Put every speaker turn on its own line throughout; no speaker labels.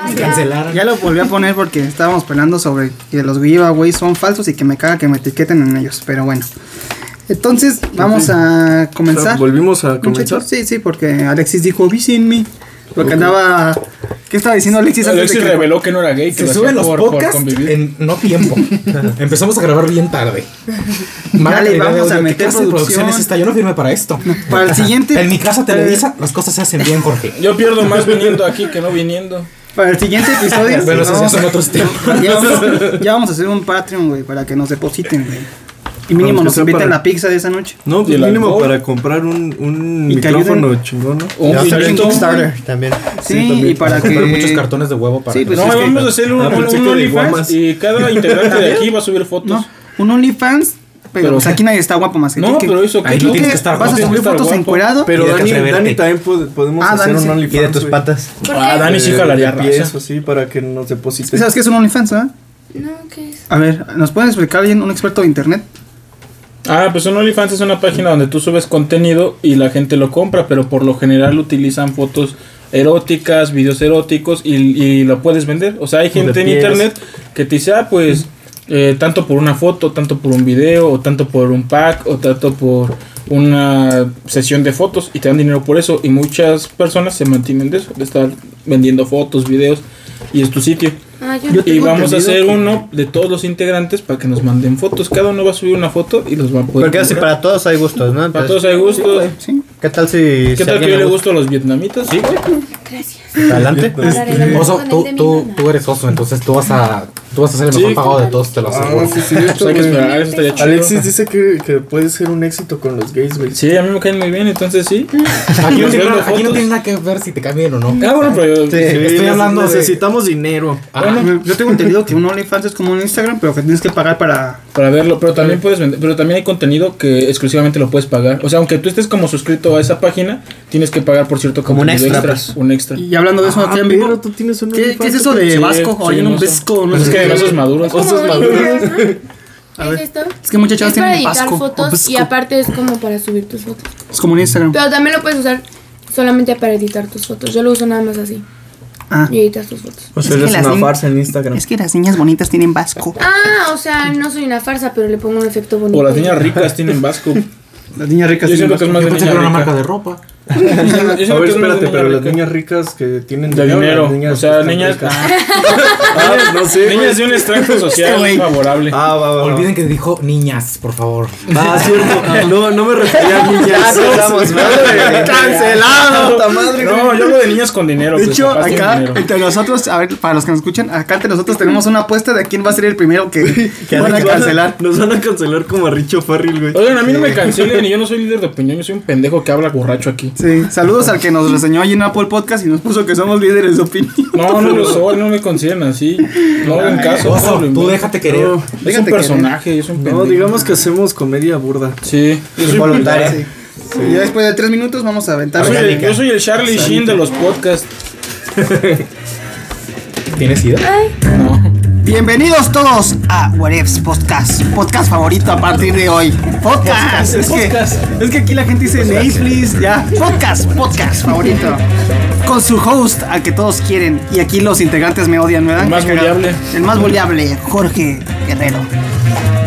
Nos cancelaron.
Ya lo volví a poner porque estábamos hablando sobre que los giveaways son falsos y que me caga que me etiqueten en ellos. Pero bueno. Entonces, vamos a
O sea,
comenzar.
Volvimos a
muchachos.
comenzar.
Sí, sí, porque Alexis dijo, be sin me. Lo que andaba. ¿Qué estaba diciendo Alexis antes
Alexis
de que-
reveló que no era gay, que
Se
lo
suben
hacía
los
por, por
podcasts
convivir.
en no tiempo. Empezamos a grabar bien tarde.
Dale,
calidad de
vamos
audio.
a
¿Qué
meter
clase de producción es
producción.
esta? Yo no firmé para esto.
Para el siguiente. Eh,
En mi casa Televisa las cosas se hacen bien, Jorge.
Yo pierdo más viniendo aquí que no viniendo.
Para el siguiente episodio.
Bueno, esos ya
vamos
son
a-
otros temas.
ya, vamos, ya vamos a hacer un Patreon, güey, para que nos depositen, güey. Y mínimo
Aunque
nos
sea
inviten
para-
la pizza de esa noche.
No,
Y
pues
el
mínimo
alcohol.
para comprar un, un
Y que
micrófono chingón, ¿no?
Un
Ya, también
vinito.
Kickstarter también.
Sí, y para que.
Comprar muchos cartones de huevo para.
Sí, pues,
No,
es que-
vamos a hacer un,
Ah,
un-
pensé que
un
de
OnlyFans
guamas.
y cada integrante de aquí va a subir fotos.
No, un OnlyFans. Pero,
Pero-
pues aquí nadie está guapo más que
No,
tú, que-
pero eso
Ahí
que
no tienes que estar
Vas a
guapo,
subir
tienes que estar
fotos
guapo.
encuerado.
Pero
Y de
Dani,
que se
Dani
verte.
también pod- podemos
Ah,
hacer
Dani, sí.
un
Y de
OnlyFans.
Y de tus
güey.
patas.
Ah, Dani sí
De-
jalaría
de
raza.
pies,
Eso sí, para que nos deposite.
¿Sabes qué es un OnlyFans, ah?
No, ¿qué es?
A ver, ¿nos pueden explicar alguien, un experto de internet?
Ah, pues un OnlyFans es una página donde tú subes contenido y la gente lo compra, pero por lo general utilizan fotos eróticas, videos eróticos y, y lo puedes vender. O sea, hay gente en
pies.
internet que te dice, ah, pues eh, tanto por una foto, tanto por un video, o tanto por un pack, o tanto por una sesión de fotos y te dan dinero por eso. Y muchas personas se mantienen de eso, de estar vendiendo fotos, videos y es tu sitio.
Ah, yo,
Yo-
Y
tengo
vamos a hacer
entendido que-
uno de todos los integrantes para que nos manden fotos. Cada uno va a subir una foto y los va a poder.
Porque así
comprar.
para todos hay gustos, ¿no?
Para
Entonces,
todos hay gustos.
Sí.
¿Qué tal si.
¿Qué
si
tal que
alguien
yo le
le gusta?
gusto a los vietnamitas? Sí, güey.
gracias.
Adelante.
Hablaré de-
Oso,
con
tú,
el de mi
tú,
mamá.
tú eres oso, entonces tú vas a, tú vas a ser el
Sí,
mejor pagado de todos, te lo aseguro.
Pues hay que esperar, eso estaría chido.
Alexis dice que, que puede ser un éxito con los gays, güey.
Sí, a mí me caen muy bien, entonces sí.
Aquí
Mm.
no,
Nos
tiene,
venden
nada- aquí no
fotos.
tiene nada que ver si te cae bien o no.
Ah, bueno, pero yo-
Sí.
Estoy
nece-
hablando de-
necesitamos dinero.
Ah,
Yo tengo entendido que un OnlyFans es como un Instagram, pero que tienes que pagar para.
para verlo, pero también puedes vender, pero también hay contenido que exclusivamente lo puedes pagar. O sea, aunque tú estés como suscrito a esa página, tienes que pagar por cierto
Como un
contenido
extra, pues.
un extra.
Y hablando de
Ah,
eso, aquí en vivo,
pero tú tienes un
¿Qué, qué es
OnlyFans,
eso de
Sí,
Vasco?
sí,
Oye, un
no sé.
Vesco, no
Pues es
sé.
que osos maduros.
Es como
Osos maduros.
OnlyFans, ¿no? ¿Es esto?
Es que muchas chavas
Es para
tienen
editar
Vasco. o
fotos y
Vesco.
aparte es como para subir tus fotos.
Es como un Instagram.
Pero también lo puedes usar solamente para editar tus fotos. Yo lo uso nada más así.
Ah.
Y editas tus fotos.
Pues
O
Es
sea,
que
eres
las
una
nin-
farsa en Instagram.
Es que las niñas bonitas tienen Vasco.
Ah, o sea, no soy una farsa, pero le pongo un efecto bonito.
O las niñas ricas tienen vasco.
Las niñas
Yo
ricas
siento que es más
yo
de
pensé que
niña
era una
rica.
marca de ropa.
Yo siento
A ver,
que es más de
espérate,
niña
pero las
rica.
niñas ricas que tienen
De dinero,
las niñas
o sea,
están
niñas,
ricas.
ah,
no sé,
niñas de un extracto social favorable.
Ah, va, va, va.
Olviden que dijo niñas, por favor.
Ah, cierto. No, no me refería a niñas.
¡Cancelado!
no, yo hablo de niñas con dinero.
De
que
hecho,
sus papás tienen
acá,
dinero.
entre nosotros, a ver, para los que nos escuchan, acá entre nosotros tenemos una apuesta de quién va a ser el primero que van a cancelar.
Nos van a cancelar como a Richo Farrell, güey.
Oigan, a mí no me cancelen y yo no soy líder de opinión, yo soy un pendejo que habla borracho aquí.
Sí, saludos al que nos reseñó allí en Apple Podcast y nos puso que somos líderes de opinión.
No, no lo soy, no me consideran así. No hagan caso.
Oso,
no lo
tú
inventen.
déjate querer.
No.
Es
Déjate
un
que-
personaje, es un pendejo.
No, digamos que hacemos comedia burda.
Sí. Yo soy-
Voluntaria.
Sí. Y ya después de tres minutos vamos a aventar.
yo soy el- Yo soy el Charlie Sheen de los podcasts.
¿Tienes idea?
Bienvenidos todos a What Ifs Podcast, podcast favorito a partir de hoy. Podcast, es, Que, es que aquí la gente dice Netflix, ya. Podcast, podcast favorito. Con su host al que todos quieren. Y aquí los integrantes me odian, ¿verdad?
El más
Qué cagado.
vulnerable.
El más vulnerable, Jorge Guerrero.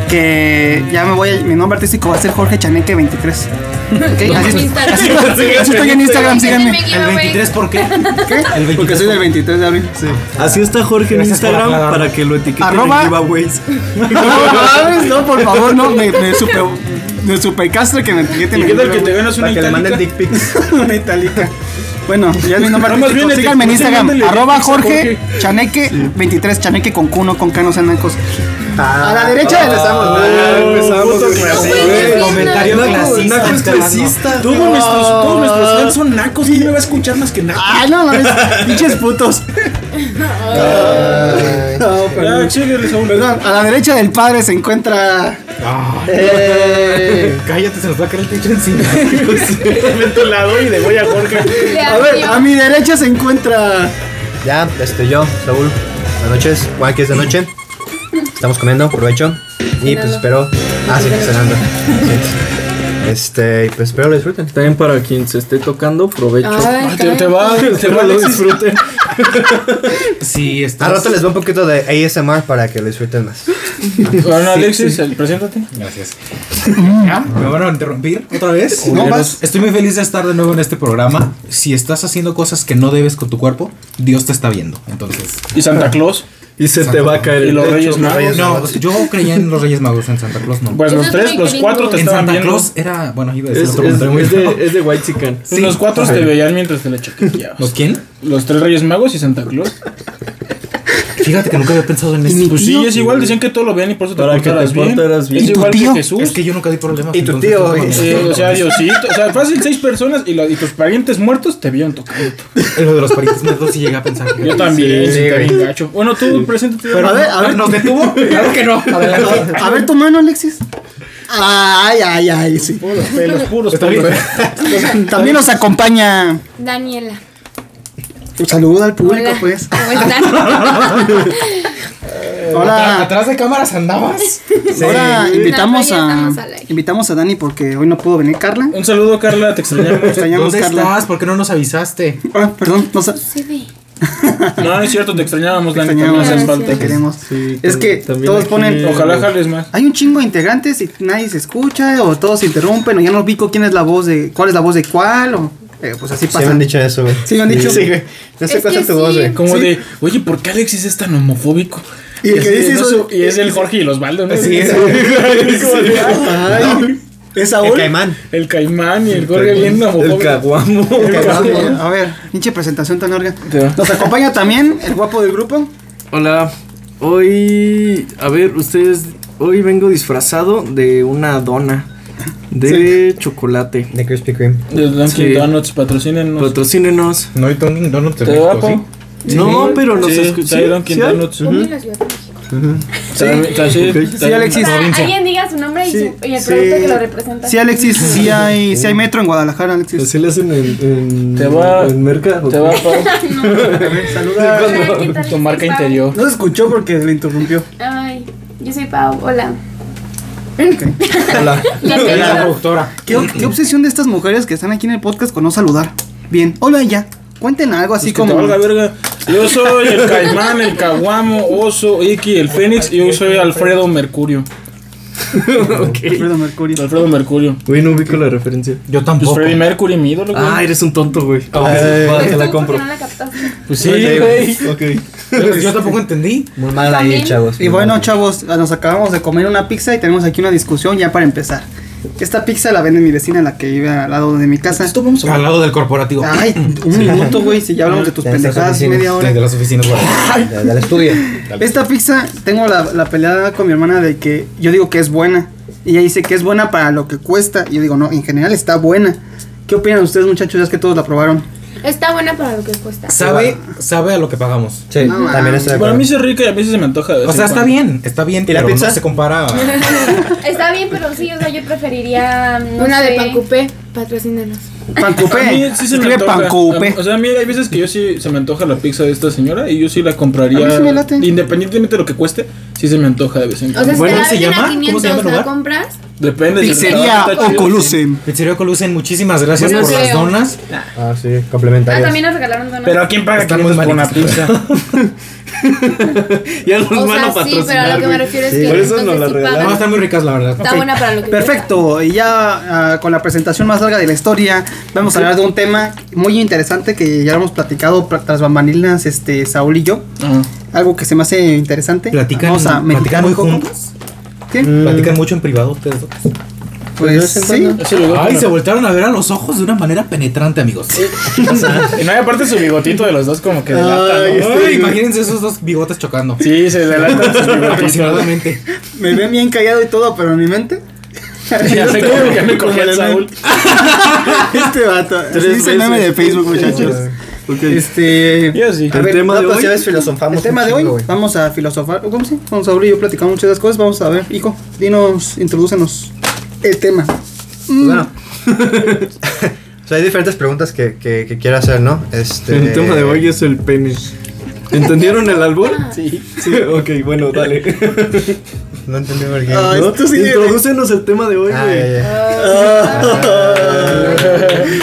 Que ya me voy, mi nombre artístico va a ser Jorge Chaneque 23. Ok,
En
Así,
Instagram.
así- así estoy en Instagram, síganme.
Sígueme,
¿El
güey.
23 por qué? ¿Qué? El 23.
Porque soy del 23 de abril. Sí.
Así está Jorge en
Gracias por
Instagram
aclararnos.
para que lo etiqueten
Arroba-
en giveaways.
No, mames, no, por favor, no. Me, me super. Me super castra que me
¿Y
etiqueten.
qué
en
tal que
Instagram.
te ganas una
Para que le manden
itálica?
dick pics.
Una itálica. Bueno, ya es mi nombre.
No, más bien
artístico.
le-
Síganme en
pues,
Instagram.
mándale
Arroba
pics a
Jorge
Jorge.
Chaneque 23. Chaneque con Q, no con K, no sean nancos. A la derecha Ah, empezamos.
güey.
Comentario
Naco,
clasista.
naco es
te mando.
clasista.
Todos nuestros, todos nuestros fans son nacos. ¿Quién me va a escuchar más que nacos?
Ay, no mames. Pinches putos. No, perdón.
Ya, chíguenles a un
Perdón, a la derecha del padre se encuentra.
Ah,
eh,
cállate, se nos va a caer el techo encima.
ventilador y le voy a Jorge.
Le
a ver,
abrió.
a mi derecha se encuentra.
Ya, este yo, Saúl. Buenas noches. Juan, aquí es de noche. Estamos comiendo, provecho. Y pues espero. Ah, sí, cenando. Sí. Este, y, pues espero lo disfruten.
También para quien se esté tocando, provecho.
Ay,
Te,
caray.
te va, te va
Espero lo
Alexis.
disfruten.
Sí,
Al
estás.
rato les doy un poquito de ASMR para que lo disfruten más.
Bueno, Alexis, el- preséntate.
Gracias. ¿Ya? ¿Me van a interrumpir otra vez?
No
Culeros. Estoy muy feliz de estar de nuevo en este programa. Si estás haciendo cosas que no debes con tu cuerpo, Dios te está viendo. Entonces.
Y Santa Claus.
Ah. Y se te va a caer
Y
el
los
techo.
Reyes Magos.
Reyes
No,
Magos.
yo creía en los Reyes Magos, en Santa Claus no.
Pues los
Esos
tres,
son
los cuatro te
en
estaban
Santa
viendo.
Claus era. Bueno, iba a decir
Es,
otro
es-
contrario.
es de, es de White Chican.
Sí.
Los cuatro te
Ajá.
veían mientras te la chequeabas.
¿Los quién?
Los tres Reyes Magos y Santa Claus.
Fíjate que nunca había pensado en esto.
Pues sí, es igual, decían que todo lo vean y por eso te
Para que te
portaras bien.
portaras bien.
Es
¿Y tu
igual
tío?
que Jesús.
Es que yo nunca di problemas.
Y tu
entonces
tío,
no
güey.
mames.
Eh, o sea, Diosito, o sea, fácil seis personas y, la- y tus parientes muertos te vieron tocando.
Lo de los parientes muertos sí llegué a pensar. que-
Yo también,
Sí,
sí,
güey.
bien gacho. Bueno, tú preséntate.
Pero a ver, a ver,
¿Nos detuvo? Claro que no. Adelante.
a ver tu mano, Alexis. Ay, ay, ay, sí.
puros pelos, puros
Está bien.
pelos.
También nos acompaña.
Daniela.
Saluda al público,
Hola.
pues.
¿Cómo estás?
Hola.
Atrás de cámaras andabas.
Ahora invitamos
No, ya
a
estamos al aire.
invitamos a Dani porque hoy no pudo venir Carla.
Un saludo, Carla, te extrañamos.
Extrañamos
¿Dónde
Carla.
estás? ¿Por qué no nos avisaste?
Ah, perdón, no sé.
Se ve.
No, no es cierto, te extrañábamos, Dani, también
Extrañamos,
haces
sí.
falta.
te queremos.
Sí,
es
tam-
que
también
todos
aquí-
ponen
Ojalá jales más.
hay un chingo de integrantes y nadie se escucha o todos se interrumpen o ya no ubico quién es la voz de cuál es la voz de cuál o eh, pues así
Sí me
pasa.
han dicho eso, güey.
Sí me han dicho.
Sí, güey. No sé
Es
cuál
que
es tu
sí.
voz, güey.
Como de, oye, ¿por qué Alexis es tan homofóbico?
Y el que
así de,
dice
no
eso-
sé, y es el Jorge y los Baldos, ¿no?
Sí, es-
Ay, es
El
Saúl.
caimán.
El caimán y el Jorge bien
El
homofóbico.
caguamo.
Eh, A ver, pinche presentación tan larga. Nos acompaña también el guapo del grupo.
Hola. Hoy. A ver, ustedes. Hoy vengo disfrazado de una dona de chocolate.
De Krispy Kreme.
De Dunkin'
Sí.
Donuts, patrocínenos.
Patrocínenos.
No, y Tony, no, no te
¿Te
ves,
va,
¿sí?
Pau?
No, pero nos
Sí,
escuchamos.
sí, hay Dunkin' Donuts.
Ponme en la Ciudad de México.
Sí, sí,
Sí,
O
Alexis.
sea, alguien diga su nombre y,
Sí,
su- y el
sí.
producto que lo representa.
Sí, Alexis, sí hay, sí hay metro en Guadalajara, Alexis.
Así le hacen en. en
Te va-
En merca.
Te va, Pau,
Ay, ¿qué tal?
tu marca
Soy Pau.
interior.
No se escuchó porque se le interrumpió.
Ay, yo soy Pau. Hola.
Hola.
Ya te
La
digo.
productora.
¿Qué, qué obsesión de estas mujeres que están aquí en el podcast con no saludar. Bien, hola ya. Cuenten algo así
Pues Que te
como.
valga verga. Yo soy el caimán, el caguamo, oso, Iki, el fénix y yo soy Alfredo Mercurio.
Alfredo Mercurio.
Alfredo Mercurio.
Güey, no ubico la referencia.
Yo
Pues
tampoco.
Freddy Mercury, mi ídolo. güey.
Ah, eres un tonto, güey.
Va,
Tú,
te la
porque
compro.
no la captaste.
pues sí,
Ok,
güey.
Ok.
Yo yo tampoco entendí.
Muy mal ahí,
También.
chavos.
Y bueno, chavos, nos acabamos de comer una pizza y tenemos aquí una discusión ya para empezar. Esta pizza la vende mi vecina, la que vive al lado de mi casa.
Al lado del corporativo.
Ay, un minuto, güey, si ya hablamos de tus
Ya estás
pendejadas
oficinas.
media hora.
De las oficinas, güey.
Dale, dale, estudia.
Esta pizza, tengo la, la peleada con mi hermana de que yo digo que es buena. Y ella dice que es buena para lo que cuesta. Y yo digo, no, en general está buena. ¿Qué opinan ustedes, muchachos? Ya es que todos la probaron.
Está buena para lo que cuesta.
Sabe, sabe a lo que pagamos.
Sí,
No,
también
ah,
estoy de
Para
acuerdo.
mí sí es rica y a mí sí se me antoja. de vez
O sea,
en
está
cuando.
bien, está bien, pero no
pizza?
se compara. a-
Está bien, pero sí, o sea, yo preferiría.
Una de
pan
Pancupé, patrocínanos.
A mí
Pancupé.
sí se me
Escribe
antoja.
Pancupé.
O sea, a mí hay veces que yo sí se me antoja la pizza de esta señora y yo sí la compraría.
A mí sí me late.
Independientemente de lo que cueste, sí se me antoja de vez en
O sea,
cuando.
si
Bueno,
te la
¿se
venden
llama?
a
¿Cómo se llama
500,
el
la
lugar?
compras.
Ah,
Depende. si el
Pizzería
restaurante está chido, sí.
Ocolucen.
Pizzería Colucen, muchísimas gracias
Bueno,
por
creo.
las donas.
Ah, sí,
Ah,
complementarias.
también nos regalaron donas.
Pero ¿a quién paga
Están
500
muy
por una
manitas.
pizza?
Ya los
O
van a
sea, sí, pero a
patrocinar.
lo que me
güey.
refiero es
Sí.
que
Por
eso nos
entonces
la
sí
regalaron.
Van a
pagan.
estar muy ricas, la verdad.
Está buena para lo que
Perfecto, y ya ah, con la presentación más larga de la historia, vamos a hablar de un tema muy interesante que ya hemos platicado pra- tras bambalinas, este, Saúl y yo.
Ajá.
Algo que se me hace interesante.
Platican,
vamos a meditar
platican
un
muy Mm.
poco.
juntas.
¿Qué?
Platican mucho en privado ustedes dos.
Pues sí.
Ese lugar
Ay,
con-
se voltearon a ver a los ojos de una manera penetrante, amigos.
Y no hay aparte su bigotito de los dos como que
Ah.
delata, ¿no?
Ay, este, imagínense esos dos bigotes chocando.
Sí, se delatan sus bigotitos.
Aproximadamente.
Me ven bien callado y todo, pero en mi mente.
Ya sé cómo que me cogió el Saúl.
Este vato. Así
Tres
dice el meme
veces.
de Facebook, muchachos.
Ok.
Este.
Yo sí.
A
El
ver,
tema
no,
de
pues
hoy-
ya ves,
ves, filosofamos.
El tema
un
de hoy,
chingo, güey.
vamos a filosofar. ¿Cómo sí? Con Saúl y yo platicamos muchas cosas. Vamos a ver, hijo, dinos, introdúcenos el tema.
Pues, Bueno. o sea, hay diferentes preguntas que, que, que quiero hacer, ¿no? Este,
El tema de hoy es el pene. ¿Entendieron el albur? Sí. Sí, ok, bueno, dale.
No entendí por qué.
Ay,
¿No?
tú sigue, güey.
Introdúcenos el tema de hoy,
Ah,
güey.
ya, ya.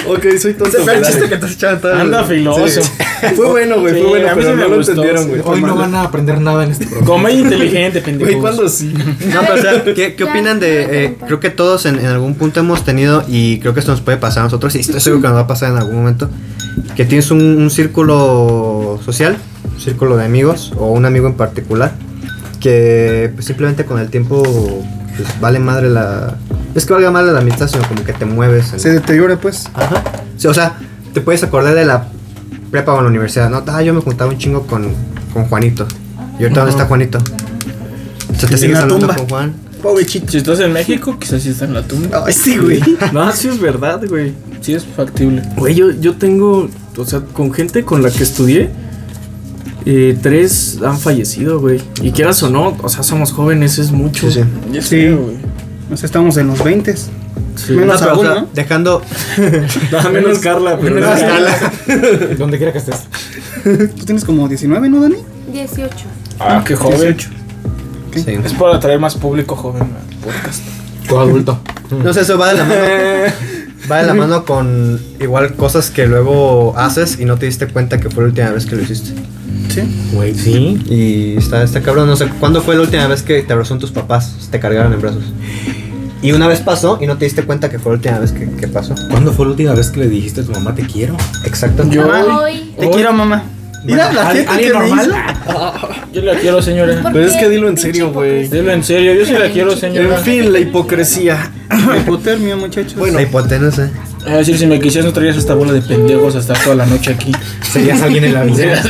Ok, soy tonto.
Ese fue el
dale.
chiste que te has echado todo.
Ah,
Anda filoso.
Fue bueno, güey,
Sí,
fue bueno,
a mí
pero
sí me
no lo
gustó,
entendieron,
sí.
güey.
Hoy no van a aprender nada en este programa.
Comedia inteligente, pendejo.
Güey, ¿cuándo sí?
No, pero o sea, ¿qué, qué opinan de.? eh, creo que todos en, en algún punto hemos tenido, y creo que esto nos puede pasar a nosotros, y estoy seguro que nos va a pasar en algún momento, que tienes un, un círculo social, un círculo de amigos, o un amigo en particular, que pues, simplemente con el tiempo pues, vale madre la. Es que valga madre la amistad, sino como que te mueves. en-
Se deteriora, pues.
Ajá. Sí, o sea, te puedes acordar de la prepa o la universidad, ¿no? Ah, yo me juntaba un chingo con, con Juanito. ¿Y ahorita dónde está Juanito? O sea, te
En
sigues
la
hablando
tumba.
con Juan.
Pobrecito.
Si estás en México, quizás sí está en la tumba.
Ay, sí, güey.
No, sí es verdad, güey.
Sí es factible.
Güey, yo, yo tengo, o sea, con gente con la que estudié, eh, tres han fallecido, güey. Y quieras o no, o sea, somos jóvenes, es mucho.
Sí, sí.
Ya
Sí.
sé, güey.
O sea, estamos en los 20.
Sí.
Menos
No, pero,
aún,
o sea,
¿no?
dejando.
Nada menos Carla, pero
menos
es-
Carla.
Donde quiera que estés.
Tú tienes como 19, ¿no, Dani?
18.
Ah, qué joven.
Sí.
Es para atraer más público joven al podcast.
Todo adulto.
No sé, eso va de la mano. va de la mano con igual cosas que luego haces y no te diste cuenta que fue la última vez que lo hiciste.
Sí.
Güey, sí.
Y está, está cabrón, no sé, ¿cuándo fue la última vez que te abrazaron tus papás? Te cargaron en brazos. Y una vez pasó y no te diste cuenta que fue la última vez que, que pasó.
¿Cuándo fue la última vez que le dijiste a tu mamá te quiero?
Exacto.
Yo,
Hoy.
Te quiero, mamá. Mira la gente que me hizo.
yo la quiero, señora.
¿Por
Pero es
qué,
que dilo en
pinche
serio, güey.
hipócrita?
Dilo en serio, yo sí la quiero, señora.
En fin, la hipocresía.
Hipotermia, muchachos.
Bueno, la hipotenusa.
Es decir, si me quisieras no traerías esta bola de pendejos a estar toda la noche aquí.
Serías alguien en la vida.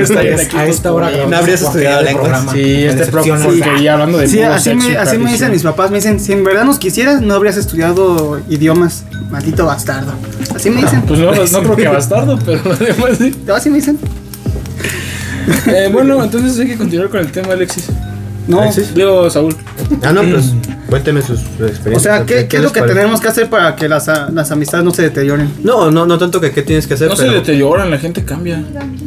Estarías aquí.
A esta hora grabamos
No habrías
un porquería
estudiado
de
lenguas.
programa.
Sí,
Me
este
decepciona.
programa porquería hablando de
Sí,
puro
así
sexo y
me, así me dicen
perdición.
mis papás, me dicen, si en verdad nos quisieras, no habrías estudiado idiomas, maldito bastardo. Así me dicen.
Pues no, pues no creo que bastardo, pero además sí.
No, así me dicen.
Eh, bueno, entonces hay que continuar con el tema, Alexis.
No.
Digo, Saúl.
Ah, no, pues cuénteme sus sus experiencias.
O sea, ¿qué, qué es lo
les
que
parece?
tenemos que hacer para que las, a- las amistades no se deterioren?
No, no, no tanto que qué tienes que hacer,
No se
pero.
deterioran, la gente cambia.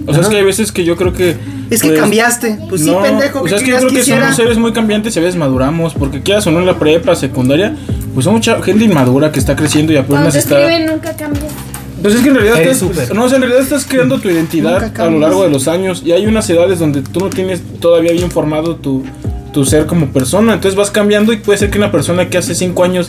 O sea, es que hay veces que yo creo que.
Es que
pues,
cambiaste. Pues sí,
no,
pendejo,
O
que
sea, es que yo
querías
creo
que
que
hiciera?
somos seres muy cambiantes y a veces maduramos. Porque quieras o no en la prepa, secundaria, pues somos mucha gente inmadura que está creciendo y
Cuando
apenas
te
está.
escriben nunca cambia.
Pues es que en realidad
Eres
estás,
súper.
no, o sea, en realidad estás creando tu
Nunca
identidad a
cambias.
lo largo de los años y hay unas edades donde tú no tienes todavía bien formado tu, tu ser como persona, entonces vas cambiando y puede ser que una persona que hace cinco años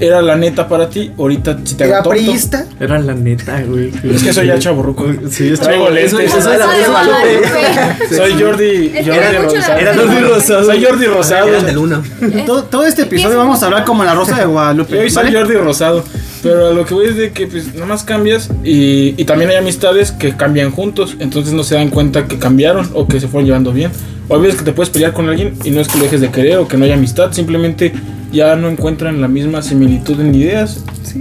era la neta para ti, ahorita si te
¿Era
haga tonto.
priista?
Era la neta, güey.
Es que soy ya chaburruco.
Sí, es
Traigo
chavo-
lentes.
eso- eso
Soy
era
de
Guadalupe.
Guadalupe.
Soy Jordi,
que
Jordi
era mucho
Rosado.
la- Era Jordi
Rosado.
Soy Jordi Rosado.
Eran del uno.
Todo, todo este episodio vamos a hablar como la rosa de
Yo hoy
Guadalupe.
soy
¿vale?
Jordi Rosado. Pero a lo que voy es de que pues nada más cambias y, y también hay amistades que cambian juntos, entonces no se dan cuenta que cambiaron o que se fueron llevando bien. O hay veces que te puedes pelear con alguien y no es que lo dejes de querer o que no haya amistad, simplemente ya no encuentran la misma similitud en ideas.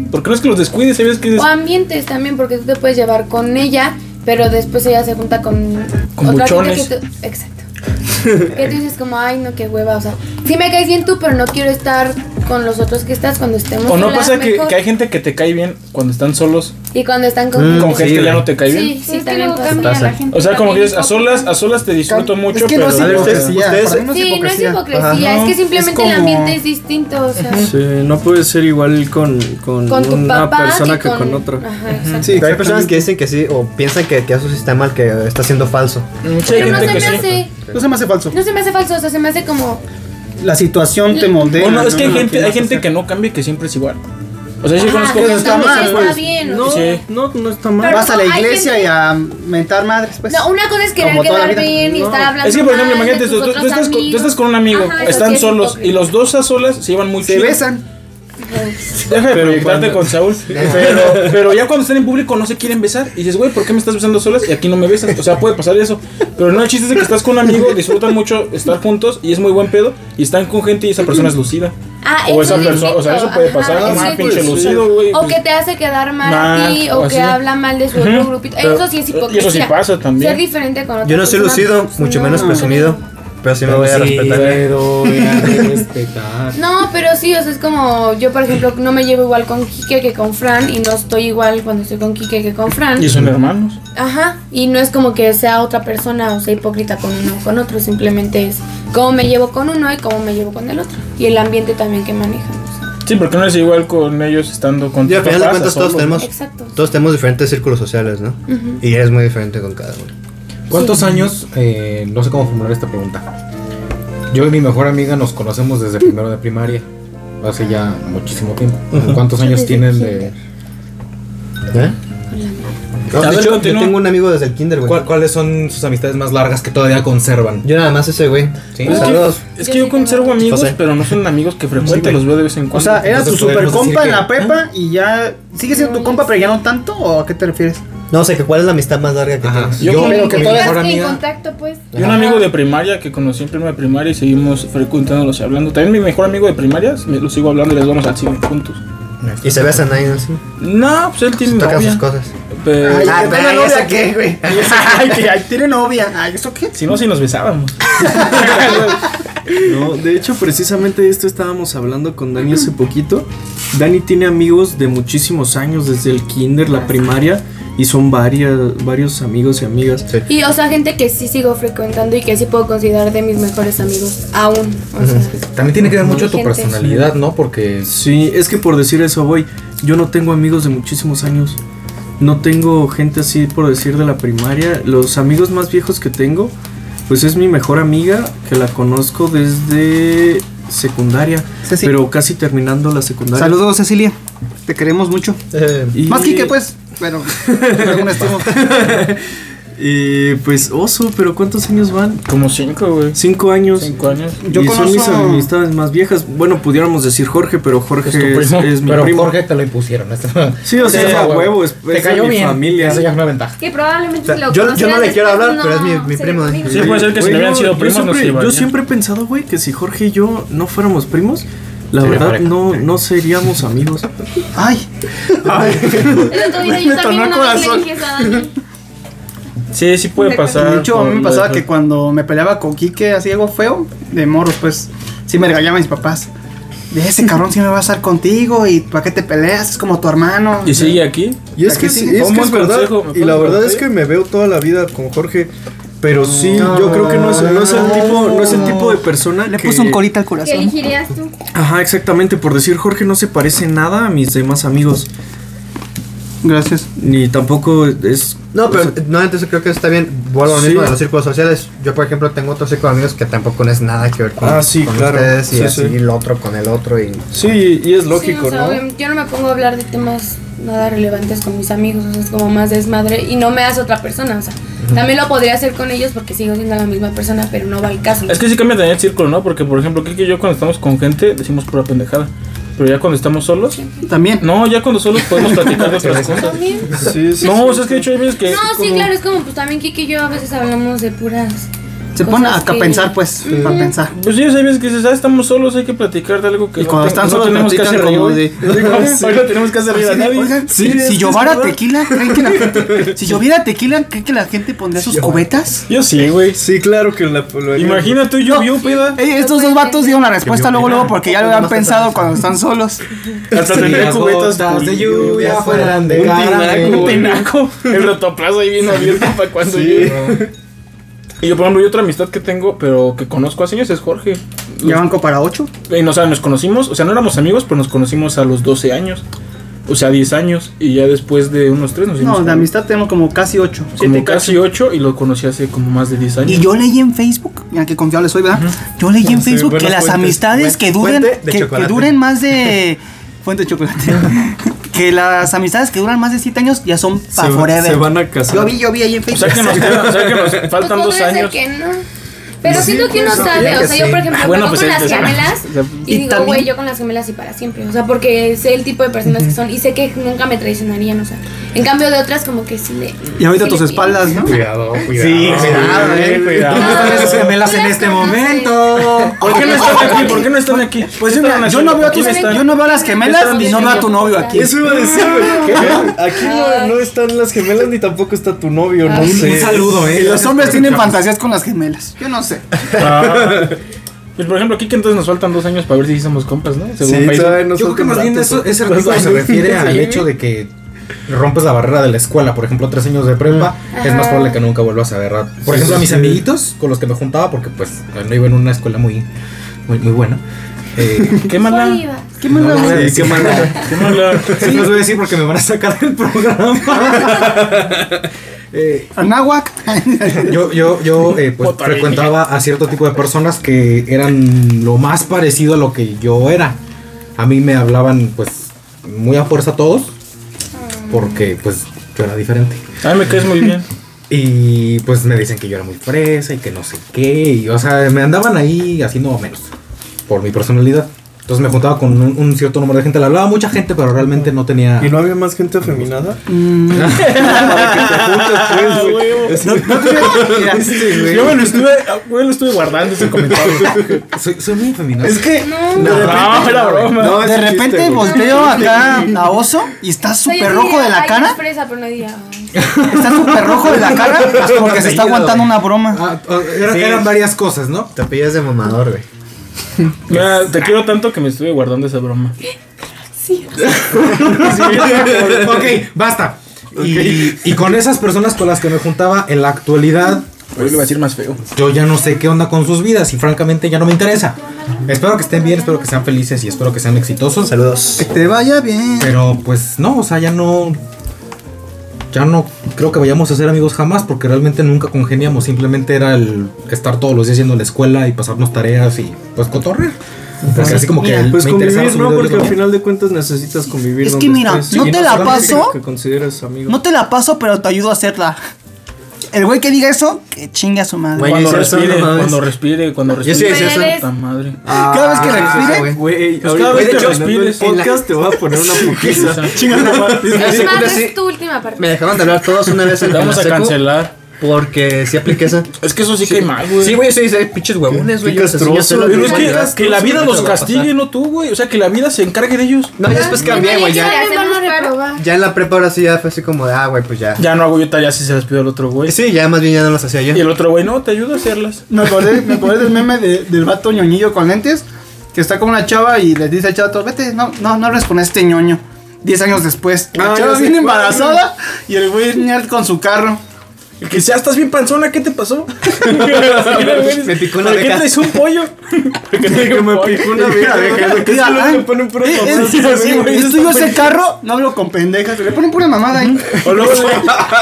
Porque no es que los descuides, hay veces que
O
dices,
ambientes también, porque tú te puedes llevar con ella, pero después ella se junta con,
Con
gente
buchones.
que tú- Exacto. que tú dices como, ay, no, qué hueva, o sea, sí me caes bien tú, pero no quiero estar con los otros que estás cuando estemos
o no
solas,
pasa que,
mejor".
que hay gente que te cae bien cuando están solos,
Y cuando están
Mm,
con...
con
sí,
gente que ya
güey.
no te cae bien.
Sí, sí, también pasa.
Pasa.
O sea, como que dices, a solas, a solas te disfruto
es
mucho,
que
pero
no es
A ver, ustedes-
hipocresía.
ustedes-
para mí no es
Sí, no es
hipocresía.
hipocresía,
Ajá.
es
No,
que simplemente
es como-
el ambiente es distinto, o sea,
Sí, no puede ser igual con, con,
con tu
una
papá
persona
que, con... Ah.
otra.
Ajá, exacto.
Sí,
Pero hay personas que dicen que sí o piensan que, que eso sí está mal, que está siendo falso.
Sí, hay
Pero no
gente
se
que
me
sí.
hace...
No se me hace falso.
No se me hace falso, o sea, se me hace como...
La situación te moldea.
Bueno, es que hay
No, no,
gente,
no,
hay
no,
gente
no.
que no cambia y que siempre es igual. O sea, yo
Ajá,
conozco
pero
Ah, está
también
mal,
está
pues.
bien, o
No,
Sí.
no, no está mal.
Pero
Vas a la
como hay
iglesia
gente-
y a mentar madres, pues.
No, una cosa es querer
Como toda la
quedar
vida.
bien y estar hablando.
Es que, por ejemplo,
mal de
imagínate,
tus
tú, tú
otros
estás con, tú
amigos.
estás con un amigo,
Ajá, eso sí
están
es
solos
hipócrita.
y los dos a solas se llevan muy
se
chido.
besan.
Deja de proyectarte con Saúl. Pero, pero ya cuando están en público no se quieren besar. Y dices, güey, ¿por qué me estás besando a solas? Y aquí no me besas. O sea, puede pasar eso. Pero no, el chiste es de que estás con un amigo, disfrutan mucho estar juntos y es muy buen pedo. Y están con gente y esa persona es lucida.
Ah,
o
eso
esa
es
persona, o sea, eso
distinto,
puede
ajá,
pasar.
eso
Ah,
es
pinche
distinto.
lucido, güey.
O
pues,
que te hace quedar mal, a
Mal,
ti,
o
o que
así.
habla mal de su otro
Ujú.
grupito.
Pero-
Eso sí es
y eso sí
hipocresía.
pasa también.
Ser diferente con otra
Yo no soy
persona,
lucido,
pues,
mucho
no.
menos presumido, pero sí me voy a respetar. ¿eh?
voy a respetar.
No, pero sí, o sea, es como yo, por ejemplo, no me llevo igual con Quique que con Fran y no estoy igual cuando estoy con Quique que con Fran.
Y son hermanos.
Ajá, y no es como que sea otra persona o sea hipócrita con uno o con otro, simplemente es cómo me llevo con uno y cómo me llevo con el otro. Y el ambiente también que manejan. o
Ah,
sea.
Sí, porque no es igual con ellos estando con
Y al
tus
final de
papás,
cuentas
a
todos
solo.
tenemos,
Exacto.
todos tenemos diferentes círculos sociales, ¿no? Y es muy diferente con cada uno.
¿Cuántos años? eh, no sé cómo formular esta pregunta. Yo y mi mejor amiga nos conocemos desde primero de primaria. Hace ya muchísimo tiempo. ¿Cuántos años
Desde
tienen de.?
¿Eh? No,
A
de
ver,
hecho, yo
continúa.
tengo un amigo desde el
Pues
kinder, güey.
¿Cuál- ¿Cuáles son sus amistades más largas que todavía conservan?
Yo nada más ese, güey. Pues,
Sí.
Es
Saludos.
que, es que yo conservo amigos,
José.
pero no son amigos que frecuente, los veo de vez en cuando.
O sea, era tu
Entonces
super
podríamos
compa
decir
en la
que-
prepa y ya. ¿Sigue siendo tu compa, pero ya no tanto? ¿O a qué te refieres?
No sé, que ¿cuál es la amistad más larga que
Ajá.
tienes?
Yo creo que
mi
Estás
mejor
en
amiga.
contacto, pues.
Y un amigo de primaria que conocí en primera primaria y seguimos frecuentándolos y hablando. También mi mejor amigo de primaria, me lo sigo hablando y les vamos al cine juntos.
Y se besan ahí, ¿no? Sí.
No, pues él tiene
Tocan sus
novia.
cosas.
pero-
Ay,
Ah,
¿que
pero
tiene
ay,
novia
¿eso
qué, güey? Ay, que ay, tiene novia. Ay, ¿eso qué?
Si no, si nos besábamos.
No, de hecho, precisamente de esto estábamos hablando con Dani hace poquito. Dani tiene amigos de muchísimos años, desde el kinder, la primaria, y son varias, varios amigos y amigas.
Sí.
Y, o sea, gente que sí sigo frecuentando y que sí puedo considerar de mis mejores amigos aún. O sea,
También tiene que ver mucho tu
Gente.
personalidad, ¿no? Porque.
Sí, es que por decir eso voy. Yo no tengo amigos de muchísimos años. No tengo gente así por decir de la primaria. Los amigos más viejos que tengo, pues es mi mejor amiga, que la conozco desde secundaria,
Ceci.
pero casi terminando la secundaria.
Saludos, Cecilia. Te queremos mucho.
Eh,
Y-
Más Kike, pues. Bueno, algún estimo.
Y pues oso, pero ¿cuántos años van?
Como cinco, güey.
Cinco años.
Cinco años.
Yo
y son mis
conozco-
amistades más viejas. Bueno, pudiéramos decir Jorge, pero Jorge
Es tu
es,
primo.
es mi
Pero
primo.
Jorge te lo impusieron. este,
Sí, o sea, a huevo, es-
Te
es de
cayó
mi
bien.
familia.
Eso ya es una ventaja.
Que probablemente
O sea,
si lo
yo- yo no
conocieras
le quiero
después,
hablar, pero es mi-
no
mi
se
primo,
conecta.
Sí, puede ser que
Güey,
si no hubieran
yo-
sido
yo
primos, no se
siempre, yo
llevarían.
siempre he pensado, güey, que si Jorge y yo no fuéramos primos, la
Sería
verdad
pareja.
no, no seríamos amigos.
Ay,
El otro día yo
Me
también
tornó el
una vez le
corazón.
dije eso a Dani.
Sí, sí puede pasar.
de hecho, a mí
por
me
lo
pasaba
de-
que cuando me peleaba con Kike, hacía algo feo de morros, pues sí me regañaban mis papás. De ese cabrón sí me va a estar contigo y para qué te peleas, es como tu hermano.
¿Y sigue aquí?
Y es
Aquí
que
sí,
sí,
fue
es,
un
que es
buen
verdad.
consejo, me
y la
parece
verdad es
perfecto.
que me veo toda la vida con Jorge. Pero sí,
Sí, yo creo que no es, no es el
No.
tipo, no es el tipo de persona
Le
que-
puso un colita al
¿Qué
corazón.
elegirías tú?
Ajá, exactamente, por decir Jorge no se parece nada a mis demás amigos,
Gracias.
ni tampoco es...
No,
o
pero
sea,
no, entonces creo que está bien. Vuelvo a lo
Sí.
mismo de los círculos sociales. Yo, por ejemplo, tengo otro círculo de amigos que tampoco no es nada que ver con,
Ah, sí,
con
claro.
ustedes. Y
Sí,
así
sí.
el otro con el otro. Y
Sí, y es
Sí,
lógico,
o sea,
¿no?
obvio, Yo no me pongo a hablar de temas nada relevantes con mis amigos, o sea, es como más desmadre y no me hace otra persona, o sea, también lo podría hacer con ellos porque sigo siendo la misma persona, pero no va al caso.
Es que sí cambia también el círculo, ¿no? Porque, por ejemplo, Kiki y yo cuando estamos con gente decimos pura pendejada. Pero ya cuando estamos solos...
También.
No, ya cuando solos podemos platicar de otras cosas.
También.
Sí, sí,
No, o sea, es que de hecho hay veces que...
No, sí,
como-
claro, es como pues también Kiki y yo a veces hablamos de puras
Se pone a,
cosas
a
que-
pensar, pues, a pensar.
Pues sí, hay veces que dices, ah, estamos solos, hay que platicar de algo que
Y cuando
te-
están solos platican
hacer
como
reír.
de-
Digo, Hoy no tenemos que hacer reír a nadie.
Oigan,
pues,
Sí,
si-
es que
si
es
lloviera
verdad.
tequila, ¿creen que la gente, si lloviera tequila, ¿creen que la gente pondría sus cubetas?
Yo sí, güey.
Sí, claro que la... lo haría.
Imagina tú y yo, yo, peda.
Pues
Ey, Eh, estos dos vatos dieron la respuesta luego, luego, porque ya lo habían
Más
pensado cuando están solos.
Hasta tendría cubetas pulidas.
fueran
Un tinaco, un tinaco. El rotoplazo ahí bien abierto para cuando llegue. Y yo, por ejemplo, hay otra amistad que tengo, pero que conozco hace años, es Jorge.
Ya banco para ocho.
Y, Eh, o sea, nos conocimos, o sea, no éramos amigos, pero nos conocimos a los 12 años. O sea, 10 años. Y ya después de unos 3 nos hicimos.
No, de
amigos.
amistad tenemos como casi ocho.
Este. Como
siete,
casi 8 y lo conocí hace como más de 10 años.
Y yo leí en Facebook, mira qué confiable soy, ¿verdad? Yo leí en Facebook que
buenas
las
fuentes.
amistades que
Fuente
duren,
de
que, que
chocolate.
duren más de fuente de chocolate, que las amistades que duran más de 7 años ya son
Se
para
va-
forever.
se van a casar.
Yo vi, yo vi ahí en
O sea
Facebook.
que nos, quedan- o sea que nos
Pues
faltan 2
podría ser
años.
que no. Pero
Sí,
siento que
pues,
uno
no,
sabe,
ya
o
que
sea, yo
sí.
por ejemplo,
Bueno,
juego
pues,
con
él
las
te sabe.
gemelas y,
Y
digo,
también-
güey, yo con las gemelas y para siempre, o sea, porque sé el tipo de personas que son y sé que nunca me traicionarían, o sea, en cambio de otras como que sí le...
Y ahorita
sí
tus
le pido.
espaldas, ¿no?
Cuidado, cuidado.
Sí,
cuidado, eh, cuidado.
esas
gemelas
en este momento.
¿Por qué no están aquí? ¿Por qué no están aquí?
Pues mira,
Estaban
yo
haciendo-
no veo a tus,
¿Quién está?
yo no veo a las gemelas
Estaban
y no veo a tu
diciendo
novio
cosas.
aquí.
Eso iba a decir, güey. que
Ah.
Aquí no,
Ay.
no están las gemelas ni tampoco está tu novio, no
Ah,
Ay.
sé.
Un saludo, eh.
Los hombres tienen fantasías con las gemelas. Yo no sé.
Ah. Pues por ejemplo, aquí que entonces nos faltan dos años para ver si sí somos compas, ¿no? Según
Sí,
Facebook.
todavía no
Yo creo
son
que más
tan
bien
baratos.
eso, ese artículo se refiere al hecho de que rompes la barrera de la escuela, por ejemplo, tres años de prepa, es más probable que nunca vuelvas a agarrar. Por ejemplo, a mis amiguitos con los que me juntaba, porque pues no iba en una escuela muy, muy, muy buena. Eh,
Qué mala.
Oliva.
¿Qué mala? ¿Qué mala?
Qué mala.
Sí, les voy a decir porque me van a sacar del programa. Eh,
Anáhuac.
yo yo, yo eh, pues,
Otra
frecuentaba a cierto tipo de personas que eran lo más parecido a lo que yo era. A mí me hablaban pues muy a fuerza todos porque pues yo era diferente.
Ay, me caes muy bien.
Y pues me dicen que yo era muy fresa y que no sé qué. Y, o sea, me andaban ahí haciendo menos por mi personalidad. Entonces me juntaba con un, un cierto número de gente. Le hablaba a mucha gente, pero realmente no tenía...
¿Y no había más gente afeminada?
Ah, huevo. Yo me lo estuve, güey, Ah, lo estuve guardando ese comentario.
Soy, soy muy femenino. Es que...
No, era broma.
No,
De repente volteo acá a Oso y está
O sea, yo
súper rojo
diría,
de la
"Ay,
cara.
es fresa", pero no diría, "Ay".
Está súper rojo de la cara pues, porque se está aguantando una broma.
Sí.
Ah, Eran varias cosas, ¿no?
Te pillas de mamador, güey.
Mira, te quiero tanto que me estuve guardando esa broma.
ok, basta. Y, y con esas personas con las que me juntaba en la actualidad,
Hoy lo iba a decir más feo.
yo ya no sé qué onda con sus vidas y francamente ya no me interesa. Espero que estén bien, espero que sean felices y espero que sean exitosos.
Saludos.
Te vaya bien.
Pero pues no, o sea, ya no. Ya no creo que vayamos a ser amigos jamás porque realmente nunca congeniamos. Simplemente era el estar todos los días yendo a la escuela y pasarnos tareas y pues cotorrear. Porque así como que el-
Pues
me interesaba
convivir,
su
¿no?
vida
Porque al
personal.
final de cuentas necesitas convivir.
Es que
donde
mira,
estés.
no
Y
te la
solamente
paso.
Que consideres amigo.
No te la paso, pero te ayudo a hacerla. El güey que diga eso, que chingue a su madre.
Güey,
Cuando
sí, eso no
respire,
mames.
cuando respire, cuando respire.
sí decía eso.
Puta madre.
Cada vez
Ah,
que respire,
Güey,
Pues
ahorita
cada vez
que
que
terminando el
respires, en la-
podcast te voy a poner una pujiza.
Es más,
Ahora
es
sí,
tu última parte.
Me dejaban de hablar todos una vez en
Te vamos
la
a
secu
cancelar.
Porque sí apliqué esa.
Es que eso sí, que mal, güey.
Sí, güey, sí, sí, pinches huevones, güey. yo les enseñé a hacer la
Pero es que,
humanidad.
que la vida los
Eso va a pasar.
castigue, no tú, güey. O sea, que la vida se encargue de ellos.
No, ya después cambié, güey.
Ya
Ya,
le hacemos paro.
ya en la prepa ahora sí ya fue así como de, ah, güey, pues ya.
Ya no hago yo tareas si se las pido al otro güey.
Sí, ya más bien ya no las hacía
Y
yo.
el otro güey, no, te ayudo a hacerlas.
Me acordé, me acordé del meme de- del vato ñoñillo con lentes que está con una chava y le dice al chato, vete, no, no, no hables con este ñoño. Diez años después, la
Ah, ya
chava
sé
viene
cuál.
embarazada y el güey nerd con su carro.
El que sea, estás bien panzona, ¿qué te pasó? me
Me picó una
¿Por qué
abeja.
traes un pollo? Porque me picó una
Diga, "Ay, eh,
Sí, sí, güey,
es tuyo ese carro, no hablo con pendejas, le ponen pura mamada ahí.
O luego, güey,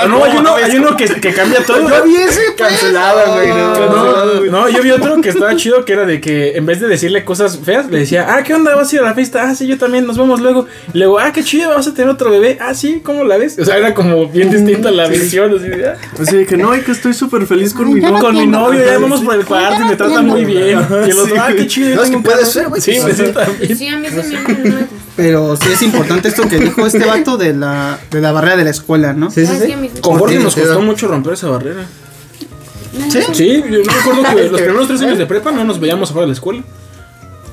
o no, hay uno, hay uno que, que cambia todo.
Yo vi ese, pues.
Cancelado, güey.
No, no, yo vi otro que estaba chido que era de que en vez de decirle cosas feas, le decía, ah, ¿qué onda? ¿Vas a ir a la fiesta? Ah, sí, yo también, nos vemos luego. Y luego, ah, qué chido, vas a tener otro bebé. Ah, sí, ¿cómo la ves? O sea, era como bien distinta la visión, así de, ah,
Así de que no, es que estoy súper feliz con mi
con mi novio, ya vamos por el
Ya
cuarto y
no
me trata
entiendo.
muy bien. Y el otro, ah, qué chido. yo
No, es que
tengo un
puede
carro".
ser, güey.
Sí,
Sí,
pues sí, también.
Sí, a mí ese meme no me gusta.
Pero sí es importante esto que dijo este vato de la, de la barrera de la escuela, ¿no?
sí,
Es que a
sí.
mí-
Con Jorge
Sí,
nos
sí,
costó
sí.
mucho romper esa barrera.
¿Sí?
Sí, yo me acuerdo que los primeros tres años de prepa no nos veíamos afuera de la escuela.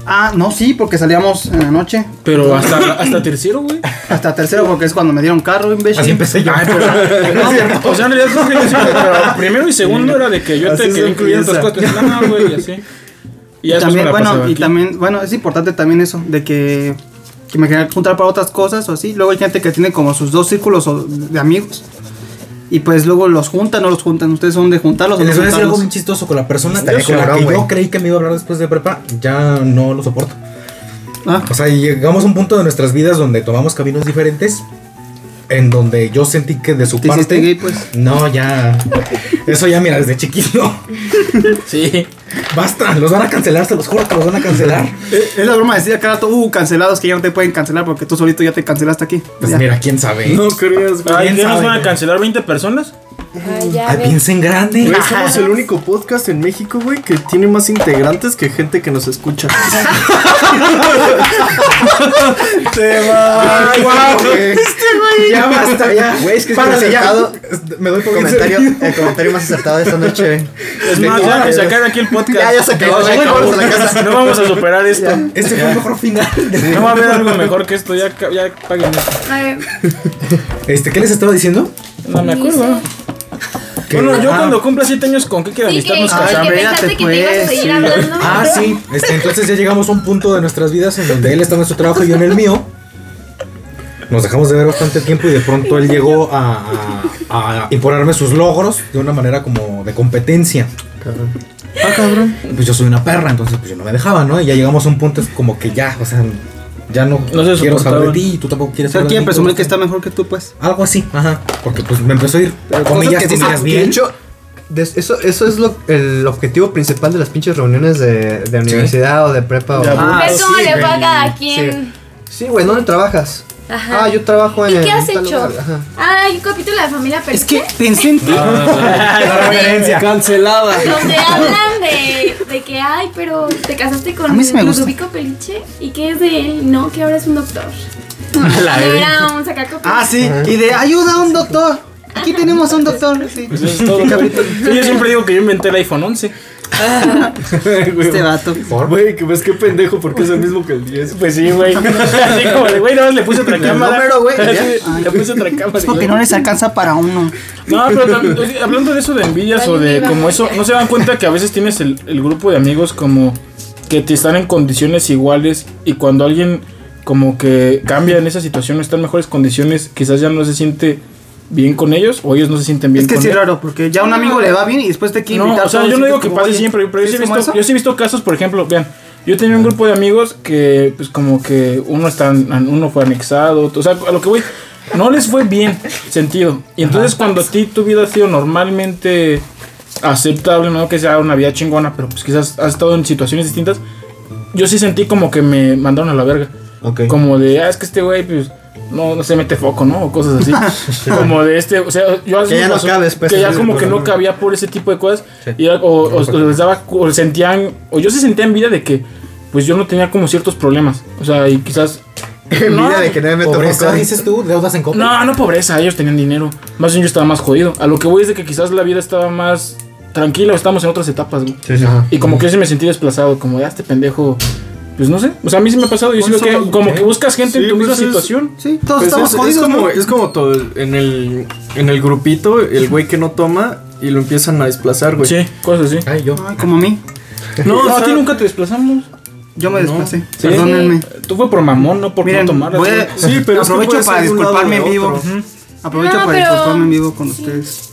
Ah, no, sí, porque salíamos en la noche.
Pero hasta, hasta tercero, güey.
Hasta tercero, porque es cuando me dieron carro, imbécil.
Así empecé yo.
O sea, en realidad Jorge no hizo, pero primero y segundo era de que yo te quería incluir en otras cosas. pero No, güey, y así. Y ya
Y
después me
también,
la pasaba
bueno, y
aquí.
también, bueno, es importante también eso, de que, que me quería juntar para otras cosas o así. Luego hay gente que tiene como sus dos círculos o- de amigos. Y pues luego los juntan o los juntan. Ustedes son de juntarlos o no
Les voy a decir algo muy
juntarlos.
chistoso con la persona
Estaría
con la
cabrón,
que yo
güey.
creí que me iba a hablar después de prepa, ya no lo soporto.
Ah.
O sea, llegamos a un punto de nuestras vidas donde tomamos caminos diferentes, en donde yo sentí que de su
¿Te hiciste
parte...
gay, pues?
No, ya... Eso ya, mira, desde chiquito.
Sí.
Basta, los van a cancelar, se los juro que los van a cancelar.
Eh, Es la broma de decir a cada rato, uh, cancelados que ya no te pueden cancelar porque tú solito ya te cancelaste aquí.
Pues
Ya.
mira, quién sabe.
No creas, güey.
Ay,
¿Quién
¿qué nos
sabe?
van a cancelar 20 personas?
Ay, ya
Ay,
ves.
piensen grande.
Pues,
Güey, somos el único podcast en México, güey, que tiene más integrantes que gente que nos escucha.
Ay, guau, güey. Ya basta, ya.
Güey, es que es
Párale, ya.
complicado.
Me doy por bien
Comentario,
servido.
el comentario más acertado de esta noche, güey.
Es más, ya que sacar aquí el podcast.
Ya, ya se acabó, ya acabamos a la casa.
No vamos a superar esto.
Este fue el mejor final.
No va a haber algo mejor que esto. Ya, ca- ya paguen esto.
Ay,
Este, ¿qué les estaba diciendo?
No me acuerdo.
Dice-
Que-
Bueno, yo
ah,
cuando cumpla 7 años, ¿con qué quiero
Sí, que,
amistad nos
que
casamos?
pensaste que te ibas a seguir hablando.
Ah, sí. Este, entonces ya llegamos a un punto de nuestras vidas en donde él estaba en su trabajo y yo en el mío. Nos dejamos de ver bastante tiempo y de pronto él llegó a, a, a imponerme sus logros de una manera como de competencia. Ah, cabrón. Pues yo soy una perra, entonces pues yo no me dejaba, ¿no? Y ya llegamos a un punto es como que ya, o sea, ya no,
No se
quiero saber de
soportaban.
ti y tú tampoco quieres
O sea,
saber de
quiere
mí,
presumir
todo
que
esto.
está mejor que tú, pues.
Algo así, ajá. Porque pues me empezó a ir.
Cosas
Comillas,
que dices,
comillas
De
bien.
hecho, des- eso, eso es lo, el objetivo principal de las pinches reuniones de, de universidad o de prepa.
Ya,
o,
Ah,
¿Ves cómo
sí,
le fue a
güey.
cada
Sí.
quien?
Sí, güey, ¿dónde trabajas?
Ajá.
Ah, yo trabajo en.
¿Y qué has
tal
hecho?
lugar, ajá.
Ah, hay un capítulo de Familia Peluche.
Es que pensé en ti.
La referencia.
Cancelada.
Donde hablan de, de que, ay, pero te casaste
A
con
mí sí me gusta.
Ludovico Peliche y que es de él, no, que ahora es un doctor.
La
De
verga.
verdad, vamos a sacar copias.
Ah, sí. Y de ayuda a un doctor. Aquí tenemos a un doctor. Sí.
Pues Eso es todo. Sí, yo siempre digo que yo inventé el iPhone 11.
Este vato.
Güey, que ves qué pendejo, porque es el mismo que el 10.
Pues sí, güey. Así como de, güey, no, le puse otra cámara.
número, güey, ya.
Sí, Le puse otra cámara.
Es porque no les alcanza para uno.
No, pero tam- o sea, hablando de eso de envidias o de como eso, ¿no se dan cuenta que a veces tienes el, el grupo de amigos como que te están en condiciones iguales y cuando alguien como que cambia en esa situación, está en mejores condiciones, quizás ya no se siente bien con ellos o ellos no se sienten bien
Es que
con
sí es
él?
raro, porque ya a un amigo le va bien y después te quiere
No,
invitar.
o sea,
todo
yo
y tú
no digo que
como,
pase
oye,
siempre, pero yo
¿es
sí, he
como
visto,
eso?
yo sí he visto casos, por ejemplo, vean, yo tenía un grupo de amigos que, pues, como que uno está, uno fue anexado, o sea, a lo que voy, no les fue bien sentido. Y entonces cuando a ti tu vida ha sido normalmente aceptable, no que sea una vida chingona, pero pues quizás has estado en situaciones distintas, yo sí sentí como que me mandaron a la verga.
Ok.
Como de, ah, es que este güey, pues, no, no se mete foco, ¿no? O cosas así. como de este, o sea, yo
Que ya no cabes, pues,
Que ya
en el
como que no
programa.
cabía por ese tipo de cosas.
Sí.
Y era- o, o- o les daba, o sentían, o yo se sentía envidia de que, pues yo no tenía como ciertos problemas. O sea, y quizás.
Envidia de que no me meto
Pobreza,
poco.
dices tú, deudas en copa.
No, no pobreza, ellos tenían dinero. Más bien yo estaba más jodido. A lo que voy es de que quizás la vida estaba más tranquila o estábamos en otras etapas, güey.
Sí, sí. Ajá.
Y como que yo sí me sentí desplazado, como de "Ah, este pendejo. Pues no sé, o sea, a mí sí me ha pasado.
Pues
Yo sí
Bueno,
creo
solo-
que como
¿eh?
que buscas gente en
Sí,
tu misma
pues es-
situación.
Sí, todos
Pues
estamos
es,
jodidos.
es como,
¿no?
es como todo el- en el, en el grupito, el güey que no toma y lo empiezan a desplazar, güey.
Sí, Pues cosas así.
Ay, yo.
Ay, como a mí.
No,
o
a
sea-
ti nunca te desplazamos.
Yo me desplacé.
Sí.
Perdónenme.
Tú fue por mamón, no por
Miren,
no tomar.
voy
así.
a-
Sí, pero es que
aprovecho
puede ser
para
de un lado
disculparme
o
en
de
vivo.
otro.
Aprovecho
No,
para
pero-
disculparme en vivo con ustedes.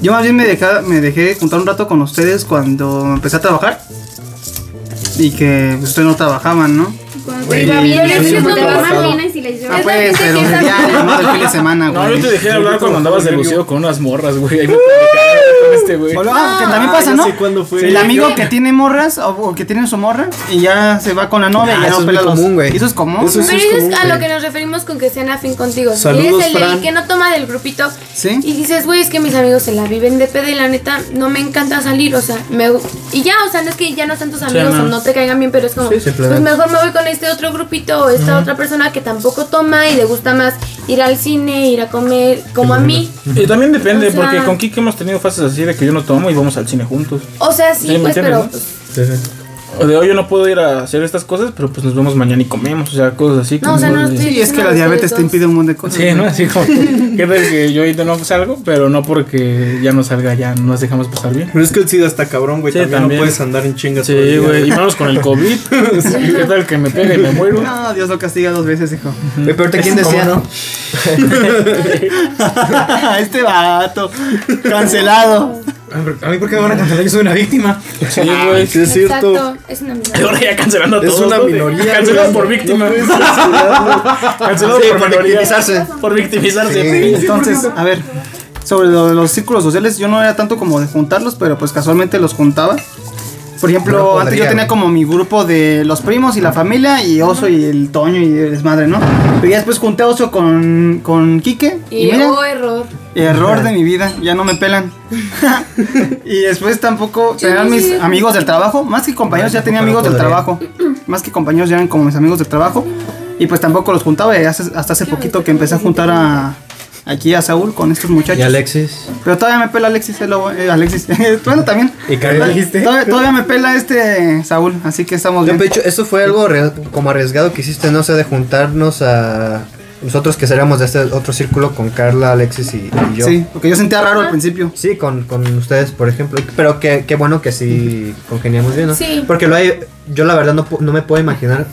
Yo más bien me dejé, me dejé juntar un rato con ustedes cuando empecé a trabajar. Y que pues, ustedes no trabajaban, ¿no?
Cuando te iba bien,
Yo
es
siempre
que
he
no vas
trabajado.
bien y si les
Ah,
lloras.
pues, pero
Es la gente
ya, no del fin de semana,
No,
güey.
yo te dejé de hablar cuando andabas de lucido con unas morras, güey. Ahí me con este, güey.
Ah, que también
Ah,
pasa,
ya
¿no?
sé cuándo fue.
El amigo que tiene morras o, o que tiene su morra y ya se va con la novia
Ah,
y ya no
eso es
pela
muy
los-
común, güey.
Eso es común.
Eso es-
Pero eso
común,
es a
güey.
lo que nos referimos con que sean afín contigo. Si
Saludos,
eres el, del
Fran.
que no toma del grupito
Sí.
y dices, güey, es que mis amigos se la viven de pedo y la neta no me encanta salir, o sea, me... Y ya, o sea, no es que ya no sean tus amigos
no.
o no te caigan bien, pero es como,
Sí,
pues
simplemente.
mejor me voy con este otro grupito o esta otra persona que tampoco toma y le gusta más ir al cine, ir a comer, como a mí.
Y también depende,
O sea-
porque con Kike hemos tenido fases así de que yo no tomo y vamos al cine juntos.
O sea, sí,
Sí, me
pues,
entiendes,
pero...
¿no?
pues,
O de hoy yo no puedo ir a hacer estas cosas, pero pues nos vemos mañana y comemos, o sea, cosas así.
No, o sea, no
de-
estoy-
Sí, es que la diabetes te impide un montón de cosas.
Sí, ¿no? Así como, ¿qué tal que yo ahorita no salgo? Pero no porque ya no salga, ya nos dejamos pasar bien.
Pero es que el SIDA está cabrón, güey.
Sí,
también,
también.
no puedes andar en chingas. todo el
Sí,
día.
güey, y menos con el COVID. ¿Qué tal que me pegue y me muero?
No, Dios lo castiga dos veces, hijo.
Güey, pero ahorita, ¿quién decía?
este barato. Cancelado.
A mí, ¿por qué me van a cancelar? Yo soy una víctima.
Sí, güey.
Sí, es cierto.
Exacto, es una
Y
amiga.
ahora ya cancelando a
Es
todos.
una
¿no?
minoría,
Cancelado
güey.
por víctima. cancelado
Sí,
por,
por
minoría.
victimizarse.
Por victimizarse.
Entonces, a ver, sobre lo de los círculos sociales, yo no era tanto como de juntarlos, pero pues casualmente los juntaba. Por ejemplo,
No podría,
antes yo tenía
güey.
como mi grupo de los primos y la familia, y Oso y el Toño y el desmadre, ¿no? Pero ya después junté a Oso con, con Quique, y,
Y
mira,
oh, error.
error de mi vida, ya no me pelan. y después tampoco
Yo
eran
no
mis
sé.
amigos del trabajo, más que compañeros, ya tenía amigos del trabajo, más que compañeros ya eran como mis amigos del trabajo, y pues tampoco los juntaba, y hace- hasta hace poquito que empecé a juntar a, aquí a Saúl con estos muchachos.
Y Alexis.
Pero todavía me pela Alexis, el lobo, eh, Alexis, bueno también.
¿Y Karen dijiste?
Todavía, todavía me pela este Saúl, así que estamos
No,
bien.
pero de hecho, eso fue algo re- como arriesgado que hiciste, no sé, de juntarnos a nosotros que seríamos de este otro círculo con Carla, Alexis y, y yo.
Sí,
Sí.
porque yo sentía raro al principio.
con, con ustedes, por ejemplo. Pero qué, qué bueno que sí congeniamos bien, ¿no?
Sí.
Porque lo hay, yo la verdad no, pu- no me puedo imaginar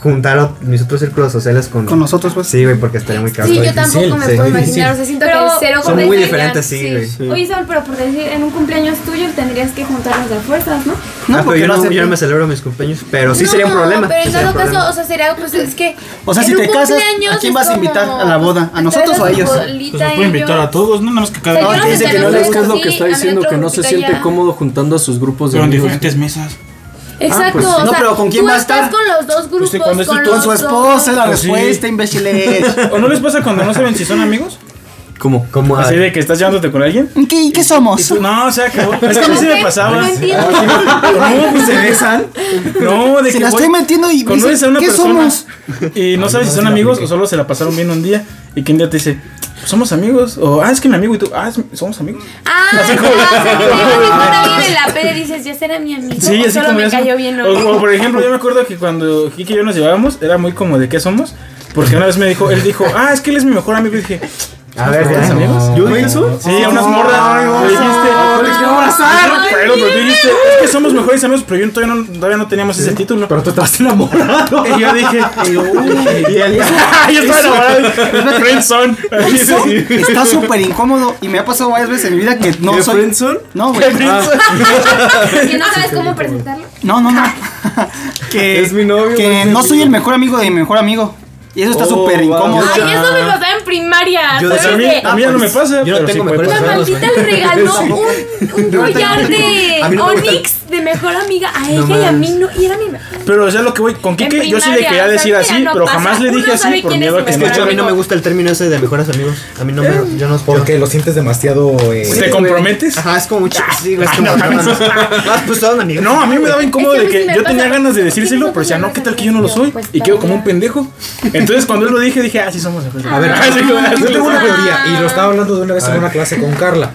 juntar o- mis otros círculos sociales con,
Con nosotros, pues.
Sí, güey, porque estaría muy caro.
Sí,
güey.
yo tampoco me
Sí.
puedo imaginar. O sea, siento
Pero-
que cero
Son muy
competencia.
diferentes, sí, güey. Ah,
Oye, Saúl, pero por decir, en un cumpleaños tuyo tendrías que juntarnos de fuerzas, ¿no?
Ah,
No,
pero
porque
yo
lo
no,
hacen-
yo no me celebro mis cumpleaños, pero sí sería un
No,
problema.
Pero
sí
en
sería
todo
un
caso,
problema.
o sea, sería, pues es que.
O sea,
en
si
un
te casas,
cumpleaños
¿a quién
es
vas a invitar? ¿A la boda? ¿A nosotros o a
traes
ellos?
tu
Pues
bolita
nos
y
puede invitar
yo-
a todos, no, nada más que cada
O sea,
uno.
yo
que dice que no
tenemos
le
eso,
es lo
sí,
que está
a mí
diciendo,
otro
que no se
grupito
siente
ya.
cómodo juntando a sus grupos de
Pero en
amigos.
diferentes mesas.
Exacto.
pues sí.
o
No,
sea,
pero ¿con quién
tú
va a estar?
estás con los dos grupos.
Pues, cuando es tu-
los
Con su
dos.
esposa,
Ah,
la
Pues sí.
respuesta, imbéciles.
¿O no les pasa cuando no saben si son amigos?
¿Cómo?
Como a-
Así de que estás llevándote con alguien.
¿Qué, ¿Qué somos?
No, o sea, que es que a mí sí me pasaba.
No entiendo.
No, pues se besan. No, de
Se
que
la
voy-
estoy metiendo y me
conoces
dice,
a una
¿qué
persona
somos?
y no sabes si son amigos o solo se la pasaron bien un día y que un día te dice, somos amigos o ah, es que mi amigo y tú, ah, es- somos amigos.
Ah, ya, se te con alguien en la peda y dices, ya será mi amigo.
Sí,
o
así
solo
como
me
ya son-
cayó bien. ¿no?
o, o, por ejemplo, yo me acuerdo que cuando Kiki y yo nos llevábamos era muy como de qué somos, porque una vez me dijo, él dijo, ah, es que él es mi mejor amigo y dije,
A ver, ¿tienes amigos?
¿yo dije eso? Sí,
Oh,
a unas morras. Le dijiste,
Te quiero abrazar.
"Ah, pero tú dijiste, es que somos mejores amigos, pero yo todavía no, todavía no teníamos ese título.
Pero tú estabas enamorado.
Y yo dije, y él, yo estaba enamorado. Friendzone.
Eso Está súper incómodo y me ha pasado varias veces en mi vida que no
¿Qué
soy.
friendzone?
No, güey.
¿Que no sabes cómo presentarlo?
No, no, no. que
Es mi novio, güey,
Que
es
no
mi
soy el
novio.
mejor amigo de mi mejor amigo. Y eso está
Oh,
súper
wow.
incómodo.
Ay, eso me pasaba en primaria.
Yo
Pues A
¿sabes
decía,
mí,
qué?
a mí ya no me pasa.
Yo no
pero
tengo
sí puede
mejores
pasar.
La maldita le regaló un, un collar
A mí
de
no me gusta.
Onix de mejor amiga a ella y a mí no. Y era mi mejor.
Pero ya lo que voy con Kike, yo sí le quería decir así, pero jamás le dije así por miedo a que
Es que de hecho a mí no me gusta el término ese de mejores amigos. A mí no me. Yo no
Porque lo sientes demasiado. eh,
¿Te comprometes?
Ajá, es como mucho. Sí, güey, es como. Ah, No, Ah, pues, has puesto a un amigo.
No, a mí me daba incómodo
Es que a
de que
mí sí me
yo
pasa.
tenía ganas de decírselo,
Sí,
pero decía, no, ¿qué tal que yo no lo soy?
Pues,
Y quedo como
para-
un pendejo. Entonces cuando él lo dije, dije, ah, sí somos mejores.
A ver,
Así que voy a
yo
hacerle-
tengo una teoría y lo estaba hablando de una vez en una clase con Carla.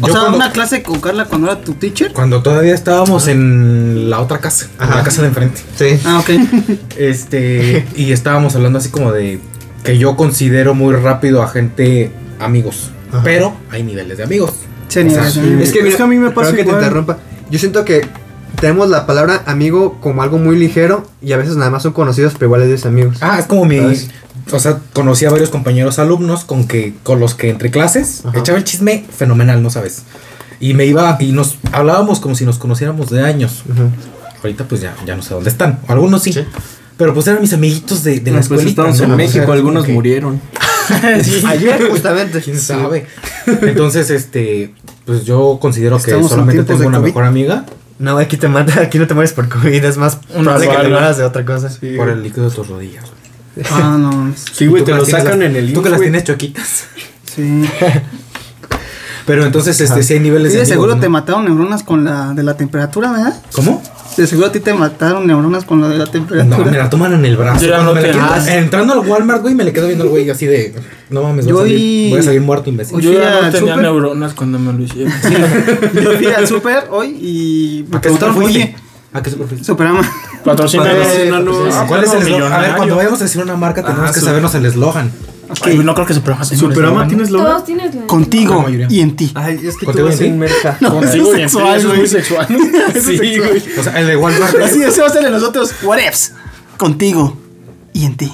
O
Yo
sea,
cuando,
una clase con Carla cuando era tu teacher.
cuando todavía estábamos en la otra casa, en la casa de enfrente.
Sí.
Ah, ok.
Este, y estábamos hablando así como de que yo considero muy rápido a gente amigos,
Ajá.
pero hay niveles de amigos.
Sí,
O sea,
sí.
Es que,
Es
mira,
que a mí me
perdón
pasa
que
igual.
te interrumpa. Yo siento que tenemos la palabra amigo como algo muy ligero y a veces nada más son conocidos, pero igual es de amigos.
Ah, es como mi.
¿Sabes?
O sea, conocí a varios compañeros alumnos con que con los que entre clases
Ajá.
echaba el chisme fenomenal, no sabes. Y me iba y nos hablábamos como si nos conociéramos de años.
Ujú.
Ahorita pues ya, ya no sé dónde están. Algunos sí.
Sí.
Pero pues eran mis amiguitos de, de la
Pues
escuelita.
estamos
¿no?
en
O sea,
México,
como
algunos pues,
que-
murieron.
Ayer, justamente.
¿Quién sabe? Entonces, este, pues yo considero que
Estamos en
solamente
tiempos
tengo
de
una
COVID.
mejor amiga
No, aquí te mata, aquí no te mueres por COVID, es más probable que te
bala.
mueras de otra cosa.
por el líquido de tus rodillas.
Ah, no.
Sí,
Y
güey,
tú
te
que
lo
las tienes-
sacan en el
Tú que
IMSS,
las
güey.
tienes choquitas.
Sí.
Pero entonces, este, sí hay niveles
Y de
amigos,
seguro
¿no?
te mataron neuronas con la de la temperatura, ¿verdad?
¿Cómo?
De seguro a ti te mataron neuronas con la de la
No,
temperatura.
me la toman en el brazo.
Yo ya
Cuando
no
me la
tengo.
quitan- entrando al Walmart, güey, me le quedo viendo al güey así de. No mames, voy,
Yo
a
y-
salir, voy a salir muerto, imbécil.
Oye,
Yo
Fui
ya no
al
tenía
súper.
neuronas cuando me lo hicieron.
Yo fui al súper hoy y me
¿A qué super
preguntaron,
fuiste?
oye,
¿A qué super fuiste?
Superama.
Patrocínanos.
Eh,
Ah, ¿Cuál es el eslogan? A ver, cuando vayamos a decir una marca,
Ah,
tenemos que sabernos el eslogan.
Ay, No creo que Superama tenga un
Superama
eslogan.
tienes lo.
Todos tienes la-
La
Contigo
mayoría.
y en ti.
Ay, es que tú
¿Contigo
vas
en ti?
en merca.
Contigo y en ti, eso es muy sexual.
Sí, güey.
O sea, el de Walmart. es-
Así así va a ser en nosotros. What ifs. Contigo y en ti.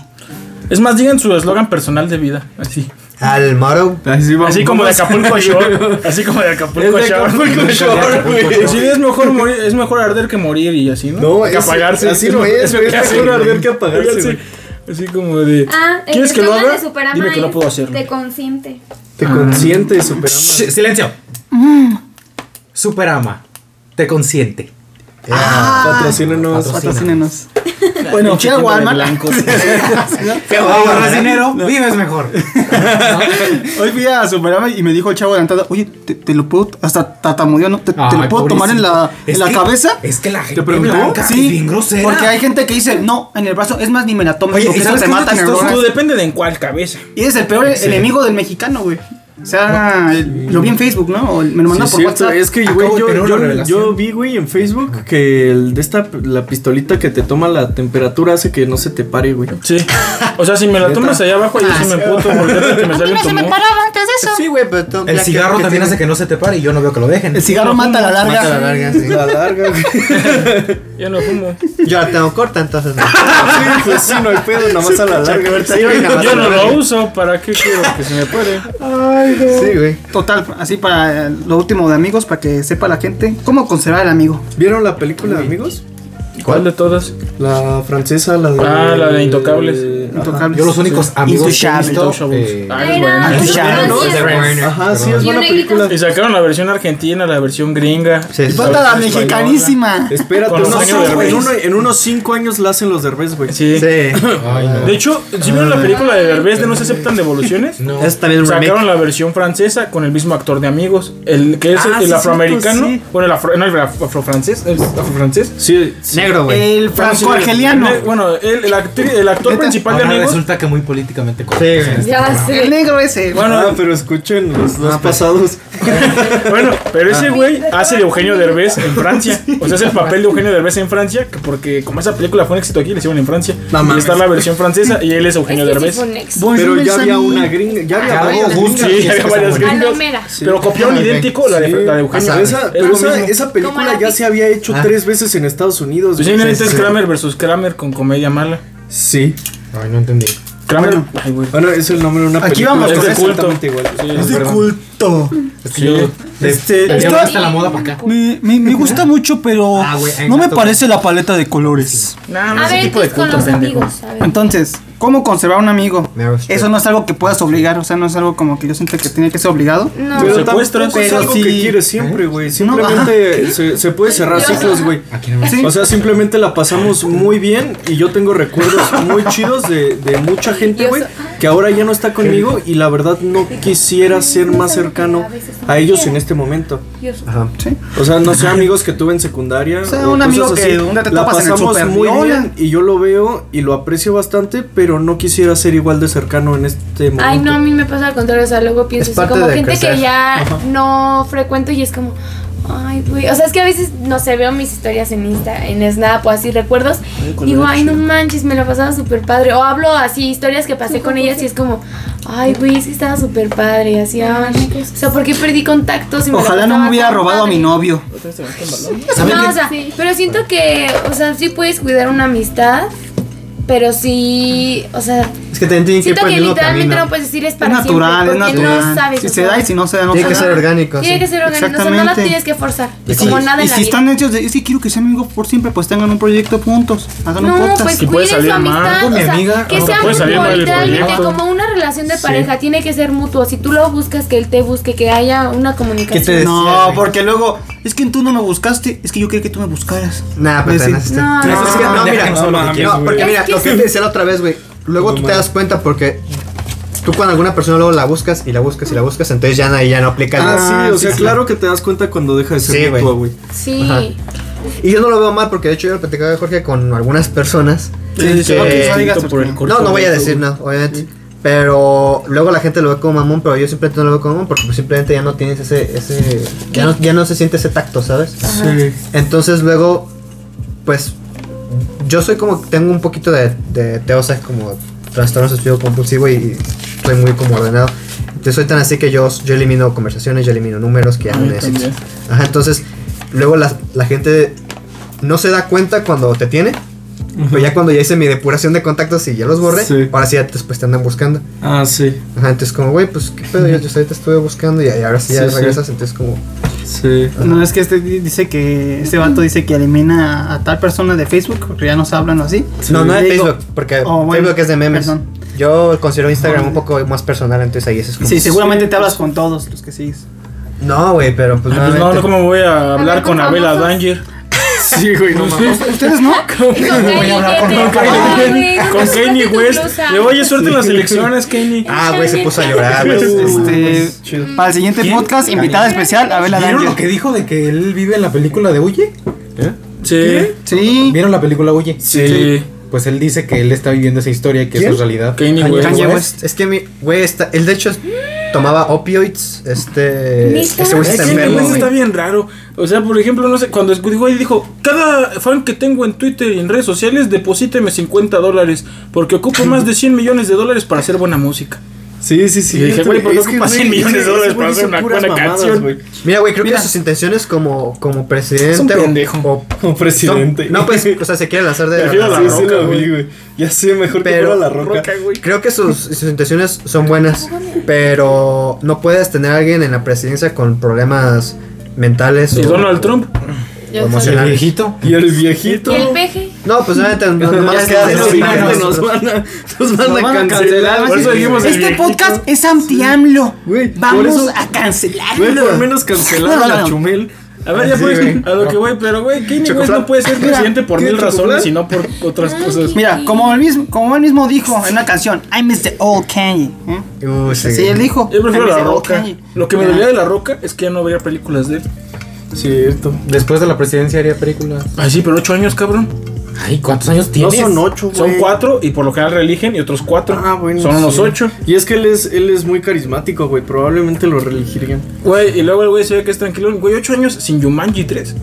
Es más, digan su eslogan personal de vida. Así.
Al Maro.
Así, vamos.
Así como de Acapulco Shore. Así como de Acapulco
Es de
Shore.
Acapulco Shore, güey.
Sí, es mejor, morir- es mejor arder que morir y así, ¿no?
No,
que
es- así no es, güey, es
casi,
mejor
güey.
arder que apagarse,
Fíjense,
güey.
Así como de.
Ah, el
¿Quieres que lo
eslogan
haga?
de Superama
Dime que lo
es
puedo hacer.
Te consiente.
Te consiente y superama.
Shh, Silencio.
Mm.
Superama. Te consiente.
Ah,
Patrocínanos.
Patrocínenos. Bueno, fui a Walmart.
Ahorras dinero, vives mejor.
Hoy fui a Superama y me dijo el chavo adelantado, oye, te, te lo puedo, hasta tartamudeó, ¿no? ¿Te, te lo
Ay,
puedo tomar en la,
pobrecito.
en
Es
la
que-
cabeza?
Es que la gente
preguntó?
blanca
Sí,
es bien grosera.
Porque hay gente que dice, no, en el brazo, es más, ni me la tomes,
Oye,
porque
¿y
eso
sabes
te
qué es lo
matan
chistoso?
Tú
neuronas.
depende de en cuál cabeza.
Y es el peor enemigo del mexicano, güey. O sea, el- lo vi en Facebook, ¿no? O el- me lo
Sí,
mandan
es
por
cierto,
WhatsApp.
es que,
Acabo
güey,
de
yo,
tener una
yo-
revelación.
yo vi, güey, en Facebook que el de esta, la pistolita que te toma la temperatura hace que no se te pare, güey.
Sí. O sea, si me la tomas allá abajo, yo sí me puto porque ahorita que me
A
sale
mí
un
me se me
tumor.
paraban.
antes de eso.
Sí, güey, pero tú-
El
ya
cigarro
que-
también
tiene-
hace que no se te pare y yo no veo que lo dejen.
El cigarro mata a la larga.
Mata la larga, sí.
La larga, güey.
Ya no fumo.
Yo la tengo corta, entonces no.
Pues sí, no hay pedo, nada más a la larga.
Sí, güey, nada más
Yo
a la
no lo
larga.
uso, ¿para qué quiero que se me pare?
Sí, güey.
Total, así para eh, lo último de amigos, para que sepa la gente cómo conservar al amigo.
¿Vieron la película de amigos?
¿Cuál de todas?
La francesa, la de.
Ah, la de Intocables.
Ajá.
Intocables.
Yo los únicos amigos que he
Intouchables.
visto,
Intouchables.
eh,
Ah, es buena.
Ay, no,
Antes
eso
ya, ¿no?
no es
The
cierto.
Rain.
Ajá, sí, es
Y un
buena
negrito.
película.
Y sacaron la versión argentina, la versión gringa.
Sí, sí.
Falta la mexicanísima.
Espérate,
Con los
unos
años
cinco-
de Derbez.
en, uno- en unos 5 años la hacen los derbés, güey.
Sí.
Sí.
Ay, no.
De hecho, si vieron la película de Derbez de No se aceptan devoluciones?
No.
Es también un
Sacaron
remake.
la versión francesa con el mismo actor de amigos, el que es
Ah,
el
sí,
afroamericano,
cierto,
bueno, el afro, no, el afro- afrofrancés, el afrofrancés.
Sí, sí.
Negro,
Eh,
güey.
El franco-argeliano.
El- Bueno, el, el actri- el actor principal de
Ahora
amigos.
resulta que muy políticamente correcto.
Sí, güey.
Ya
El
sé.
negro ese.
Bueno,
Ah, pero escuchen los dos pasados.
bueno, pero ese güey hace de Eugenio Derbez en Francia. O sea, hace el papel de Eugenio Derbez en Francia, que porque como esa película fue un éxito aquí, le hicieron en Francia.
No
y
mames.
está la versión francesa y él es Eugenio
Es que sí
Derbez.
fue un ex.
Pero
Bonjour,
ya había
Sammy.
una gringa. Ya había
Ya
dos.
había
gringas
dos gringas
Sí, había
que se
varias
murieron.
gringas.
Palomera.
Pero copiaron
Ah, ok.
idéntico la de, la de Eugenio
Ajá.
Pero
Derbez.
esa,
Es
pero
lo
esa,
mismo. Ah.
esa
Como
película
la
ya
vi.
se había hecho tres veces en Estados Unidos.
Pues
güey.
simplemente
Sí,
es Kramer versus Kramer con comedia mala.
Sí.
Ay, no entendí.
Kramer. Ay, güey.
Bueno, es el nombre de una
Aquí
película.
vamos
Es
con
de
eso.
culto.
Exactamente igual.
Sí,
Es de
perdón.
culto.
Es que yo-
Este,
esto-
la moda para acá.
Me, me- me gusta mucho, pero
Ah, güey, ahí
no me
gato.
parece la paleta de colores.
Nah, no
A
es ese
ver,
tipo de
tips con
culto,
los
pendejo.
amigos. a ver.
Entonces, ¿cómo conservar a un amigo?
Meryl Streep.
Eso no es algo que puedas obligar, o sea, no es algo como que yo siento que tiene que ser obligado.
No.
Pero
Lo secuestras,
tampoco es
pero
algo
sí.
que quieres
¿Eh?
siempre, güey. Simplemente se, se puede cerrar ciclos, güey.
Sí.
O sea, simplemente la pasamos muy bien y yo tengo recuerdos muy chidos de, de mucha gente, güey, que ahora ya no está conmigo y la verdad no quisiera ser más cercano a ellos en este momento.
Ajá.
O sea, no sé, amigos que tuve en secundaria.
O sea, un amigo que un día te
la
topas en el
pasamos
súper,
muy
y hola.
bien y yo lo veo y lo aprecio bastante, pero no quisiera ser igual de cercano en este momento.
Ay, no, a mí me pasa al contrario. O sea, luego pienso
Es
así
parte
como
de
gente
crecer.
que ya no frecuento y es como, ay, güey. O sea, es que a veces, no sé, veo mis historias en Insta, en Snap o así, recuerdos. digo, ay, no manches, me lo pasaba súper padre. O hablo así, historias que pasé con ellas y es como, ay, güey, es que estaba súper padre. Y así, ay, o sea, ¿por qué perdí contactos?
Ojalá
pues,
no me hubiera robado a mi novio.
No, o sea, pero siento que, o sea, sí puedes cuidar una amistad, pero sí, o sea,
Es que también tienen que ir
siento
por
que
el mismo
literalmente no
camino.
puedes decir es
Es
para
natural, es
siempre, porque
natural.
no sabes.
si
o
se
sea,
da y si no se da, no se
Tiene que
da.
ser orgánico.
Tiene
sí.
que ser orgánico, o sea, no la
Exactamente.
tienes que forzar.
Y si,
como nada
y
en la
si
vida.
están hechos de, si quiero que sean amigos por siempre, pues tengan un proyecto juntos, hagan un
No,
podcast.
pues
Y puede
cuiden su
salir mal.
amistad.
Con mi
o sea,
amiga,
que
no,
sea
puede salir
mutuo,
mal el
literalmente,
proyecto.
como una relación de pareja, tiene que ser mutuo. Si tú lo buscas, que él te busque, que haya una comunicación.
decía,
No,
güey?
porque luego es que tú no me buscaste, es que yo quería que tú me buscaras.
Nah, pero te naciste.
No, no,
es que
no,
no,
no,
mira.
no,
No,
mames,
no, porque
güey.
mira,
Es que
lo que
sí.
te decía la otra vez, güey. Luego tú te das cuenta porque tú cuando alguna persona luego la buscas y la buscas y la buscas, entonces ya ahí ya no aplica. el-
Ah, sí, o sea, claro que te das cuenta cuando deja de
Sí,
ser
güey.
mutua, güey.
Sí.
Ajá. Y yo no lo veo mal porque de hecho yo lo platicaba de Jorge con algunas personas.
Sí, sí,
que-
ok,
no digas
Culto por el corto
No, no voy a
gusto,
decir
güey.
no, obviamente. Pero luego la gente lo ve como mamón, pero yo simplemente no lo veo como mamón porque pues, simplemente ya no tienes ese. ese ya, no, ya no se siente ese tacto, ¿sabes? Entonces luego, pues yo soy como, tengo un poquito de, de TOC, como trastorno obsesivo compulsivo y, y soy muy como ordenado. Entonces soy tan así que yo, yo elimino conversaciones, yo elimino números que ya no
Yo
necesito.
también.
Ajá, entonces luego la, la gente no se da cuenta cuando te tiene. Pero ya cuando ya hice mi depuración de contactos y ya los borré,
Sí.
ahora sí ya después te andan buscando.
Ah, sí,
Ajá, entonces como, güey, pues qué pedo, yo, yo ahorita estuve buscando y, y ahora sí ya
Sí, sí.
regresas, entonces como...
sí.
No, es que este di- dice que este vato dice que elimina a tal persona de Facebook, porque ya nos hablan así.
No, no de
Digo,
Facebook, porque
Oh, bueno,
Facebook es de memes.
perdón.
Yo considero Instagram un poco más personal, entonces ahí eso es como.
Sí, seguramente te hablas con todos los que sigues.
No, güey, pero pues,
Ah, pues no,
nuevamente-
no, ¿cómo voy a hablar
Hablar con
con Abela
famosos.
Danger?
Sí, güey, no mames.
¿Ustedes no?
Digo, Kanye, vete. Ay, güey, no
Con
te
Kanye
sacaste tu
West.
blusa.
Le oye suerte en las elecciones, Kanye.
Ah, güey, se puso a llorar, güey.
Este,
Pues,
para el siguiente podcast, invitada especial, Abel
¿Vieron lo
Danger.
que dijo de que él vive en la película de Huye? ¿Eh?
Sí.
Sí,
¿Vieron la película Huye?
Sí.
Pues él dice que él está viviendo esa historia y que
¿Quién?
eso es realidad.
Kanye West.
Kanye West.
Es, es que mi, güey, está, él de hecho tomaba opioids, este,
¿Neta?
ese güey
Es
está
que
enfermo,
West está
güey.
bien raro. O sea, por ejemplo, no sé, cuando dijo ahí dijo, cada fan que tengo en Twitter y en redes sociales, deposíteme 50 dólares, porque ocupo más de 100 millones de dólares para hacer buena música.
Sí, sí, sí.
Y dije, güey, ¿por qué ocupas
güey,
100 millones de
ese
dólares
güey
para hacer
hizo
una
puras
buena
mamadas,
canción?
güey.
Mira, güey, creo
Mira.
que sus intenciones como, como presidente.
Es un
o-
pendejo.
o-
Como presidente.
no, pues, o sea, se quiere lanzar de.
Prefiero
la
la
Sí,
roca,
sí lo
güey.
vi, güey. Ya sé, mejor que
Pero-
fuera la roca.
Creo que sus, sus intenciones son buenas, pero no puedes tener a alguien en la presidencia con problemas mentales
Y
o,
Donald Trump.
Yo soy-
o
El
emocionales.
viejito.
Y el
¿Y
viejito.
el peje?
No, pues obviamente no, no más quedas
Nos
sin-
van a-
no,
nos van a- nos van a
van a
cancelar.
cancelar,
Por eso
sí,
dijimos Pues el
Este
viejito.
podcast es anti-AMLO.
Güey, por
Vamos
eso-
a
Güey,
cancelarlo.
por menos cancelaron
No, no,
a
no.
Chumel.
A ver, ya
Sí,
pues,
güey.
a lo que voy, pero güey, Kanye West
Chocoflan.
no puede ser presidente por
¿qué
mil
chocoflan?
razones, sino por otras cosas.
Mira, como él mismo, como él mismo dijo en una canción, I miss the old Kanye. ¿eh?
Uh, sí.
Sí, él dijo.
Yo prefiero
"I miss
La
the old
Roca.
Kanye".
Lo que me
Ya.
dolía de La Roca es que ya no veía películas de él.
Cierto.
Después de la presidencia haría películas.
Ay, Ah, sí, pero ocho años, cabrón.
Ay, ¿cuántos años
No
tienes?
son ocho, güey.
Son cuatro y por lo general religen y otros cuatro.
Ah, bueno.
Son unos
sí.
ocho.
Y es que él es, él es muy carismático, güey. Probablemente lo reelegirían.
Güey, y luego el güey se ve que es tranquilo. Güey, ocho años sin Yumanji 3.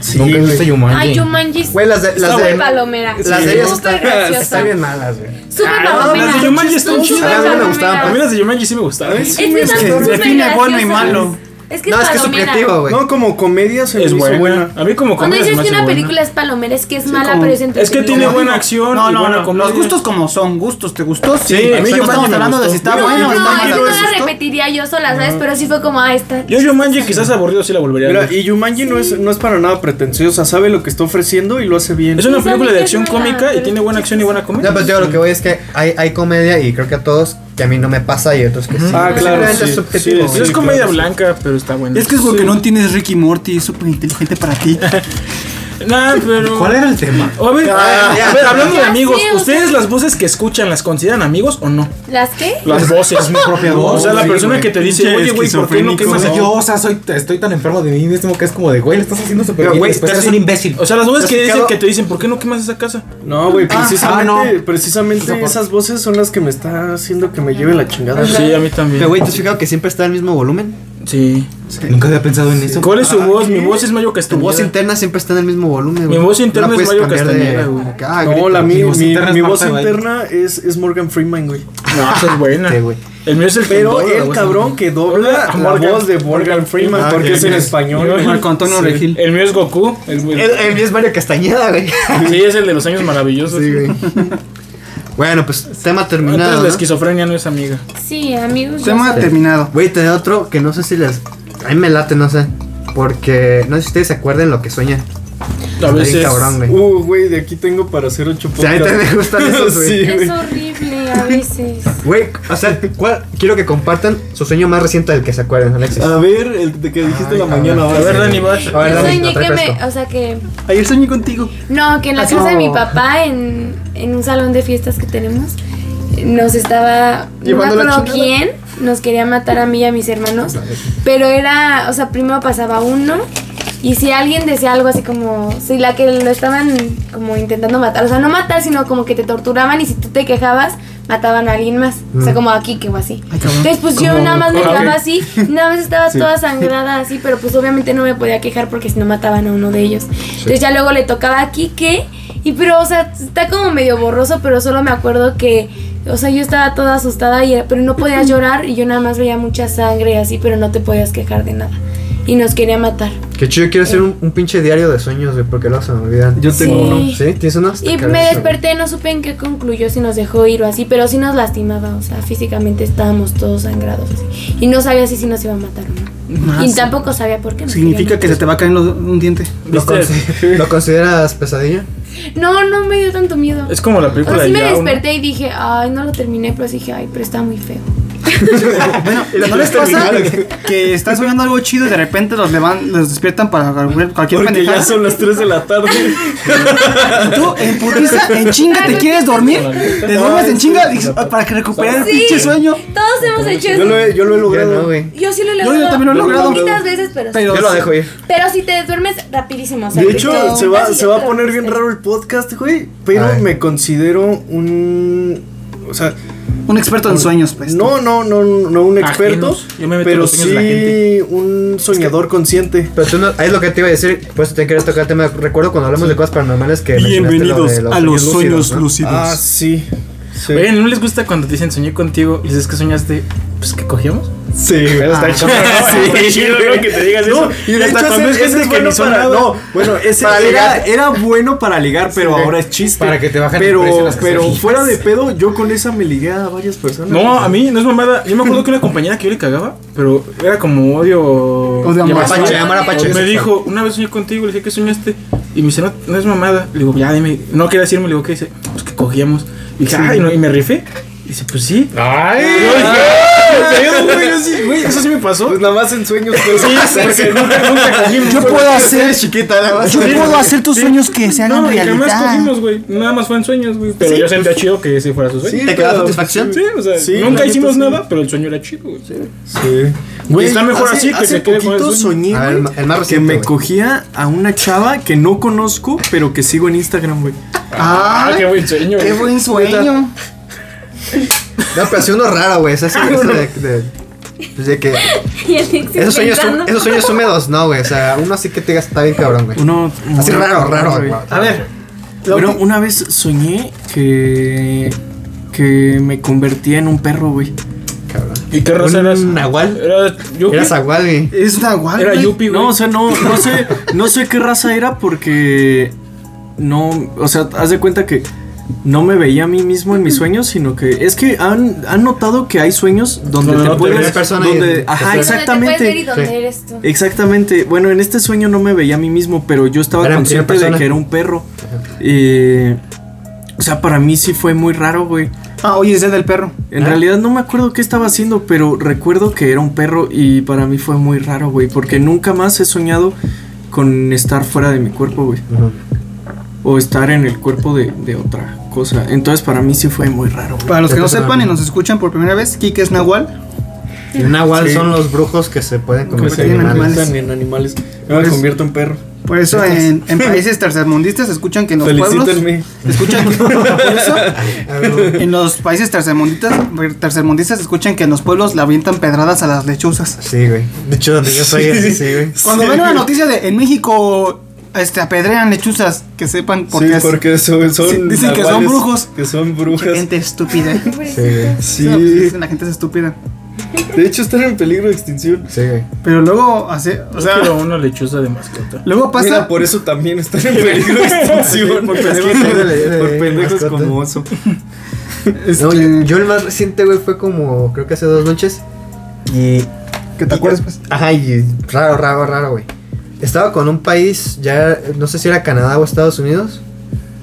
Sí, Nunca viste Yumanji.
Ay, Jumanji.
Güey, las de, las
Súper
de,
palomera.
las de ellas
Súper
están,
graciosa.
están bien malas, güey.
Súper
Ah, no,
palomera.
las de Jumanji están
Súper
chidas.
A mí no me
palomera.
gustaban,
A mí las de Yumanji sí me gustaron.
Es que están súper
define bueno y
graciosas.
malo.
Es que
No, es que es
palomera.
subjetivo, güey.
No, como comedia se
Es
me hizo
buena.
buena.
A mí como
Cuando
comedia se
dices
me
que
hace
una
buena.
película es palomera, es que es mala,
como-
pero es
Es que
entretenida.
tiene buena acción
No,
y
no,
buena
no.
comedia.
Los gustos como son, gustos. ¿Te gustó? Sí.
Sí, a mí
no
Jumanji
estamos
me
hablando de
gustó.
si está
Yo-
bueno o
No,
está
esa
malo.
no
¿Te
la
gustó?
repetiría yo sola, ¿sabes? Pero sí fue como, ah, está.
Yo Yumanji quizás aburrido sí la volvería a
Mira,
ver.
y Yumanji no, es, no es para nada pretenciosa. Sabe lo que está ofreciendo y lo hace bien.
Es una
Esa
película
sí
de
que
acción
es buena,
cómica y
pero
tiene buena acción y buena comedia.
No, pues yo lo que voy es que hay, hay comedia y creo que a todos, que a mí no me pasa y otros que sí.
Ah, claro,
Simplemente
sí,
es subjetivo.
sí,
güey.
es comedia
claro, sí.
blanca, pero está buena.
Es que es porque no entiendes Ricky Morty, es súper inteligente para ti.
Nah, pero.
¿Cuál era el tema?
A ver,
Ah, ya.
a ver, hablando de
Ya
amigos,
sé, o
¿ustedes
sea-
las voces que escuchan las consideran amigos o no?
¿Las qué?
Las voces. Es mi propia
voz,
O sea, la
Oh, sí,
persona
güey.
que te dice,
Pinche
oye, güey, ¿por qué no
Pues
quemas
yo, o sea, soy, estoy tan enfermo de mí mismo que es como de, güey, le estás haciendo súper
Pero,
bien.
güey,
Después
estás
eres un imbécil.
O sea, las voces
¿Has
que dicen
escuchado?
que te dicen, ¿por qué no quemas esa casa?
No, güey, precisamente,
ah, no.
precisamente esas voces son las que me está haciendo que me lleve la chingada.
Sí, a mí
Pero,
también.
güey, ¿te has fijado que siempre está el mismo volumen?
Sí.
Nunca había pensado en eso.
¿Cuál es su voz? Mi voz es Mayo
Tu
Castañeda.
voz interna siempre está en el mismo volumen,
Mi
güey.
voz
No la
interna es
puedes
Mario
cambiar de-
Castañeda, güey.
como que, ah,
No,
grita,
la mi,
Mi voz
mi-
interna es
mi voz
Marta, güey.
interna es, es Morgan Freeman, güey.
No, esa es buena.
Sí, güey.
El mío es el que
Pero
dobla la
el
voz.
cabrón que dobla
Hola,
la
Morgan-
voz de
Morgan
Morgan Freeman
Freeman.
porque
Ah,
es en
ok.
español. güey.
Marco Antonio
Sí.
Regil.
El mío es Goku. El,
El, el mío es Mario Castañeda, güey.
Sí, es el de los años maravillosos.
Sí, güey. Bueno, pues tema
Entonces
terminado.
la
¿no?
esquizofrenia no es amiga.
Sí, amigos. yo
Tema
soy-
terminado.
Güey, te doy otro que no sé si les. A mí me late, no sé. Porque no sé si ustedes se acuerdan lo que sueña.
A
Está bien
veces.
cabrón, güey.
Uh, güey, de aquí tengo para hacer ocho
O sea, a mí también me
podcasts.
gustan esos, güey.
Sí,
Es
güey.
horrible a veces.
Güey, o sea, ¿cuál? quiero que compartan su sueño más reciente del que se acuerden, Alexis.
A ver, el de que dijiste
Ay,
la
a
mañana.
ver.
va.
A ver, Dani Bash.
A ver,
Yo
dale,
soñé
lo
que
trae
me.
fresco.
O sea que.
Ayer soñé contigo.
No, que en la
Eso.
casa de mi papá, en, en un salón de fiestas que tenemos, nos estaba.
Llevando la
no me acuerdo
chingada.
quién nos quería matar a mí y a mis hermanos. Pero era. O sea, primero pasaba uno. Y si alguien decía algo así como. Si la que lo estaban como intentando matar. O sea, no matar, sino como que te torturaban. Y si tú te quejabas, mataban a alguien más. O
Mm.
sea, como aquí que o así. Entonces, pues yo nada más me quedaba así. y Nada más estaba toda sangrada así. Pero pues obviamente no me podía quejar porque si no mataban a uno de ellos. Entonces ya luego le tocaba a Kike. Y pero, o sea, está como medio borroso, pero solo me acuerdo que, o sea, yo estaba toda asustada, y, pero no podía llorar y yo nada más veía mucha sangre y así, pero no te podías quejar de nada. Y nos quería matar.
Que chido, quiero hacer un, un pinche diario de sueños, güey, porque luego se me olvidan.
Yo tengo
Sí.
uno.
¿Sí? ¿Tienes unos?
Y me desperté, no supe en qué concluyó, si nos dejó ir o así, pero sí nos lastimaba, o sea, físicamente estábamos todos sangrados así. Y no sabía si, si nos iba a matar o no. Y tampoco sabía por qué. nos
Significa
quería
que se te va a caer los- un diente.
¿Lo,
¿Viste?
consi- ¿Lo consideras pesadilla?
matar. No, no me dio tanto miedo.
Es como la
O sea,
película
Pues sí
de
me
Yao, ¿no?
desperté y dije, ay, no lo terminé, pero sí dije, ay, pero está muy feo.
¿No les pasa que, que están soñando algo chido y de repente los, levan, los despiertan para cualquier cualquier
Porque ya
pendejada?
son las 3 de la tarde.
Tú en putiza, en chinga, te quieres dormir, te duermes en chinga dices, "Ah, para que recuperar el
Sí.
pinche sueño.
Todos hemos hecho
Yo
eso.
lo he, yo lo he
Yo
logrado.
no, güey.
Yo sí lo he
Yo- yo
logrado.
también lo he logrado.
Poquitas veces, pero, sí.
Pero
Yo lo dejo ir.
Pero si te duermes rapidísimo. o sea,
De
que
hecho,
te-
se va,
así
se va a
otra
poner
vez.
bien raro el podcast, güey. Pero
Ay.
me considero un. O sea,
Un experto en sueños, pues.
no, no, no, no un experto.
Ajenos. Yo me meto en
pero
los sueños
sí
de la
un soñador consciente.
Pero tú no, ahí es lo que te iba a decir, pues te querías tocar el tema. Recuerdo cuando hablamos de cosas paranormales que mencionaste lo de los sueños lúcidos, ¿no?
Ah, sí. Sí.
Oigan, ¿no les gusta cuando te dicen soñé contigo y dices que soñaste? Pues que cogíamos.
Sí, güey, Ah, está chido.
Está chido, ¿no? que te digas
No,
eso.
y de
Hasta
hecho
cuando
ese,
es
ese es
gente que
bueno
ni son
para
nada.
no, bueno, ese
Para
era,
ligar.
era bueno para ligar, pero ahora es chiste.
Para que te bajen el
pero,
precio de las
pero
quesadillas.
fuera de pedo, yo con esa me ligué a varias personas.
No, a mí no es mamada. Yo me acuerdo que una compañera que yo le cagaba, pero era como odio.
Odio a
llamar-
Apache, llamar a Apache.
Me dijo, una vez soñé contigo, le dije que soñaste. Y me dice, no, no es mamada. Le digo, ya dime. No quería decirme, le digo, ¿qué dice? Pues que cogíamos. Y dije, ay, no, y me rifé. Y dice, pues sí.
¡Ay!
Pero, güey, yo sí, güey, eso sí me pasó.
Pues nada más en sueños.
Sí, porque nunca, nunca cogimos.
Yo puedo hacer,
chiquita, nada más.
yo puedo hacer tus
Sí.
sueños que se hagan
no, y jamás
realidad.
cogimos, güey. Nada más fue en sueños, güey. Pero yo sentía chido que si fuera su sueño.
¿Te queda satisfacción?
Sí, o sea,
Sí, la
nunca
neta
hicimos
sí.
nada, pero el sueño era chido, güey.
Sí.
Güey, está mejor así que
hace
se quede con
poquito
el sueño.
soñé,
A ver,
güey,
el ma- el más
que
reciente,
me
güey.
cogía a una chava que no conozco, pero que sigo en Instagram, güey.
Ah, qué buen sueño, güey.
buen sueño.
No, pero así uno raro, güey. Esa es esa de, de, pues de que.
Y el Nixie
Esos sueños,
pensando.
hú- esos sueños húmedos, no, güey. O sea, uno así que te digas, está bien cabrón, güey.
Uno
Así
muy
raro, raro, güey.
A ver. Bueno, una vez soñé que que me convertía en un perro, güey.
¿Y qué raza eras?
nahual?
Era Yuki.
Eras agual, güey.
Es una guay.
Era
güey.
Yupi, güey.
No, o sea, no, no sé, no sé qué raza era porque no, o sea, haz de cuenta que no me veía a mí mismo en mis sueños, sino que es que han, han notado que hay sueños donde
Donde
te
no te
puedes,
ves persona y-
donde, ajá,
Donde te
Donde
puedes ver y
exactamente,
donde
Sí.
eres tú.
exactamente. Bueno, en este sueño no me veía a mí mismo, pero yo estaba
Era en primera
consciente de
persona.
que era un perro. Eh, o sea, para mí sí fue muy raro, güey.
Ah, oye, ese del perro.
En realidad no me acuerdo qué estaba haciendo, pero recuerdo que era un perro y para mí fue muy raro, güey, porque nunca más he soñado con estar fuera de mi cuerpo, güey. O estar en el cuerpo de, de otra cosa. Entonces para mí sí fue muy raro, güey.
Para los que no
Entonces,
sepan y nos escuchan por primera vez, Kike es Nahual.
Y un nahual son los brujos que se pueden convertir en animales.
en animales. Yo me convierto en perro.
Por eso en, en países tercermundistas escuchan que en los pueblos. Escuchan que, por eso, en los países tercermundistas, tercermundistas escuchan que en los pueblos le avientan pedradas a las lechuzas.
Sí, güey. De hecho, donde yo soy es así, güey.
Cuando ven una noticia de en México este, apedrean lechuzas, que sepan por
Sí,
qué es.
porque son, son
Sí, dicen que son
nahuales,
brujos.
Que son
Mucha
brujas.
gente estúpida.
Sí, güey.
Sí.
No, pues, la gente es estúpida.
De hecho están en peligro de extinción.
Sí, güey.
Pero luego hace, o sea,
Quiero una lechuza de mascota.
luego pasa
Mira, por eso también están en peligro de extinción. por pendejos, por pendejos
Mascota.
como oso.
este,
No, yo, yo el más reciente, güey, fue como, creo que hace dos noches. Y.
que te acuerdas pues.
Ajá, y raro, raro, raro, güey. Estaba con un país, ya no sé si era Canadá o Estados Unidos.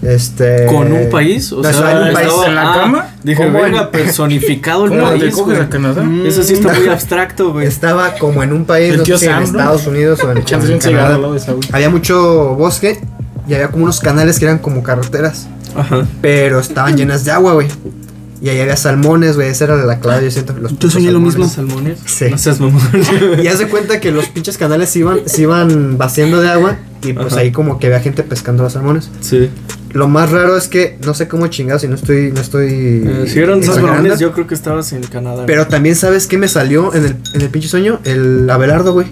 Este.
¿Con un país? O
O
sea,
sea, en un país.
estaba- ¿En la cama?
Dije,
¿Cómo
venga,
en-
personificado el
¿Cómo
país.
te coges
güey.
a Mm. Canadá?
Eso sí está muy abstracto, güey.
Estaba como en un país,
El
no
tío
sé si en
Sam, ¿no?
Estados Unidos o en,
Echándose
en
un cigarro
Canadá.
al lado de Saúl.
Había mucho bosque y había como unos canales que eran como carreteras.
Ajá.
Pero estaban llenas de agua, güey. Y ahí había salmones, güey. Esa era la clave, yo siento. Los
Yo soñé lo
salmones.
mismo.
¿Salmones?
Sí.
No seas mamón.
Y haz de cuenta que los pinches canales se iban, se iban vaciando de agua. Y pues
Ajá.
ahí como que había gente pescando los salmones.
Sí.
Lo más raro es que no sé cómo chingados y no estoy. No estoy
Eh, si eran esos
exagerando,
mamones, yo creo que estabas en Canadá.
Pero también, ¿sabes qué me salió en el, en el pinche sueño? El Abelardo, güey.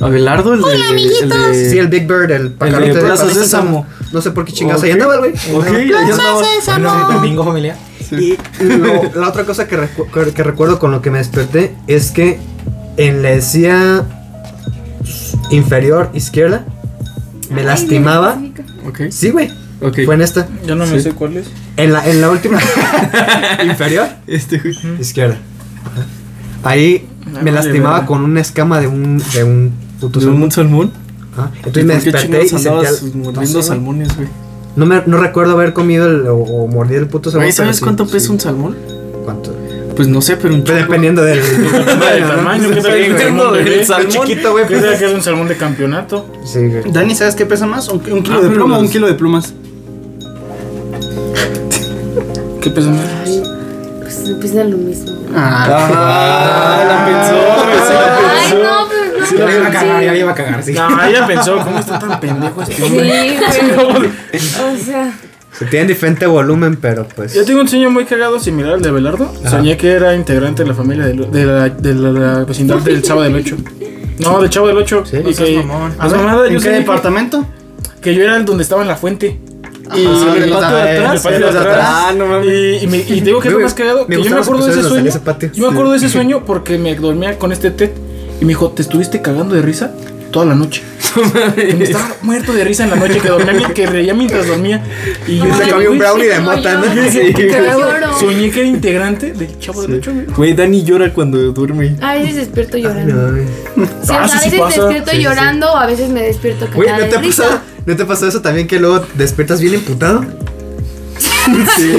Abelardo, el de. el de-
Ah, Sí, el Big Bird, el pajarote
de Plaza
Plaza
Sésamo.
No sé por qué chingados.
Ok.
Ahí andaba, güey.
Ok,
Ahí
ya
andaba.
estaba-
Bueno, domingo familiar.
Y lo- la otra cosa que, recu- que recuerdo con lo que me desperté es que en la encía inferior izquierda me
Ay,
lastimaba.
bien específico.
pues,
Ok,
Sí, güey.
ok.
Fue en esta.
Yo no me sé cuál es.
En la, en la última. inferior
Este, güey.
izquierda. Ahí
Ay,
me
vale,
lastimaba
verga.
con una escama de un. de un puto
¿De un
salmón.
salmón?
Ajá.
¿Y
Entonces me
por qué
desperté y
chingados
sentía.
andabas
no
mordiendo
sé, güey.
salmones, güey?
No, me, no recuerdo haber comido el- o, o mordido el puto salmón.
Güey, ¿sabes
pero sí,
cuánto pesa
sí.
un salmón?
¿Cuánto?
Pues no sé, pero un
Pues
chingo.
dependiendo del
El tamaño, ¿qué tal?
Sí,
El
güey.
salmón, bebé.
El salmón.
chiquito, güey.
¿Qué tal que era un salmón de campeonato?
Sí, güey.
Dani, ¿sabes qué pesa más? ¿Un, un kilo
Ah,
de
pero
plomo o un
los-
kilo de plumas?
¿Qué peso más?
Pues piensan lo mismo.
Ah,
Ah, la pensó, güey, sí
Ah,
la pensó.
Ay, no,
Ya
pero no.
le iba a cagar, ya le iba a cagar, sí.
No, ella pensó, ¿cómo está tan pendejo este
Sí,
hombre?
güey. O sea,
Se tienen diferente volumen, pero pues.
Yo tengo un sueño muy cagado similar al de Belardo. Soñé que era integrante de la familia de, Lu- de, la, de la, la vecindad del Chavo del 8. No, del Chavo del 8.
Sí,
y
no
que,
a
Pues,
ver,
mamada, yo
¿en qué
soñé que-
departamento?
que yo era el donde estaba en la fuente. Y
Ajá,
en
de
el
los
patio de
atrás,
atrás.
de los atrás.
Ah, no mames. Y, y me- y te digo que es lo
Me-
más cagado.
me
Que yo me
gustaban los
acuerdo de ese
episodios
sueño.
donde salía ese patio.
Yo me acuerdo de ese sueño porque me dormía con este TED y me dijo, te estuviste cagando de risa toda la noche. Que me estaba muerto de risa en la noche que dormía, mi- que reía mientras dormía. Y yo
Se
dije,
comió
"Güey,
un brownie de
sí,
mota, ¿no?
como yo.
yo dije, "Qué
Yo
cagado".
lloro.
Soñé que era integrante del chavo del ocho, güey.
Güey, Dani llora cuando duerme.
A veces despierto llorando.
No,
Sí,
Ah,
o sea,
sí,
a
sí
veces
pasa.
despierto
Sí, sí, sí.
llorando o a veces me despierto
Güey,
cagada
¿no te,
de
ha pasado,
risa.
¿no te pasó eso también que luego despiertas bien emputado?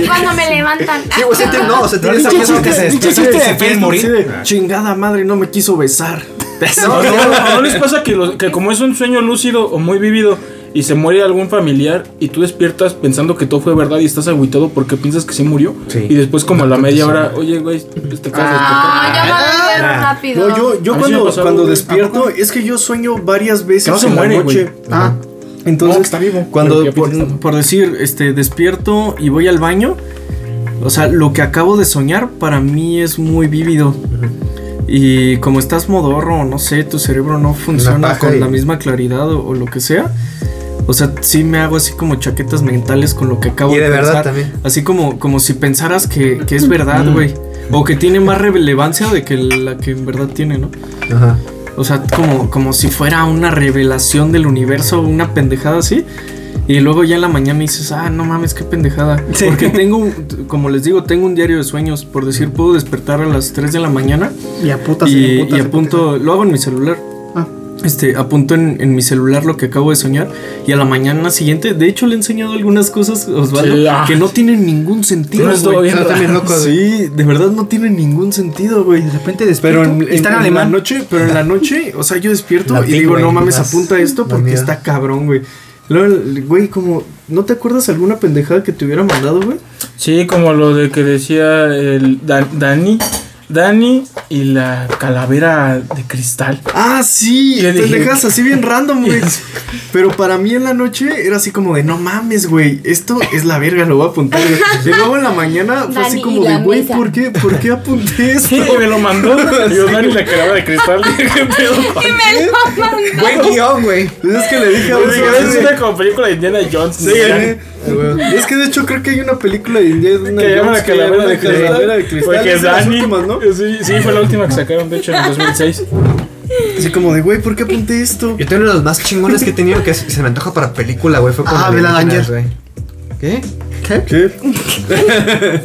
Cuando me levantan.
Sí, o sea, te- no, o sea, tienes
pinche
amigos que
chiste,
se
pinche chiste
despiertan. y
de
se quieren
Facebook, sí,
morir.
de-
Chingada madre, no me quiso besar.
No, no, no les pasa que, los- que como es un sueño lúcido o muy vivido y se muere algún familiar y tú despiertas pensando que todo fue verdad y estás agüitado porque piensas que se murió
Sí.
y después como a la media hora, oye güey, pues, te acabas de
Ah,
despertar.
ya me duermo rápido.
No, yo, yo
A mí sí me
cuando,
pasó,
cuando
güey.
despierto, es que yo sueño varias
Que
veces
no se
en
muere,
la noche.
güey.
Ah, entonces,
No, que está vivo. Pero
cuando,
que
por,
apenas está-
por decir, este, despierto y voy al baño, o sea, lo que acabo de soñar para mí es muy vívido. Y como estás modorro, no sé, tu cerebro no funciona
paja
con
y-
la misma claridad o, o lo que sea. O sea, sí me hago así como chaquetas mentales con lo que acabo
Y de verdad
pensar.
también.
Así como, como si pensaras que, que es verdad, güey. O que tiene más relevancia de que la que en verdad tiene, ¿no?
Ajá.
O sea, como, como si fuera una revelación del universo, una pendejada así. Y luego ya en la mañana dices, ah, no mames, qué pendejada. Porque tengo, un- como les digo, tengo un diario de sueños. Por decir, puedo despertar a las 3 de la mañana
Y a putas
y,
putas,
y apunto, lo hago en mi celular.
Ah.
Este, apunto en, en mi celular lo que acabo de soñar y a la mañana siguiente, de hecho le he enseñado algunas cosas, Osvaldo,
Sí, ah.
que no tienen ningún sentido.
Tienes todo
güey.
bien
Pero
raro.
también loco. güey.
Sí, de verdad no tiene ningún sentido, güey.
De repente despierto.
Pero en,
y está en,
en- en la
alemán.
noche, pero en la noche, o sea, yo despierto
La
y
pic,
digo,
güey,
no mames,
las-
apunta esto
la
porque
mierda.
está cabrón, güey. Luego, el- güey, como, ¿no te acuerdas alguna pendejada que te hubiera mandado, güey?
Sí, como lo de que decía el Dan- Dani, Dani y la calavera de cristal.
Ah, sí,
Yo dije-
pendejadas así bien random, güey. Pero para mí en la noche era así como de, no mames, güey, esto es la verga, lo voy a apuntar. güey". Y luego en la mañana fue así
Dani
como
y
de,
la
güey,
mesa".
¿por qué, ¿por qué apunté esto?
Sí, me lo mandó. Y yo, Dani la calavera de cristal. ¿Qué pedo?
Buen guión, güey.
Es que le dije a
Yo
Oso,
dije, Es
güey,
una como película de Indiana Jones.
Sí,
Ya-
Es que de hecho creo que hay una película de Indiana
Que llama
Jones
la
que
calavera
llama
de
La Calavera de
cristal.
Cristal.
Porque
es de las
Dani.
últimas, ¿no?
Sí, sí, fue la última que sacaron, de hecho, en el 2006.
Así como de, güey, ¿por qué apunté esto?
Yo tengo uno de los más chingones que he tenido que se se me antoja para película, güey. Fue con
Ah, Bella
Alienígenas,
Danger.
güey. ¿Qué?
¿Qué?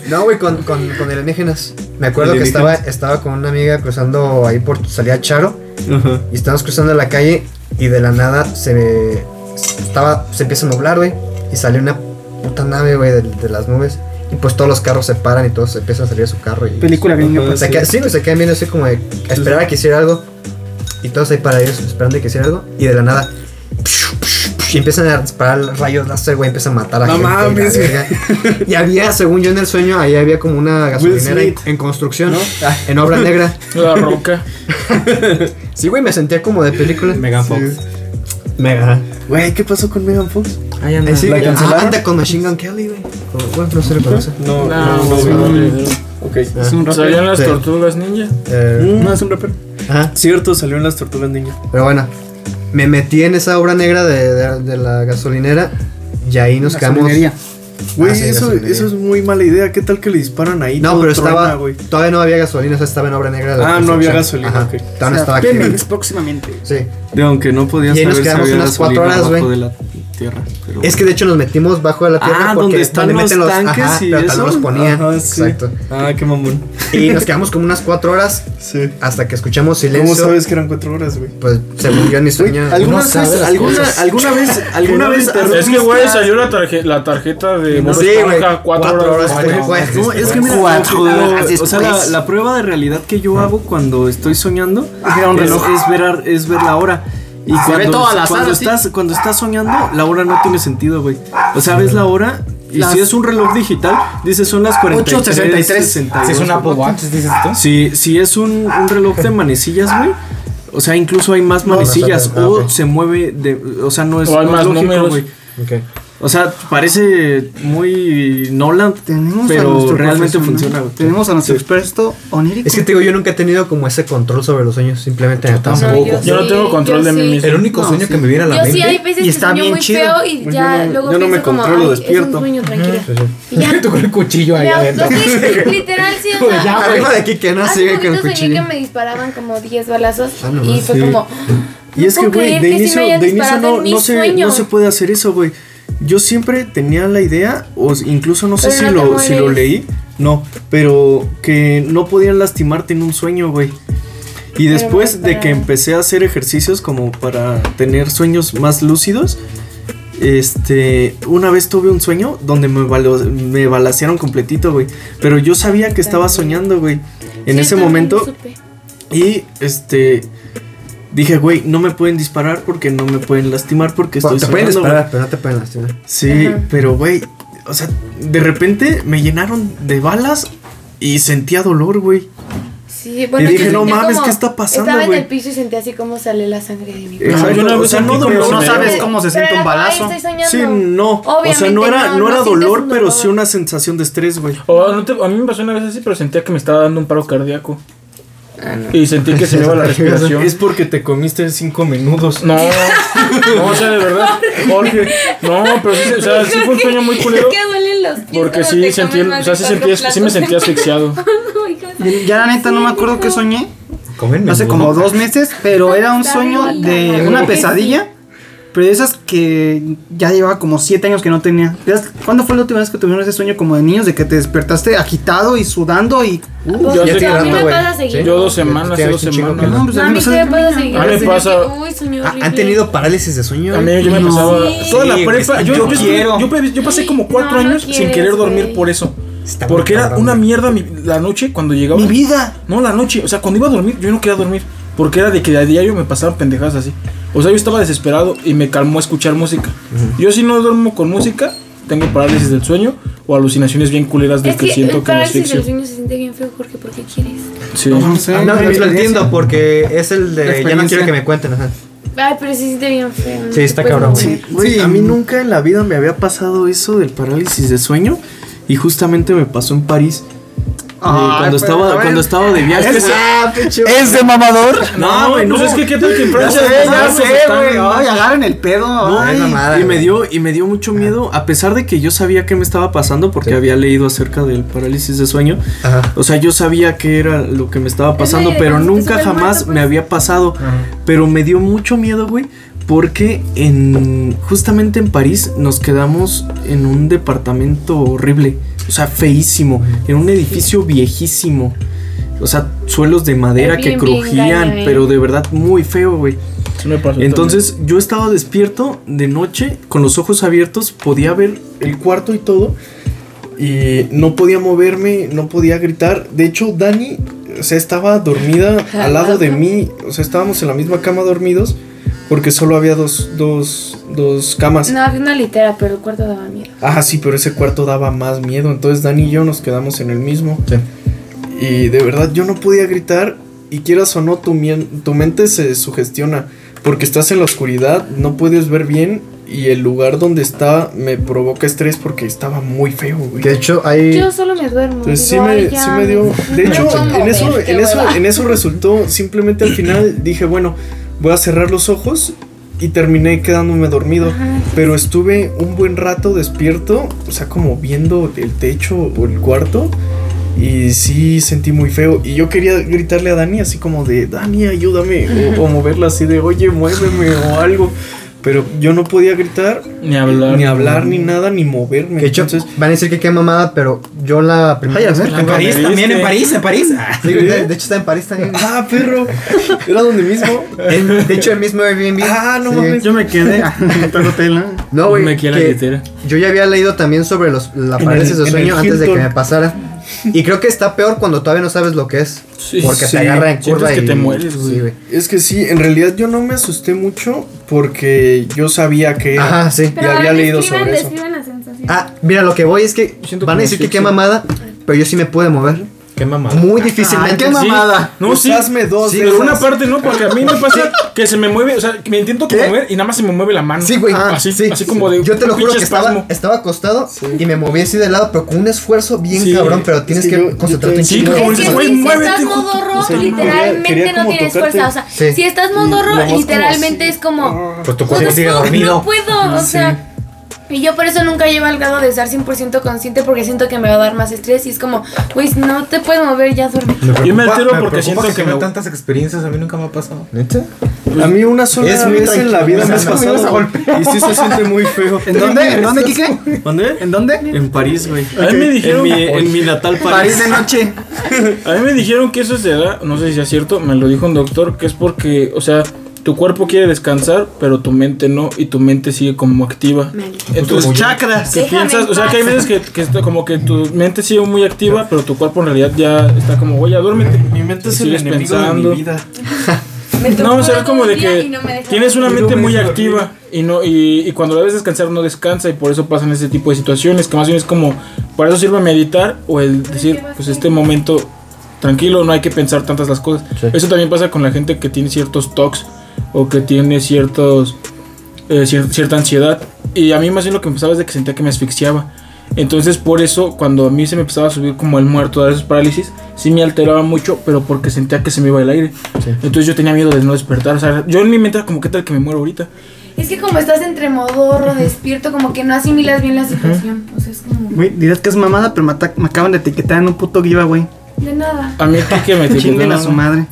No, güey, con, con, con alienígenas. Me acuerdo que estaba, estaba con una amiga cruzando ahí por. Salía Charo.
Ajá.
Y estábamos cruzando la calle y de la nada se me- estaba se empieza a nublar, güey, y salió una puta nave, güey, de, de las nubes. Y pues todos los carros se paran y todos empiezan a salir de su carro y
Película gringa.
pues,
pues.
se queda- sí, güey, se quedan viendo así como de a esperar a que hiciera algo. Y todos ahí para ellos esperando a que hiciera algo y de la nada y empiezan a disparar rayos láser, güey, empiezan a matar a
No
gente. y la
mames, güey.
verga. Y había, según yo en el sueño, ahí había como una gasolinera en,
Smith.
en construcción, En obra negra.
La roca.
Sí, güey, me sentía como de película.
Megan Fox.
Mega.
Güey, ¿qué pasó con Megan Fox?
Ahí
Eh, sí,
¿La
ah,
cancelaron?
anda con Machine Gun Kelly, güey. O- Oh, Bueno, no se le conoce.
No,
No,
Ok.
Es un rapero.
Salían las
Sí.
tortugas ninja.
Eh,
No, es un rapero.
ajá.
Cierto, salió en las tortugas niñas.
Pero bueno, me metí en esa obra negra de, de- de la gasolinera y ahí nos quedamos.
Gasolinería.
Güey,
Ah, sí,
eso,
gasolinería.
eso es muy mala idea. ¿Qué tal que le disparan ahí?
No,
Todo
pero
truena,
estaba.
güey.
todavía no había gasolina, o sea, estaba en obra negra. de la
Ah, no había
construcción.
gasolina,
Ajá,
ok.
todavía no estaba aquí.
Pemex próximamente.
Sí.
De aunque no podías
Y ahí nos
saber si
quedamos
había
unas cuatro
gasolina
horas,
abajo
güey.
de la tierra. pero-
Es que de hecho nos metimos bajo de la tierra
Ah,
porque
donde están los
meten
tanques
ajá,
y
pero tal
eso.
los ponían.
Ajá, sí.
Exacto.
Ah, qué mamón.
Y nos quedamos como unas cuatro horas
Sí.
hasta que escuchamos
¿Cómo
silencio.
sabes que eran cuatro horas, güey?
Pues según yo en mi sueño.
¿Alguna,
no
vez,
sabe las
alguna,
cosas.
alguna vez, alguna vez,
Es que, güey, salió la, tarje- la tarjeta de Bob
Sí, güey.
Esponja cuatro horas.
después, Pues, güey.
No,
Este,
es que mira,
Cuatro
lo-
horas
o sea, la,
pues.
después.
la prueba de realidad que
Ah.
yo hago cuando estoy soñando
Era un
es,
reloj.
es ver, ar- es ver la hora. Y cuando,
Ah, ve toda la
cuando
sala, sí.
estás, cuando estás soñando, la hora no tiene sentido, güey. O sea, ves la hora y
Las-
si es un reloj digital, dices son las 43,
8:63.
62.
Si es un Apple Watch, dices tú.
Si, si es un, un reloj de manecillas, güey. O sea,
ah,
incluso hay más manecillas.
no, no, no,
o
ok.
se mueve de. O sea, no es.
O hay
no es
más números.
Ok.
O sea, parece muy Nolan,
Tenemos a
pero
nuestro
realmente
profesional.
funciona. güey.
Tenemos a nuestro experto onírico.
Es que te digo, yo nunca he tenido como ese control sobre los sueños, simplemente me pasa.
No,
Yo no tengo control de mí
sí.
mismo.
El único sueño que me viene a la
Yo
mente.
sí hay veces
y
que
está
sueño
bien
muy
chido.
feo y
Pues
ya
yo no- yo
luego
no me
pienso como,
controlo,
"Ay, es un
despierto".
sueño, tranquila. Y ya.
Tú con el cuchillo ahí
Me au-
adentro.
es que literal, sí, o sea,
Ya,
Arriba de aquí que Pues no
hace
sigue con
poquito
el
soñé que
cuchillo.
me disparaban como 10 balazos
Ah, no,
y fue
sí.
como...
Y es que, güey, de inicio, de inicio no, no, se, no se puede hacer eso, güey. Yo siempre tenía la idea, o s- incluso no sé
Pero
si,
no te
lo, si lo
mueres.
leí, no, pero que no podían lastimarte en un sueño, güey. Y
Pero
después
más
de que
para-
empecé a hacer ejercicios como para tener sueños más lúcidos, este, una vez tuve un sueño donde me, balo- me balacearon completito, güey. Pero yo sabía que estaba soñando, güey. En ese momento, y este. Dije, güey, no me pueden disparar porque no me pueden lastimar porque
Bueno,
estoy
te pueden
soñando,
disparar, pero no te pueden lastimar.
güey". Sí,
Ajá.
pero güey, o sea, de repente me llenaron de balas y sentía dolor, güey.
Sí, bueno,
Y dije,
yo
"No
sentía
mames,
como-
¿qué está pasando,
Estaba
güey?"
en el piso y sentí así como sale la sangre de mi
Exacto,
yo una
o
vez
sea, no
sentí como
dolió
no
nada.
sabes
cómo se
Pero
siente un
era como, "Ay,
balazo".
estoy soñando".
Sí, no. o sea, no
Obviamente
era, no, era
sientes un
dolor, pero sí
dolor.
una sensación de estrés, güey.
O no te- a mí me pasó una vez así, pero sentía que me estaba dando un paro cardíaco.
Ah,
Y sentí que se me iba la respiración. Pues,
Es porque te comiste cinco menudos.
No, no, o sea, de verdad, Jorge. No, pero sí, o sea, sí fue un sueño muy culero.
Que duelen los pies
Porque
cuando
sí,
te
sentí,
comes
o
más
sea,
de
sí,
cuatro
sentí, sí me
platos.
sentí asfixiado.
Ay, qué cosa.
Ya la neta no me acuerdo qué soñé.
Comen
Hace
menudo.
como dos meses, pero era un
Está
sueño
rico.
de una pesadilla. Pero de esas que ya llevaba como siete años que no tenía. ¿Te das- ¿Cuándo fue la última vez que tuvieron ese sueño como de niños? De que te despertaste agitado y sudando y...
Pues,
Yo
o sea,
estoy
a mí me
tirando,
pasa
güey.
seguido.
Yo dos semanas,
Te
hace
ves
dos
un chingo
semanas.
No, pues,
No, a mí
no
sí
sé,
me
no
pasa
tenía.
A
seguido.
mí me
así de
pasa-
que, Uy, soñé
Ah, ¿Han
horrible".
tenido parálisis de sueño?
A mí yo me pasaba
Sí.
toda la
Sí,
prepa.
es
Yo,
que yo
yo estuve-
quiero.
yo pe- yo pasé como cuatro
No, no
años sin
quieres,
querer dormir
güey.
por eso.
Está muy
Porque era
cabrón,
una
güey.
mierda mi- la noche cuando llegaba.
¡Mi vida!
No, la noche, o sea, cuando iba a dormir, yo no quería dormir. Porque era de que a diario me pasaban pendejadas así. O sea, yo estaba desesperado y me calmó escuchar música. Yo si no duermo con música, tengo parálisis del sueño o alucinaciones bien culeras de
Es
que,
que
siento
el
que me
parálisis
asfixio.
del sueño se siente bien feo, Jorge, porque quieres.
Sí.
sé.
Ah, No,
mi
lo
experiencia.
entiendo porque es el de ya no quiero
Experiencia.
que me cuenten, ajá.
Ay, pero se siente bien feo. ¿no?
Sí, está
Pues,
cabrón.
no.
Sí.
Güey,
Sí.
a mí nunca en la vida me había pasado eso del parálisis de sueño. Y justamente me pasó en París. eh,
Ay,
cuando,
pues, a
estaba,
ver.
cuando estaba de viaje.
¿Es de mamador?
No, güey, no, es que qué tal que en
Ya
Francia
sé,
los
ya
brazos
sé,
están-
güey. Ay, agarren el pedo.
No,
ay.
es mamada,
y me
güey.
dio y me dio mucho miedo a pesar de que yo sabía qué me estaba pasando porque había leído acerca del parálisis de sueño.
Ajá.
O sea, yo sabía que era lo que me estaba pasando,
medio
pero
como si te
nunca
hubieran
jamás
muerto, pues.
me había pasado. Pero me dio mucho miedo, güey, porque en justamente en París nos quedamos en un departamento horrible, o sea, feísimo, en un edificio viejísimo. O sea, suelos de madera que
Airbnb,
crujían,
Airbnb.
pero de verdad muy feo, güey.
Sí me pasó
Entonces yo estaba despierto de noche, con los ojos abiertos, podía ver el cuarto y todo. Y no podía moverme, no podía gritar. De hecho, Dani, o sea, estaba dormida al lado de mí. O sea, estábamos en la misma cama dormidos porque solo había dos, dos, dos camas.
No, había una litera, pero el cuarto daba miedo.
Ah, sí, pero ese cuarto daba más miedo. Entonces Dani y yo nos quedamos en el mismo.
Sí.
Y de verdad yo no podía gritar. Y quieras o no, tu, mien- tu mente se sugestiona. Porque estás en la oscuridad, no puedes ver bien. Y el lugar donde está me provoca estrés porque estaba muy feo, güey.
Que de hecho hay
Yo solo me duermo.
Entonces sí
digo,
me,
"Ay, ya,
sí me dio. De
no
hecho,
puedo
en eso,
mover, qué
en eso,
hueva".
en eso resultó. Simplemente al final dije, bueno, voy a cerrar los ojos. Y terminé quedándome dormido. Pero estuve un buen rato despierto. O sea, como viendo el techo o el cuarto. Y sí sentí muy feo. Y yo quería gritarle a Dani así como de Dani, ayúdame. O, o moverla así de oye, muéveme o algo. Pero yo no podía gritar,
Ni hablar.
ni hablar, ni nada, ni moverme.
que de hecho
Entonces,
van a decir que qué mamada, pero yo la primera vez que
En París
¿Viste?
también, en París, en París. Ah,
Sí, güey, de de hecho está en París también.
ah, perro. Era donde mismo.
En- de hecho el mismo Airbnb.
Ah, no
Sí.
mames.
Yo me quedé pero tela.
No, güey.
Me quedé en la
que
billetera.
Yo ya había leído también sobre los, la
En
parálisis
el-
de
en
sueño
el
antes de que
Hilton.
me pasara. Y creo que está peor cuando todavía no sabes lo que es.
Sí,
porque
sí,
te agarra en
sientes
curva
que
y.
te mueres, güey.
Sí, güey.
Es que sí, en realidad yo no me asusté mucho porque yo sabía que era.
Ajá, sí.
Ya había
a ver,
leído
describan,
sobre eso.
describan la sensación.
Ah, mira, lo que voy es que
Siento
van a
como
decir que qué
asfixia.
mamada, pero yo sí me pude mover.
Qué mamada.
Muy
Ay,
difícilmente.
qué
Sí.
mamada.
No,
Pues
sí.
hazme dos
Sí,
de
pero
esas.
una parte no, porque a mí me pasa que se me mueve, o sea, me intento como mover y nada más se me mueve la mano.
Sí, güey.
Ah, así,
sí.
así como de.
Yo te lo
un
juro
pinche
que estaba,
espasmo.
estaba acostado y me moví así de lado, pero con un esfuerzo bien
Sí.
cabrón. Pero tienes
que
que,
yo- yo
concentrarte en
estoy-
Sí,
chingo.
como
Es que
dices,
si,
güey,
si
muévete,
estás
hijo de tu-
modorro,
O sea, quería-
literalmente
quería
no
como
tienes
tocarte.
fuerza. O sea,
Sí.
si estás
Y
modorro,
la voz como
literalmente es como.
Ah.
Pues tu
Pues
cuerpo sigue
no,
dormido.
No puedo, o sea. Y yo por eso nunca llevo al grado de estar 100% consciente porque siento que me va a dar más estrés y es como, güey, no te puedes mover, ya duerme.
Me
Yo me
preocupa-
altero porque
preocupa
siento
que
que
me-
me- Pues,
tantas experiencias a mí nunca me ha pasado.
A mí una sola
Es muy
vez en la vida me ha
tranquilo, o sea,
pasado. Y sí se siente muy feo.
¿En dónde? ¿En dónde, Kike?
¿Dónde?
¿En dónde?
En París, güey.
A mí me
En
dijeron.
mi, en mi natal París.
París de noche.
A mí me dijeron que eso se da, no sé si es cierto, me lo dijo un doctor, que es porque, o sea, tu cuerpo quiere descansar, pero tu mente no, y tu mente sigue como activa. Entonces,
Chakras.
que
Déjame
piensas,
en
o sea, que hay
paz.
veces que, que está como que tu mente sigue muy activa, pero tu cuerpo en realidad ya está como, güey, ya duérmete.
Mi mente es el
Sigues
enemigo
pensando.
de mi vida.
Me tocó
No, o sea, es
todo
como
el
de
día y no me
que
deja
tienes una
Y
mente
luego
muy
es horrible.
activa y no y, y cuando la ves descansar no descansa y por eso pasan ese tipo de situaciones que más bien es como para eso sirve meditar o el decir pues este momento tranquilo no hay que pensar tantas las cosas eso también pasa con la gente que tiene ciertos tocs o que tiene ciertos eh, cier- cierta ansiedad y a mí más bien lo que me pasaba es de que sentía que me asfixiaba entonces por eso cuando a mí se me empezaba a subir como el muerto de esos parálisis sí me alteraba mucho pero porque sentía que se me iba el aire entonces yo tenía miedo de no despertar. O sea, yo en mi mente era como, ¿qué tal que me muero ahorita?
Es que como estás entre modorro, despierto, como que no asimilas bien la situación. O sea, es como.
Güey, dirás que es mamada, pero me, ata- me acaban de etiquetar en un puto giveaway.
De nada.
A mí que, que me
Chinguen a
etiquetaron.
su madre.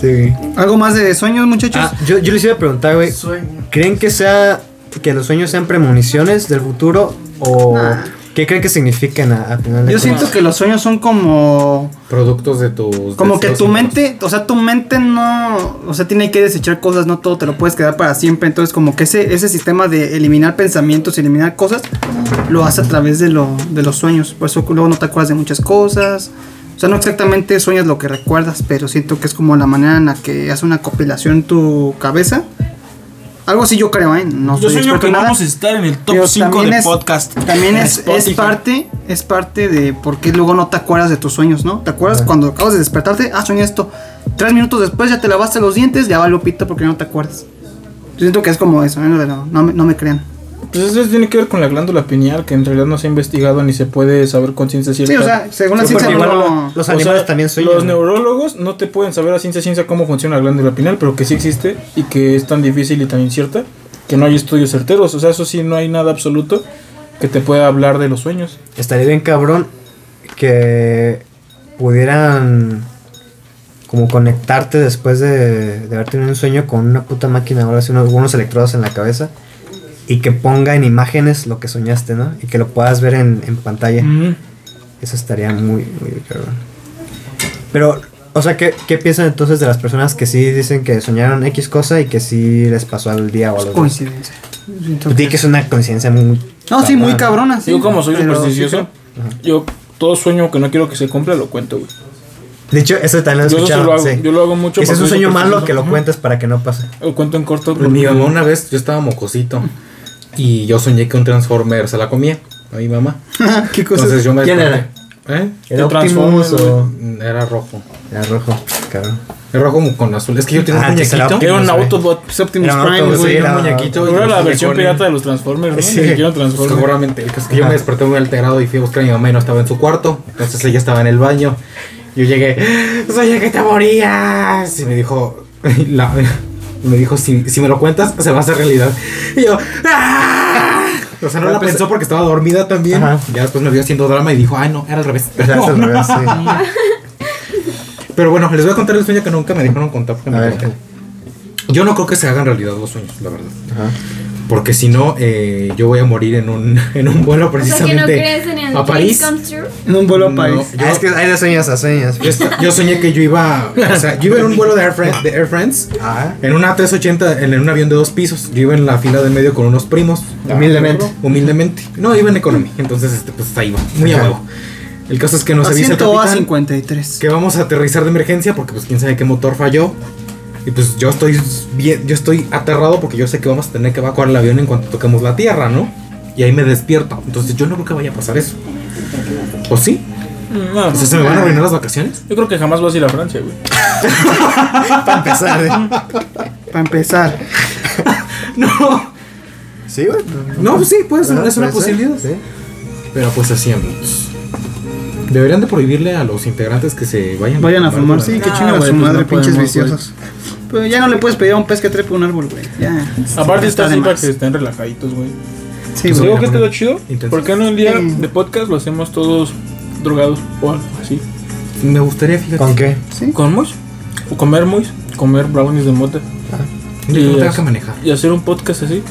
Sí.
¿Algo más de sueños, muchachos?
Ah, yo, yo les iba a preguntar, güey. ¿Creen que sea que los sueños sean premoniciones del futuro o qué creen que significan a, a final de
Yo
cuentas?
siento que los sueños son como.
Productos de tus.
Como que
deseos
tu
y-
mente, o sea, tu mente no, o sea, tiene que desechar cosas, no todo te lo puedes quedar para siempre. Entonces, como que ese, ese sistema de eliminar pensamientos, eliminar cosas, lo hace a través de, lo, de los sueños. Por eso luego no te acuerdas de muchas cosas. O sea, no exactamente sueñas lo que recuerdas, pero siento que es como la manera en la que hace una compilación tu cabeza. Algo así yo creo, ¿eh? No
Yo
soy
sueño
experto
que
en nada.
vamos a estar en el top
Pero
5
también
de
es-
podcast.
También
En
es, es
Spotify.
parte, es parte de por qué luego no te acuerdas de tus sueños, ¿no? ¿Te acuerdas cuando acabas de despertarte? Ah, soñé esto. Tres minutos después ya te lavaste los dientes, ya valió pito porque no te acuerdas. Yo siento que es como eso, ¿eh? no, no me- no me crean.
Pues eso tiene que ver con la glándula pineal, que en realidad no se ha investigado ni se puede saber con ciencia cierta.
Sí, o sea, según la
Sí,
ciencia
porque
no
igual
lo-
Los
O
animales
sea,
también sueñan.
Los
¿no?
neurólogos no te pueden saber a ciencia ciencia cómo funciona la glándula pineal, pero que sí existe y que es tan difícil y tan incierta que no hay estudios certeros. O sea, eso sí, no hay nada absoluto que te pueda hablar de los sueños.
Estaría bien cabrón que pudieran como conectarte después de, de haber tenido un sueño con una puta máquina, ahora sí, unos, unos electrodos en la cabeza y que ponga en imágenes lo que soñaste, ¿no? Y que lo puedas ver en, en pantalla. Eso estaría muy, muy cabrón. Pero, o sea, ¿qué, ¿qué piensan entonces de las personas que sí dicen que soñaron X cosa y que sí les pasó al día o
Es
algo así?
coincidencia. Yo siento
Pues di que es una conciencia muy...
No, sí, muy
cabrón.
cabrona. sí.
yo como soy
Pero sí
supersticioso, yo todo sueño que no quiero que se cumpla lo cuento, güey.
De hecho, eso también
Yo
lo he
eso
escuchado.
lo hago,
sí.
yo lo hago mucho.
Que si es un
porque
sueño
soy
malo,
perfeccionista.
que lo cuentes para que no pase.
Lo cuento en corto.
Pues mi mamá una vez, yo estaba mocosito y yo soñé que un Transformer se la comía a mi mamá.
creo- ¿Qué cosa?
Entonces yo me
¿Quién
desperté. ¿Eh?
¿Era
Transformers,
Optimus o...?
Era rojo.
Era rojo, cabrón.
Era rojo como con azul. Es que yo tenía un
Ah, entonces era
muñequito.
Era un
güey.
Autobot.
Es Optimus ¿eh?
Era un
Prime,
autobús,
güey.
sí,
Era
era-
un muñequito.
Era la
Los
versión
unicornios.
pirata de los Transformers, ¿no?
Sí.
Ni siquiera un Transformers.
Seguramente, el caso es que yo me desperté muy alterado y fui a buscar a mi mamá y no estaba en su cuarto. Entonces ella estaba en el baño. Yo llegué, soñé que te morías. Y me dijo, la- me dijo, si, si me lo cuentas, se va a hacer realidad. Y yo, "Ah". O sea, no la pensó porque estaba dormida también.
Ajá.
Ya después me vio haciendo drama y dijo, ay, no, era al revés.
Era
No,
al
no.
revés, sí.
Pero bueno, les voy a contar el sueño que nunca me dejaron contar. porque
A
me
ver.
contaron. Yo no creo que se hagan realidad los sueños, la verdad.
Ajá.
Porque si no, eh, yo voy a morir en un, en un vuelo
O sea, que
precisamente
no crees en el
a París.
dream come true.
En un vuelo a París.
No, yo-
Ah, es que hay de sueños a sueños.
yo, esta- yo soñé que yo iba, o sea, yo iba en un vuelo de Air France, de Air France
Ah.
en una 380, en, en un avión de dos pisos. Yo iba en la fila de medio con unos primos.
Ah, Humildemente.
Humildemente. No, iba en economía, entonces este, pues ahí va, muy a
Ajá.
huevo. El caso es que nos avisa el
Asiento
capitán
A53.
que vamos a aterrizar de emergencia porque pues quién sabe qué motor falló. Y pues yo estoy bien, yo estoy aterrado porque yo sé que vamos a tener que evacuar el avión en cuanto toquemos la tierra, ¿no? Y ahí me despierto. Entonces yo no creo que vaya a pasar eso. ¿O sí?
No,
O sea, ¿se me van a arruinar las vacaciones?
yo creo que jamás vas a ir a Francia, güey.
Para empezar, ¿eh?
Para empezar.
No.
Sí, güey.
No, pues sí, pues
Ajá,
es una
puede ser,
posibilidad.
sí.
Pero pues así, amigos. Deberían de prohibirle a los integrantes que se vayan,
Vayan a fumar, sí,
sí.
que
Ah,
chingan a
güey,
su
pues
madre,
no
pinches
podemos, güey.
viciosos. Pero Pues ya no le puedes pedir a un pez que trepe un árbol, güey. Ya.
Aparte
está de
está así para
más.
que estén relajaditos, güey.
Sí,
Pues
güey.
digo que esto es lo chido.
Intenso.
¿Por qué no el día
Sí.
de podcast lo hacemos todos drogados o algo así?
Me gustaría, fíjate.
¿Con qué?
¿Con Mois? ¿O comer Mois? Comer brownies de mota.
Yo que no
Y
tenga
es-
que manejar.
Y hacer un podcast así.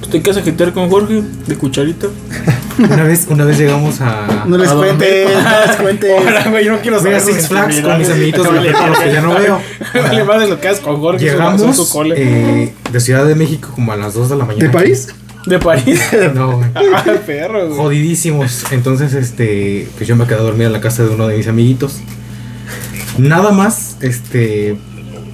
Pues te quedas a jetear con Jorge de cucharita.
Una vez, una vez llegamos a,
Ah, No les
A dormir.
cuentes, no les cuentes.
Ah, güey, yo no quiero
Fui a Six Flags con mis amiguitos de la prepa, los que ya no veo.
Vale, madre lo que hagas con Jorge. eso va a ser
Llegamos
su cole.
eh, de Ciudad de México como a las 2 de la mañana.
¿De París?
De París.
No, güey.
Ah, perro, güey.
jodidísimos. Entonces, este, pues yo me quedé a dormir en la casa de uno de mis amiguitos. Nada más, este,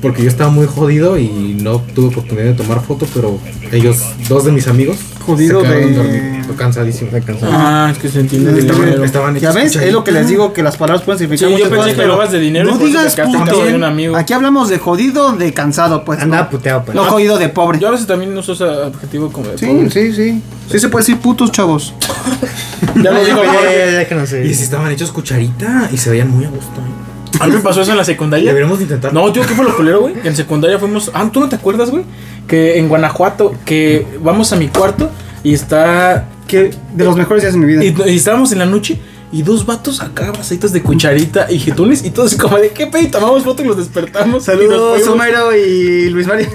porque yo estaba muy jodido y no tuve oportunidad de tomar foto, pero ellos, dos de mis amigos,
Jodido
se quedaron
de-
dormidos, cansadísimos.
Ah, es que se entiende de
Estaban-
dinero.
estaban
Ya
hechos
ves, es lo que les digo, que las palabras pueden
Sí,
significar
yo
muchas
pensé
cosas,
que
pero
hablabas de dinero. y
No
por eso
digas
te casaste
puto. ¿eh?
con un amigo.
Aquí hablamos de jodido, de cansado, pues.
Andaba
no.
puteado, pues.
No jodido de pobre.
Yo a veces también uso ese adjetivo como de
Sí,
pobre.
sí, sí. Sí se puede decir putos, chavos.
Ya lo dijo Jorge.
déjanos
Y si estaban hechos cucharita y se veían muy a gusto. ¿eh?
A mí me pasó eso en la secundaria.
Deberíamos de intentar.
No, tío, ¿qué fue lo culero, güey? Que en secundaria fuimos. Ah, ¿tú no te acuerdas, güey? Que en Guanajuato, que vamos a mi cuarto y está.
Que de los mejores días de mi vida.
Y, y estábamos en la noche y dos vatos acá abracitos de cucharita y jetunes y todos como de qué pedo y tomamos foto y los despertamos.
Saludos,
y nos fuimos.
Homero y Luis Mario.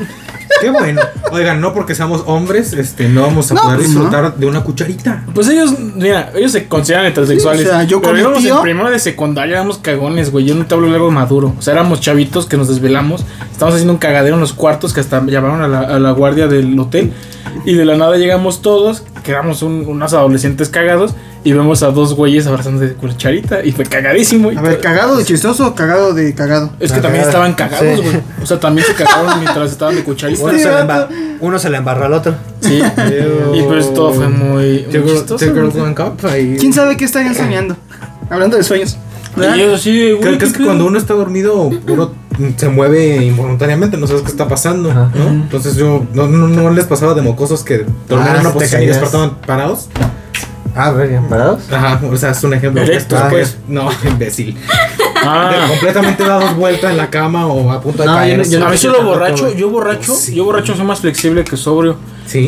Qué bueno. Oigan, no porque seamos hombres, este, no vamos a
No,
poder
pues,
disfrutar de una cucharita.
Pues ellos, mira, ellos se consideran heterosexuales.
Sí, o sea, yo con
pero
mi
íbamos
tío-
en primero de secundaria, éramos cagones, güey. Yo no te hablo de algo maduro. O sea, éramos chavitos que nos desvelamos. Estábamos haciendo un cagadero en los cuartos que hasta llamaron a la, a la guardia del hotel. Y de la nada llegamos todos, quedamos un- unos adolescentes cagados. Y vemos a dos güeyes abrazándose de cucharita. Y fue cagadísimo. y
A ver,
todo.
cagado de chistoso o cagado de cagado.
Es que también estaban cagados,
Sí.
güey. O sea, también se cagaron mientras estaban de cucharita.
Uno se, le emba- uno se le embarró al otro.
Sí. Y pues todo fue muy, muy
Two girls-
chistoso.
two girls,
güey.
one cup. ahí.
¿Quién sabe qué estarían soñando? Hablando de sueños. ¿verdad?
Y yo sí,
Creo
güey.
que es que
¿qué pedo?
cuando uno está dormido, uno se mueve involuntariamente, no sabes qué está pasando, ¿no? Entonces yo, no, no, no les pasaba de mocosos que dormían
Ah,
en una
te
posición y
caías.
despertaban parados.
Ah, a ver, ¿ya parados?
Ajá, o sea, es un ejemplo.
Erectos,
Ah,
pues.
No, imbécil.
Ah.
Completamente dados vuelta en la cama o a punto de
No, yo no-
caer.
yo no-
a mí solo
tampoco,
borracho,
güey.
yo borracho, yo borracho soy más flexible que sobrio.
Sí.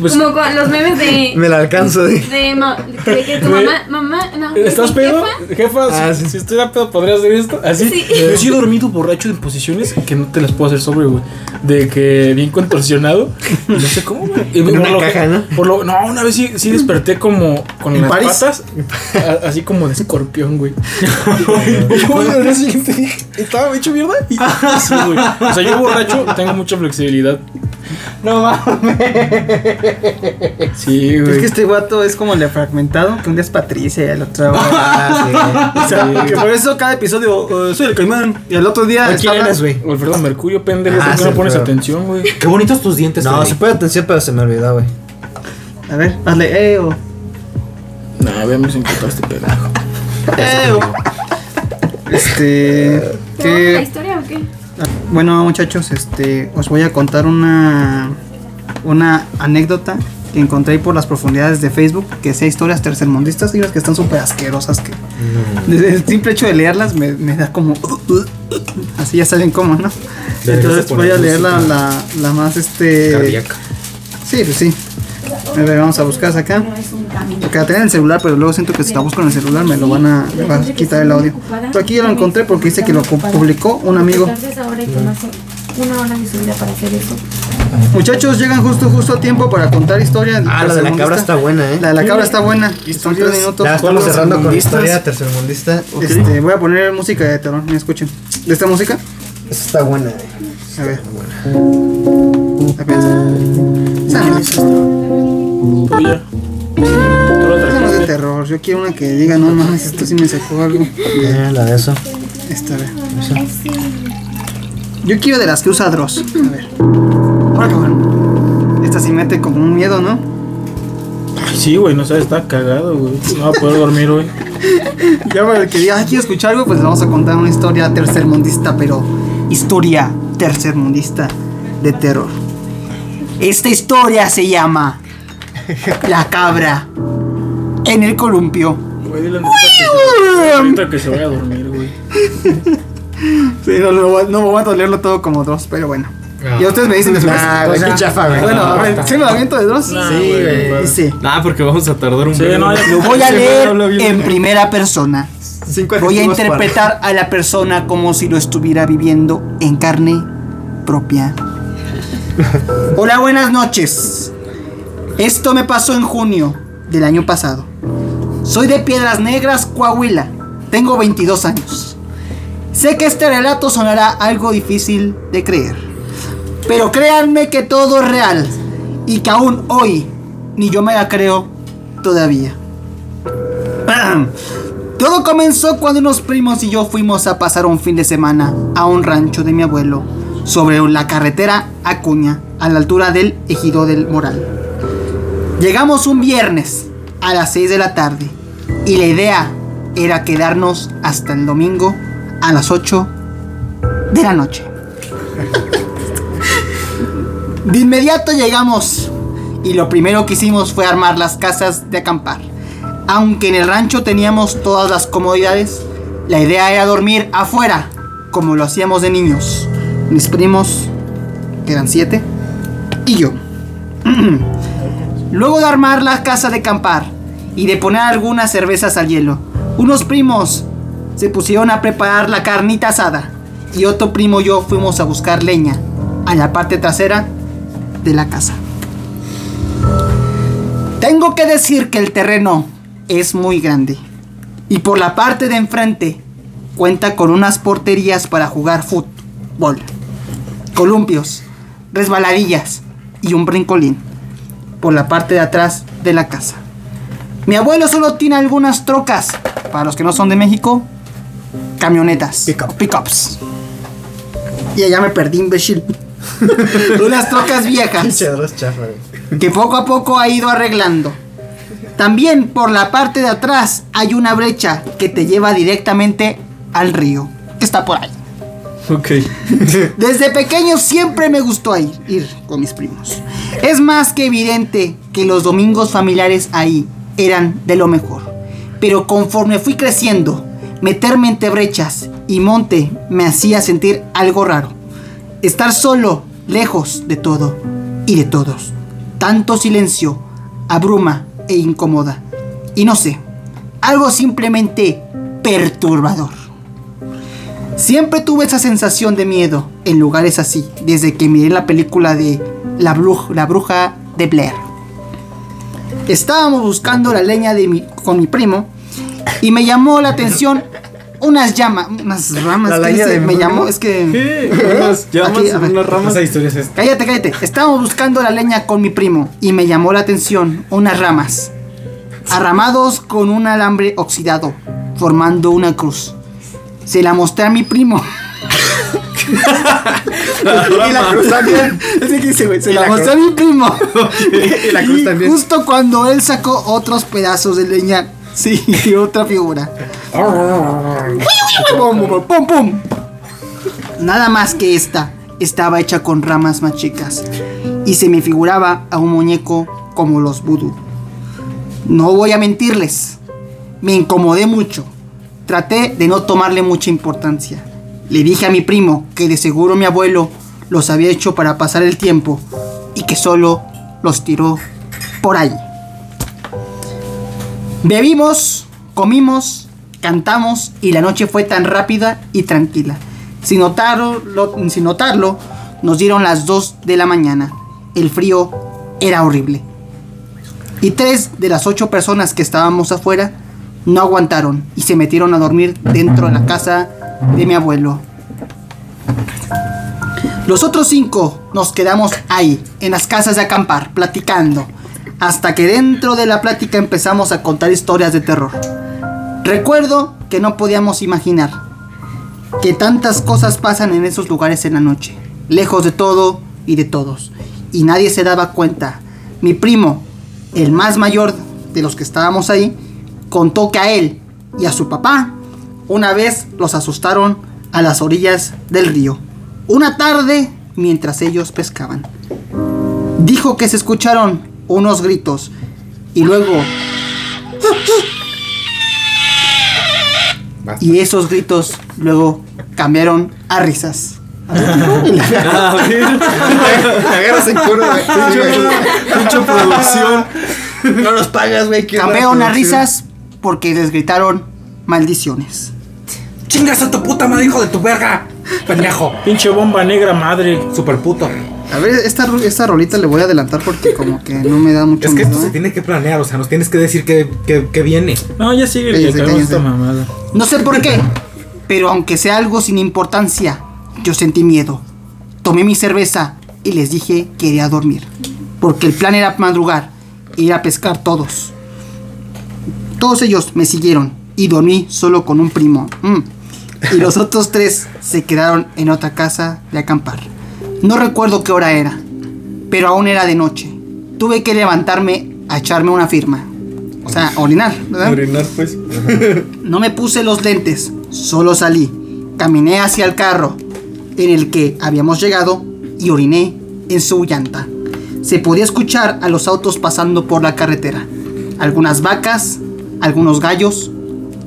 Pues,
Como con los memes de.
Me la alcanzo, dije.
De, ma- de que tu
Güey.
mamá. Mamá, no.
¿Estás
mi
pedo?
jefa,
Jefa,
Ah,
si,
sí.
si estuviera pedo, ¿podrías hacer esto? Así.
Sí.
Eh, Yo sí he dormido borracho en posiciones que no te las puedo hacer sobrio, güey. De que bien contorsionado. y No sé cómo, güey. Y
En
por
una
lo
caja,
que-
¿no?
por lo- no, una vez sí, sí desperté como con
¿En
las
París?
patas. a- así como de escorpión, güey. Yo, güey, al día siguiente, Estaba hecho mierda. Y, sí, güey. O sea, yo borracho tengo mucha flexibilidad.
No mames.
Sí, güey.
Es que este guato es como el de fragmentado, que un día es Patricia y el otro.
Ah,
O sea, que por eso cada episodio eh, soy el caimán. Y el otro día.
¿O
está
quién
hablando-
eres, güey?
O Alfredo Mercurio, pendejo,
Ah,
¿por qué no
sí,
pones
pero-
atención, güey?
Qué bonitos tus dientes.
No,
Freddy.
se puede atención, pero se me olvidó, güey.
A ver, hazle, eh, o.
No, veamos en qué está este pendejo.
Eh, o. Este.
¿te gusta la
Que.
historia o qué?
Bueno, muchachos, este. Os voy a contar una. Una anécdota que encontré por las profundidades de Facebook. Que sea historias tercermundistas y unas que están súper asquerosas. Que. Desde el simple hecho de leerlas me, me da como. Así ya saben cómo, ¿no? Entonces voy a
poner
leer la,
música
la, la más este.
Cardíaca.
Sí, pues sí. A ver, vamos a buscar acá.
No es un camino.
Porque la tenía en el celular, pero luego siento que si la busco en el celular me lo van a, me va a quitar el audio. Pero aquí ya lo encontré porque dice que lo pu- publicó un amigo.
Entonces ahora hay que tomarse una hora de su vida para hacer eso.
Muchachos, llegan justo justo a tiempo para contar historias.
Ah, la de la cabra está buena,
La
¿eh?
de la cabra está buena. Son tres minutos.
Ya estamos cerrando con
tercermundistas.
historia tercermundista.
Este, voy a poner música de terror, me escuchen. ¿De esta música?
Esa está buena, eh.
A ver. A ver. Esa no es- esa
Tuya. Tú la
no es de
trajiste.
terror. Yo quiero una que diga, no mames, esto sí me sacó algo.
Eh, La de eso.
Esta, a ver. Yo quiero de las que usa Dross. A ver. Ahora cabrón. Esta sí mete como un miedo, ¿no?
Ay, sí, güey, no sabes, está cagado, güey. No va a poder dormir hoy.
Ya para el que diga,
Ah, quiero escuchar algo, pues les vamos a contar una historia tercermundista, pero historia tercermundista de terror. Esta historia se llama La cabra en el columpio.
Güey, dile a Neta que se- ahorita que se vaya a dormir, güey.
Sí, no, no, voy a- no me voy a leerlo todo como dos, pero bueno. Y ustedes me dicen después.
Nah, güey, qué chafa, güey.
Bueno, a ver, ¿sí me lo aviento de dos?
Nah, güey, güey.
Dice,
Ah, porque vamos a tardar un
Sí, no, ya-
lo voy a
Sí,
leer
güey, no lo vi.
en primera persona.
Cinco
Voy a
adjetivos para-
interpretar a la persona como si lo estuviera viviendo en carne propia. Hola, buenas noches. Esto me pasó en junio del año pasado. Soy de Piedras Negras, Coahuila. Tengo 22 años. Sé que este relato sonará algo difícil de creer. Pero créanme que todo es real y que aún hoy ni yo me la creo todavía. Todo comenzó cuando unos primos y yo fuimos a pasar un fin de semana a un rancho de mi abuelo sobre la carretera Acuña, a la altura del Ejido del Moral. Llegamos un viernes a las 6 de la tarde y la idea era quedarnos hasta el domingo a las 8 de la noche. De inmediato llegamos y lo primero que hicimos fue armar las casas de acampar. Aunque en el rancho teníamos todas las comodidades, la idea era dormir afuera, como lo hacíamos de niños. Mis primos, que eran siete, y yo. Luego de armar la casa de acampar y de poner algunas cervezas al hielo, unos primos se pusieron a preparar la carnita asada y otro primo y yo fuimos a buscar leña a la parte trasera de la casa. Tengo que decir que el terreno es muy grande y por la parte de enfrente cuenta con unas porterías para jugar fútbol, columpios, resbaladillas y un brincolín por la parte de atrás de la casa. Mi abuelo solo tiene algunas trocas, para los que no son de México, camionetas, pickups. Y allá me perdí, imbécil. Unas trocas viejas que poco a poco ha ido arreglando. También por la parte de atrás hay una brecha que te lleva directamente al río, que está por ahí.
Ok.
Desde pequeño siempre me gustó ir, ir con mis primos. Es más que evidente que los domingos familiares ahí eran de lo mejor. Pero conforme fui creciendo, meterme entre brechas y monte me hacía sentir algo raro. Estar solo, lejos de todo y de todos. Tanto silencio abruma e incomoda. Y no sé, algo simplemente perturbador. Siempre tuve esa sensación de miedo en lugares así, desde que miré la película de La, Bru- La Bruja de Blair. Estábamos buscando la leña de mi- con mi primo y me llamó la atención unas llamas, unas ramas.
La
¿qué
leña
dice?
de
me
mi
llamó,
primo.
es que...
Unas llamas,
Aquí, a ver.
unas ramas.
Esa historia es esta.
Cállate, cállate. Estábamos buscando la leña con mi primo y me llamó la atención unas ramas, arramados con un alambre oxidado, formando una cruz. Se la mostré a mi primo.
Y la cruz también.
Así que dice, güey, se
Y
la
la
mostré a mi primo.
Y la cruz también.
Justo cuando él sacó otros pedazos de leña. Sí, y otra figura. pum, pum, pum, pum. Nada más que esta estaba hecha con ramas más chicas. Y se me figuraba a un muñeco como los vudú. No voy a mentirles. Me incomodé mucho. Traté de no tomarle mucha importancia. Le dije a mi primo que de seguro mi abuelo los había hecho para pasar el tiempo y que solo los tiró por ahí. Bebimos, comimos, cantamos y la noche fue tan rápida y tranquila. Sin notarlo, lo- sin notarlo, nos dieron las 2 de la mañana. El frío era horrible. Y tres de las ocho personas que estábamos afuera no aguantaron y se metieron a dormir dentro de la casa de mi abuelo. Los otros cinco nos quedamos ahí, en las casas de acampar, platicando, hasta que dentro de la plática empezamos a contar historias de terror. Recuerdo que no podíamos imaginar que tantas cosas pasan en esos lugares en la noche, lejos de todo y de todos, y nadie se daba cuenta. Mi primo, el más mayor de los que estábamos ahí, contó que a él y a su papá una vez los asustaron a las orillas del río. Una tarde mientras ellos pescaban. Dijo que se escucharon unos gritos y luego... Y esos gritos luego cambiaron a risas.
Agarras en curva,
Mucha producción.
No nos pagas, güey. qué
Cambiaron
buena
a
producción.
risas porque les gritaron maldiciones.
¡Chingas a tu puta madre, hijo de tu verga! ¡Pendejo!
Pinche bomba negra madre.
Super puto.
A ver, esta, ro- esta rolita le voy a adelantar porque como que no me da mucho
Es que esto
miedo,
se
¿eh?
tiene que planear, o sea, nos tienes que decir que, que- que viene.
No, ya sigue
Cállense,
que acabamos
cállense.
esta mamada.
No sé por qué, pero aunque sea algo sin importancia, yo sentí miedo. Tomé mi cerveza y les dije que iría a dormir. Porque el plan era madrugar e ir a pescar todos. Todos ellos me siguieron y dormí solo con un primo. Mm. Y los otros tres se quedaron en otra casa de acampar. No recuerdo qué hora era, pero aún era de noche. Tuve que levantarme a echarme una firma. O sea, a orinar, ¿verdad?
Orinar, pues.
No me puse los lentes, solo salí. Caminé hacia el carro en el que habíamos llegado y oriné en su llanta. Se podía escuchar a los autos pasando por la carretera. Algunas vacas, algunos gallos,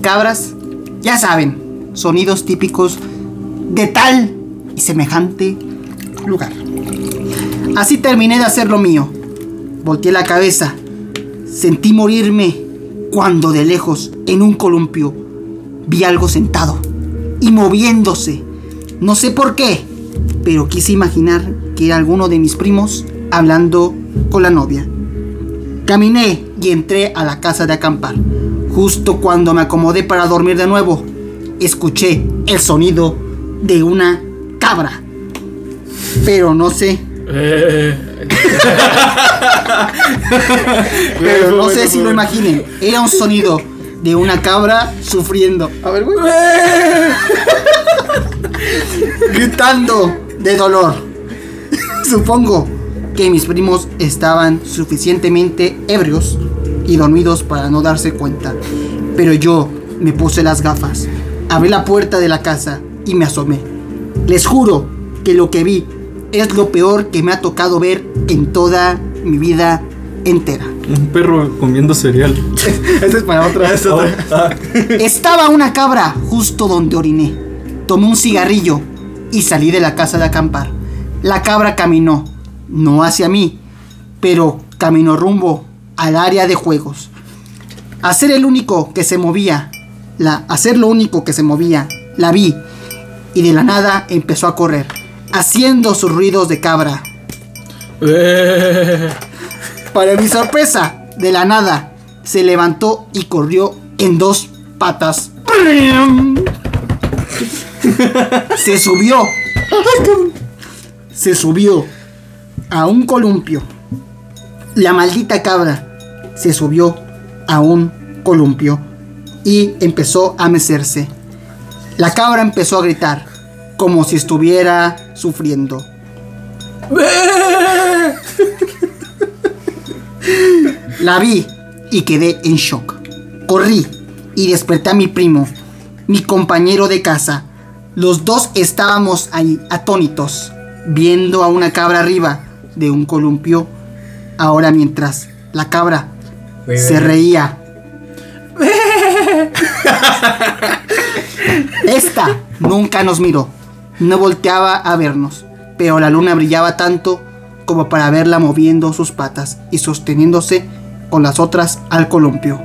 cabras, ya saben, sonidos típicos de tal y semejante lugar. Así terminé de hacer lo mío. Volteé la cabeza Sentí morirme cuando de lejos, en un columpio, vi algo sentado y moviéndose. No sé por qué, pero quise imaginar que era alguno de mis primos hablando con la novia. Caminé y entré a la casa de acampar. Justo cuando me acomodé para dormir de nuevo, escuché el sonido de una cabra. Pero no sé,
Eh,
pero no sé si lo imaginen. Era un sonido de una cabra sufriendo. A ver, güey. Gritando de dolor. Supongo que mis primos estaban suficientemente ebrios y dormidos para no darse cuenta. Pero yo me puse las gafas, abrí la puerta de la casa y me asomé. Les juro que lo que vi es lo peor que me ha tocado ver en toda mi vida entera.
Un perro comiendo cereal.
Esta es para Ah. otra. Estaba una cabra justo donde oriné. Tomé un cigarrillo y salí de la casa de acampar. La cabra caminó, no hacia mí, pero caminó rumbo al área de juegos. Hacer el único que se movía, la, hacer lo único que se movía, la vi y de la nada empezó a correr, haciendo sus ruidos de cabra.
eh,
Para mi sorpresa, de la nada, se levantó y corrió en dos patas. Se subió. Se subió a un columpio. La maldita cabra se subió a un columpio y empezó a mecerse. La cabra empezó a gritar como si estuviera sufriendo. La vi y quedé en shock. Corrí y desperté a mi primo, mi compañero de casa. Los dos estábamos ahí atónitos, viendo a una cabra arriba de un columpio. Ahora mientras la cabra se reía. Esta nunca nos miró, no volteaba a vernos, pero la luna brillaba tanto como para verla moviendo sus patas y sosteniéndose con las otras al columpio.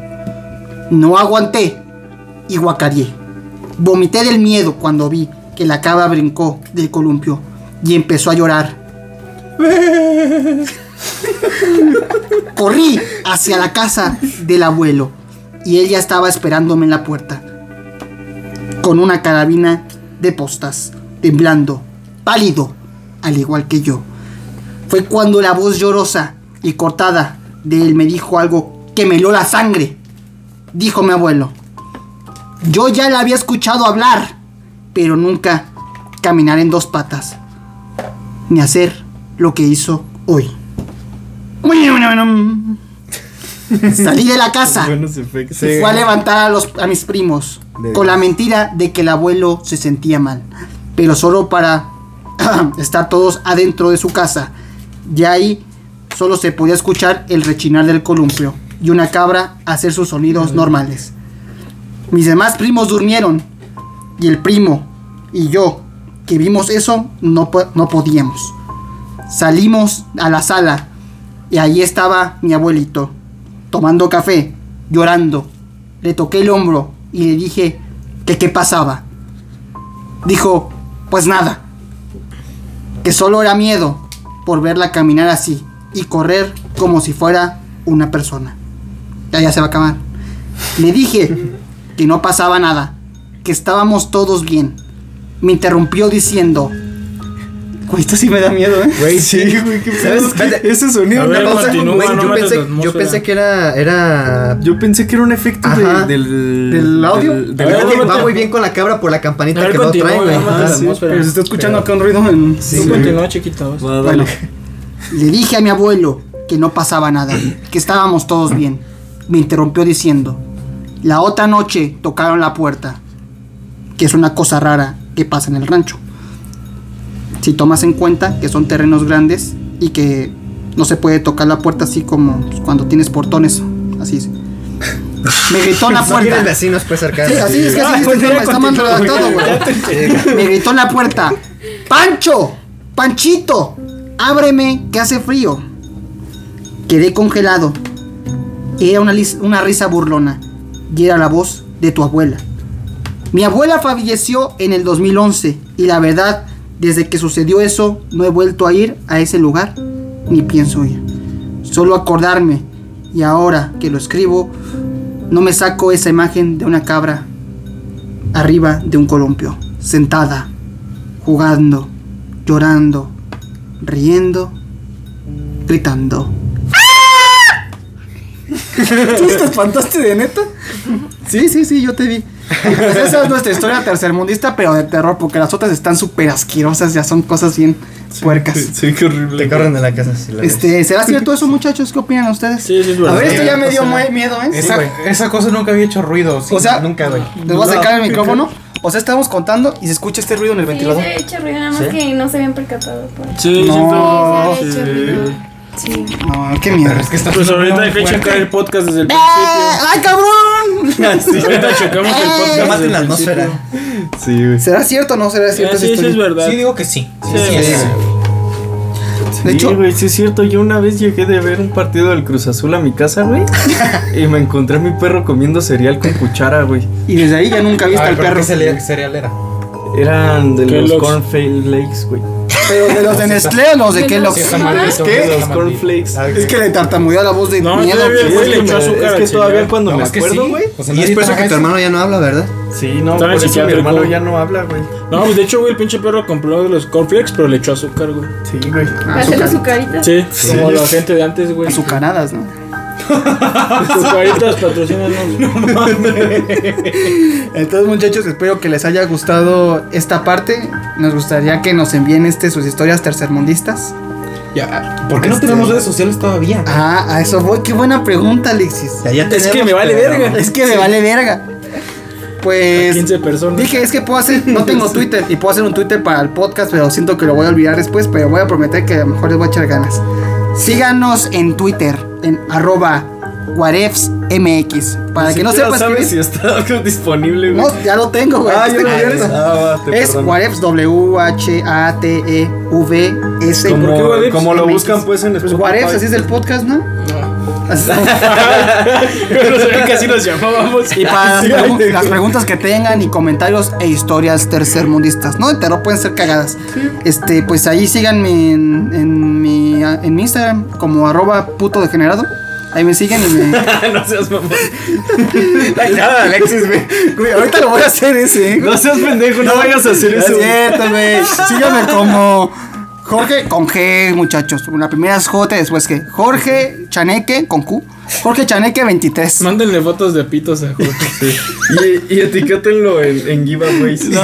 No aguanté y guacareé. Vomité del miedo cuando vi que la cabra brincó del columpio y empezó a llorar. Corrí hacia la casa del abuelo y ella estaba esperándome en la puerta con una carabina de postas, temblando, pálido, al igual que yo. Fue cuando la voz llorosa y cortada de él me dijo algo que me heló la sangre, dijo mi abuelo. Yo ya la había escuchado hablar, pero nunca caminar en dos patas, ni hacer lo que hizo hoy. Salí de la casa.
Buenos efectos.
Fue a levantar a, los, a mis primos con la mentira de que el abuelo se sentía mal, pero solo para estar todos adentro de su casa. Y ahí solo se podía escuchar el rechinar del columpio y una cabra hacer sus sonidos normales. Mis demás primos durmieron y el primo y yo que vimos eso no, po- no podíamos. Salimos a la sala y ahí estaba mi abuelito, tomando café, llorando. Le toqué el hombro y le dije que qué pasaba. Dijo, pues nada, que solo era miedo por verla caminar así y correr como si fuera una persona. Ya, ya se va a acabar. Le dije que no pasaba nada, que estábamos todos bien. Me interrumpió diciendo, Güey, esto sí me da miedo, ¿eh?
Güey, sí, güey, qué pedo.
Ese sonido.
A ver,
Una cosa,
continúa,
güey,
no
yo,
mates
pensé,
la atmósfera.
yo pensé que era. era...
Yo pensé que era un efecto de-
Ajá.
del,
¿Del audio?
del-
Va
del
muy bien-
audio.
va muy bien con la cabra por la
A
campanita
ver,
que no
continúa,
trae, güey.
güey.
Ajá.
Ah, sí,
Pero se está escuchando acá un ruido en...
Tú continúa, chiquito.
Va,
Bueno,
dale.
le dije a mi abuelo que no pasaba nada, que estábamos todos bien. Me interrumpió diciendo, la otra noche tocaron la puerta, que es una cosa rara que pasa en el rancho. Si tomas en cuenta que son terrenos grandes y que no se puede tocar la puerta así como pues, cuando tienes portones, así es. Me gritó en la
No tienes
puerta.
vecinos, pues cercanos.
Sí, así es que
Ah,
así es, está mal redactado, güey. Me gritó en la puerta. ¡Pancho! ¡Panchito! ¡Ábreme! que hace frío. Quedé congelado. Era una, lis- una risa burlona. Y era la voz de tu abuela. Mi abuela falleció en el 2011. Y la verdad, desde que sucedió eso, no he vuelto a ir a ese lugar. Ni pienso ir. Solo acordarme. Y ahora que lo escribo, no me saco esa imagen de una cabra arriba de un columpio, sentada, jugando, llorando, riendo, gritando.
¿Tú te espantaste de neta?
Sí, sí, sí, yo te vi.
Y pues esa es nuestra historia tercermundista, pero de terror, porque las otras están súper asquerosas, ya son cosas bien puercas.
Sí, qué horrible.
Te corren de la casa. si la ves.
Este, ¿será cierto eso, muchachos? ¿Qué opinan ustedes?
Sí, pues, sí, es
A
verdad.
ver, esto ya me dio
O sea,
mue- miedo, ¿eh?
Esa, esa cosa nunca había hecho ruido. sí,
O sea,
Nunca, güey.
Les voy a sacar el micrófono. O sea, estábamos contando y se escucha este ruido en el
Sí,
ventilador.
se ha hecho ruido, nada más que no se habían percatado. Pues.
Sí,
No.
sí,
Sí, se ha hecho ruido. Sí.
No, qué miedo.
Es que está
Pues ahorita hay que checar el podcast desde el
Ah,
principio.
¡Ay, cabrón!
Ahorita checamos el
Eh,
podcast
Nomás
desde
en
el
la
principio.
atmósfera.
Sí, güey.
¿Será cierto o no será cierto
Ah,
esa
Sí, sí,
historia?
es verdad.
Sí, digo que sí. Ah,
Sí, sí, sí.
De hecho-
Sí, güey, sí es cierto. Yo una vez llegué de ver un partido del Cruz Azul a mi casa, güey. y me encontré a mi perro comiendo cereal con cuchara, güey.
Y desde ahí ya nunca viste
Ay,
al
pero
perro.
¿Qué cele- cereal era?
Eran de los
Kellogg's.
cornflakes, güey.
Pero de los de Nestlé o los de Kellogg.
Sí, está maldito,
¿Qué?
está
Los
maldito.
cornflakes.
Es que le tartamudeó la voz de
No,
miedo.
todavía
Sí,
el güey
es
le
que
echó
me-
azúcar
Es
al
que todavía
cereal.
cuando
No,
me
es que
acuerdo,
sí.
güey.
O sea,
Y es
nadie
por eso
traga
que tu
eso.
hermano ya no habla, ¿verdad?
Sí, no,
Estaba
por eso mi
psiquiátrico.
hermano ya no habla, güey.
No, pues de hecho, güey, el pinche perro compró de los cornflakes, pero le echó azúcar, güey.
Sí, güey.
Hace las azucaritas.
Sí, como la gente de antes, güey.
Azucaradas, ¿no?
Azucaritas patrocinan.
Entonces, muchachos, espero que les haya gustado esta parte. Nos gustaría que nos envíen este, sus historias tercermundistas.
Ya, ¿Por qué no tenemos redes sociales todavía?
Ah, a eso voy. Qué buena pregunta, Alexis.
Ya, ya
Es que
tenemos,
me vale
pero-
verga.
Es que me vale verga. Pues.
15 personas.
Dije, es que puedo hacer, no tengo Twitter y puedo hacer un Twitter para el podcast, pero siento que lo voy a olvidar después, pero voy a prometer que a lo mejor les voy a echar ganas. Síganos en Twitter, en arroba whatefsmx. Para que no
Siquiera
sepas
sabes si
escribir.
está disponible, güey.
No, ya lo tengo, güey.
Ah,
aquí
yo
está
no
abierto.
vi eso. Ah, va, te
es
perdono.
whatefs, E W-H-A-T-E-V-S.
¿Por qué
Como,
Whatevs?
como lo
MX.
buscan, pues en
Pues
Spotify.
whatefs, así es el podcast, ¿no?
Pero sabía que así nos llamábamos.
Y para las, pregun- las preguntas que tengan y comentarios e historias tercermundistas, no entero pueden ser cagadas. Este, pues ahí síganme en, en mi, en mi Instagram como arroba puto degenerado. Ahí me siguen y me.
no seas mamón.
Ay, nada, Alexis, güey.
Güey, ahorita lo voy a hacer ese, ¿eh?
No seas pendejo, no vayas a hacer
Es
eso.
cierto, güey. Síganme como Jorge con G, muchachos. La primera es J, después G. Jorge Chaneque con Q. Jorge Chaneque 23.
Mándenle fotos de pitos a Jorge.
Y, y etiquétenlo en, en giveaways. No,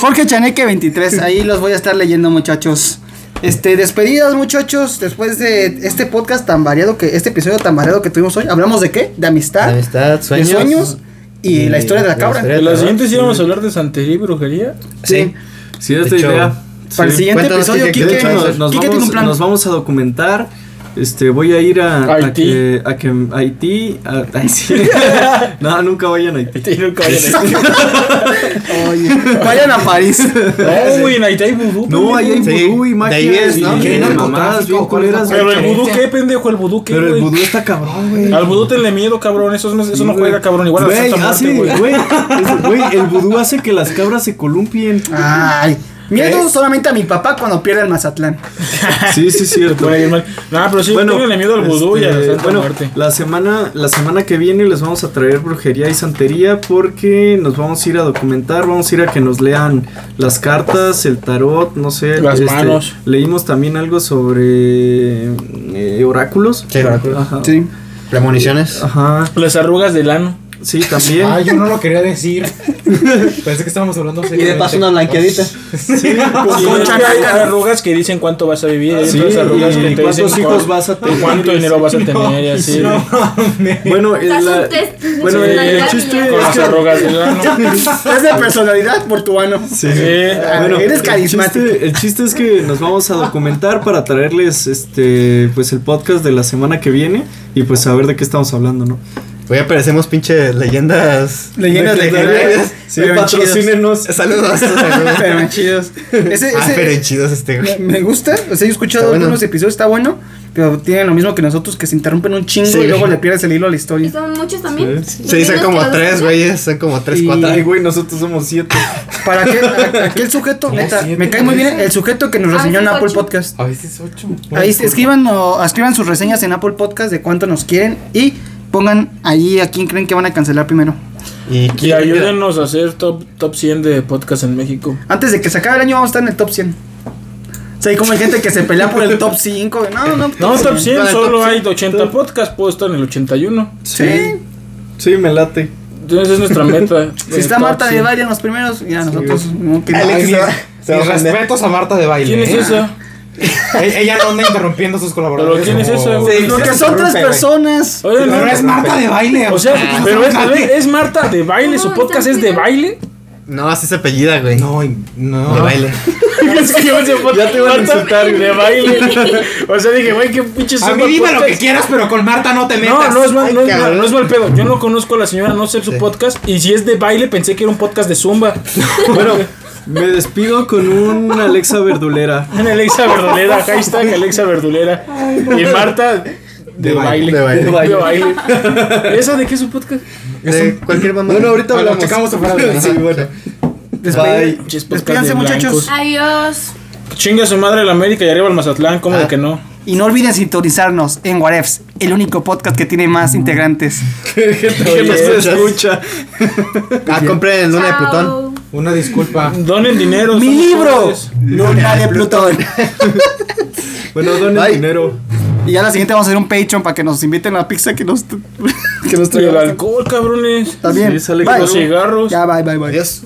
Jorge Chaneque 23, ahí los voy a estar leyendo, muchachos. Este, despedidas, muchachos. Después de este podcast tan variado que, este episodio tan variado que tuvimos hoy, hablamos de qué? De amistad,
De amistad, sueños.
de sueños y,
Y
la historia de la
la
cabra.
historia
En la siguiente sí
Sí.
íbamos a hablar de santería y brujería.
Sí.
Sí,
De
esta
hecho,
idea.
Para el
Sí.
siguiente
Cuéntanos,
episodio,
Quique, ¿qué
Quique,
te
Nos,
parece?
nos
Quique tiene
vamos,
un plan.
nos vamos a documentar. Este, voy a ir a, a
Haití.
que- a que a Haití. a- ay, sí. no, nunca vayan a Haití.
Haití nunca vayan a-
Oye, vayan a París.
No, güey, en Haití hay vudú.
No,
pendejo.
ahí hay
Sí,
vudú y magia.
de ahí es,
y-
¿no?
y
Que hay
mamadas bien culeras.
Pero el vudú qué, pendejo, el vudú qué,
Pero el
güey?
vudú está cabrón, güey.
Al vudú tenle miedo, cabrón. Eso, es- eso no
güey.
juega, cabrón. Igual a la
Güey,
Santa
ah, sí,
Muerte, güey.
güey. Es- güey, el vudú hace que las cabras se columpien.
Ay, miedo solamente a mi papá cuando pierde el Mazatlán.
Sí, sí, cierto.
Güey, hermano. No, pero sí,
Bueno,
tenle miedo al vudú y a la
este,
Santa
bueno,
Muerte.
La semana, la semana que viene les vamos a traer brujería y santería porque nos vamos a ir a documentar, vamos a ir a que nos lean las cartas, el tarot, no sé. este,
Las manos.
Leímos también algo sobre eh, oráculos.
Sí, Ah. oráculos.
Ajá.
Sí.
Premoniciones.
Ajá.
Las arrugas del ano.
Sí, también.
Ah, yo no lo quería decir. Pensé que estábamos hablando
Y de paso una blanqueadita.
Sí, es que hay arrugas que dicen cuánto vas a vivir. Hay
Ah, Sí,
otras arrugas
y
que te
cuántos
dicen
hijos
cuál-
vas a tener,
cuánto dinero vas a tener y así.
Bueno,
O sea,
el-
es
la-
un test de
bueno, el- el
personalidad y
chiste
ya.
Con las arrugas del ano.
Es de personalidad portuano.
Sí. Ah,
Sí.
Bueno, eres
el
carismático.
chiste- El chiste, es que nos vamos a documentar para traerles este pues el podcast de la semana que viene y pues saber de qué estamos hablando, ¿no?
Hoy aparecemos pinche leyendas.
Leyendas legendarias.
Sí,
Pero
patrocínenos. Saludos.
Pero chidos. Ese,
Ah, pero
ese,
chidos este
me,
güey.
me gusta. O sea, yo he escuchado
Está bueno.
algunos episodios, está bueno. Pero tienen lo mismo que nosotros, que se interrumpen un chingo
Sí.
y luego le pierdes el hilo a la
¿Y
historia.
son muchos también?
Se dicen como tres, güeyes. Son como tres,
Y-
cuatro.
Ay,
güey, nosotros somos siete.
¿Para qué? A- Aquel sujeto, neta, me cae muy bien el sujeto que nos
A
Ah,
reseñó en
veces
Apple
ocho.
Podcast.
A veces ocho.
Ahí se- escriban, o- escriban sus reseñas en Apple Podcast de cuánto nos quieren y pongan ahí a quién creen que van a cancelar primero.
pues,
Y
Y ayúdenos a hacer top, top 100 de podcast en México.
Antes de que se acabe el año vamos a estar en el top 100. O sea, hay como hay gente que se pelea por el top 5. No, no, no.
No, top 100,
Para el top
solo hay de 80 podcasts, puedo estar en el 81.
Sí.
Sí, me late.
Entonces es nuestra meta. Eh,
Si está Marta de baile en los primeros, ya nosotros. no, que-
Ay,
Ay,
mis, mis respetos a Marta de baile.
¿Quién es
¿eh?
esa?
E- Ella no anda interrumpiendo a sus colaboradores.
Pero ¿quién es
como-
esa, güey?
Lo que son tres personas.
Oye,
Pero
no,
es Marta Ah, de baile.
O sea, pero es, es Marta de baile, su
No,
podcast es de
también.
baile.
No, así se apellida, güey.
No, y- no.
De baile.
Es que yo se ya te voy a insultar de baile. O sea, dije, güey, qué pinche
A mí
super
dime lo
podcast.
que quieras, pero con Marta no te
No,
metas.
no es, mal,
Ay,
no, es mal,
cabrón.
no es mal pedo. Yo no conozco a la señora, no sé su
Sí.
podcast. Y si es de baile, pensé que era un podcast de zumba.
Bueno, me despido con un Alexa verdulera.
Alexa Verdulera, hashtag Alexa Verdulera. Y Marta de, baile.
baile, de baile.
De baile. ¿Esa de qué es su podcast?
De cualquier mamá.
Bueno, ahorita
Bueno,
hablamos.
Ah, checamos afuera de-
Sí, bueno.
Despedida.
Pinches podcast
Despídanse,
de blancos.
muchachos.
Adiós.
Chinga su madre la América y arriba el Mazatlán, ¿cómo de que no?
Y no olviden sintonizarnos en Warefs, el único podcast que tiene más integrantes.
Que no se escucha.
Ah, compren Luna de Plutón.
Chao.
Una disculpa.
Donen dinero.
¡Mi
somos
libro!
pobres.
Luna de Plutón.
Bueno, donen
Bye.
dinero.
Y ya la siguiente vamos a hacer un Patreon para que nos inviten a la pizza que nos. que nos
Y el
traigan.
alcohol, cabrones.
También.
Sí, sale
Bye.
Los cigarros.
Ya, bye, bye, bye.
Adiós.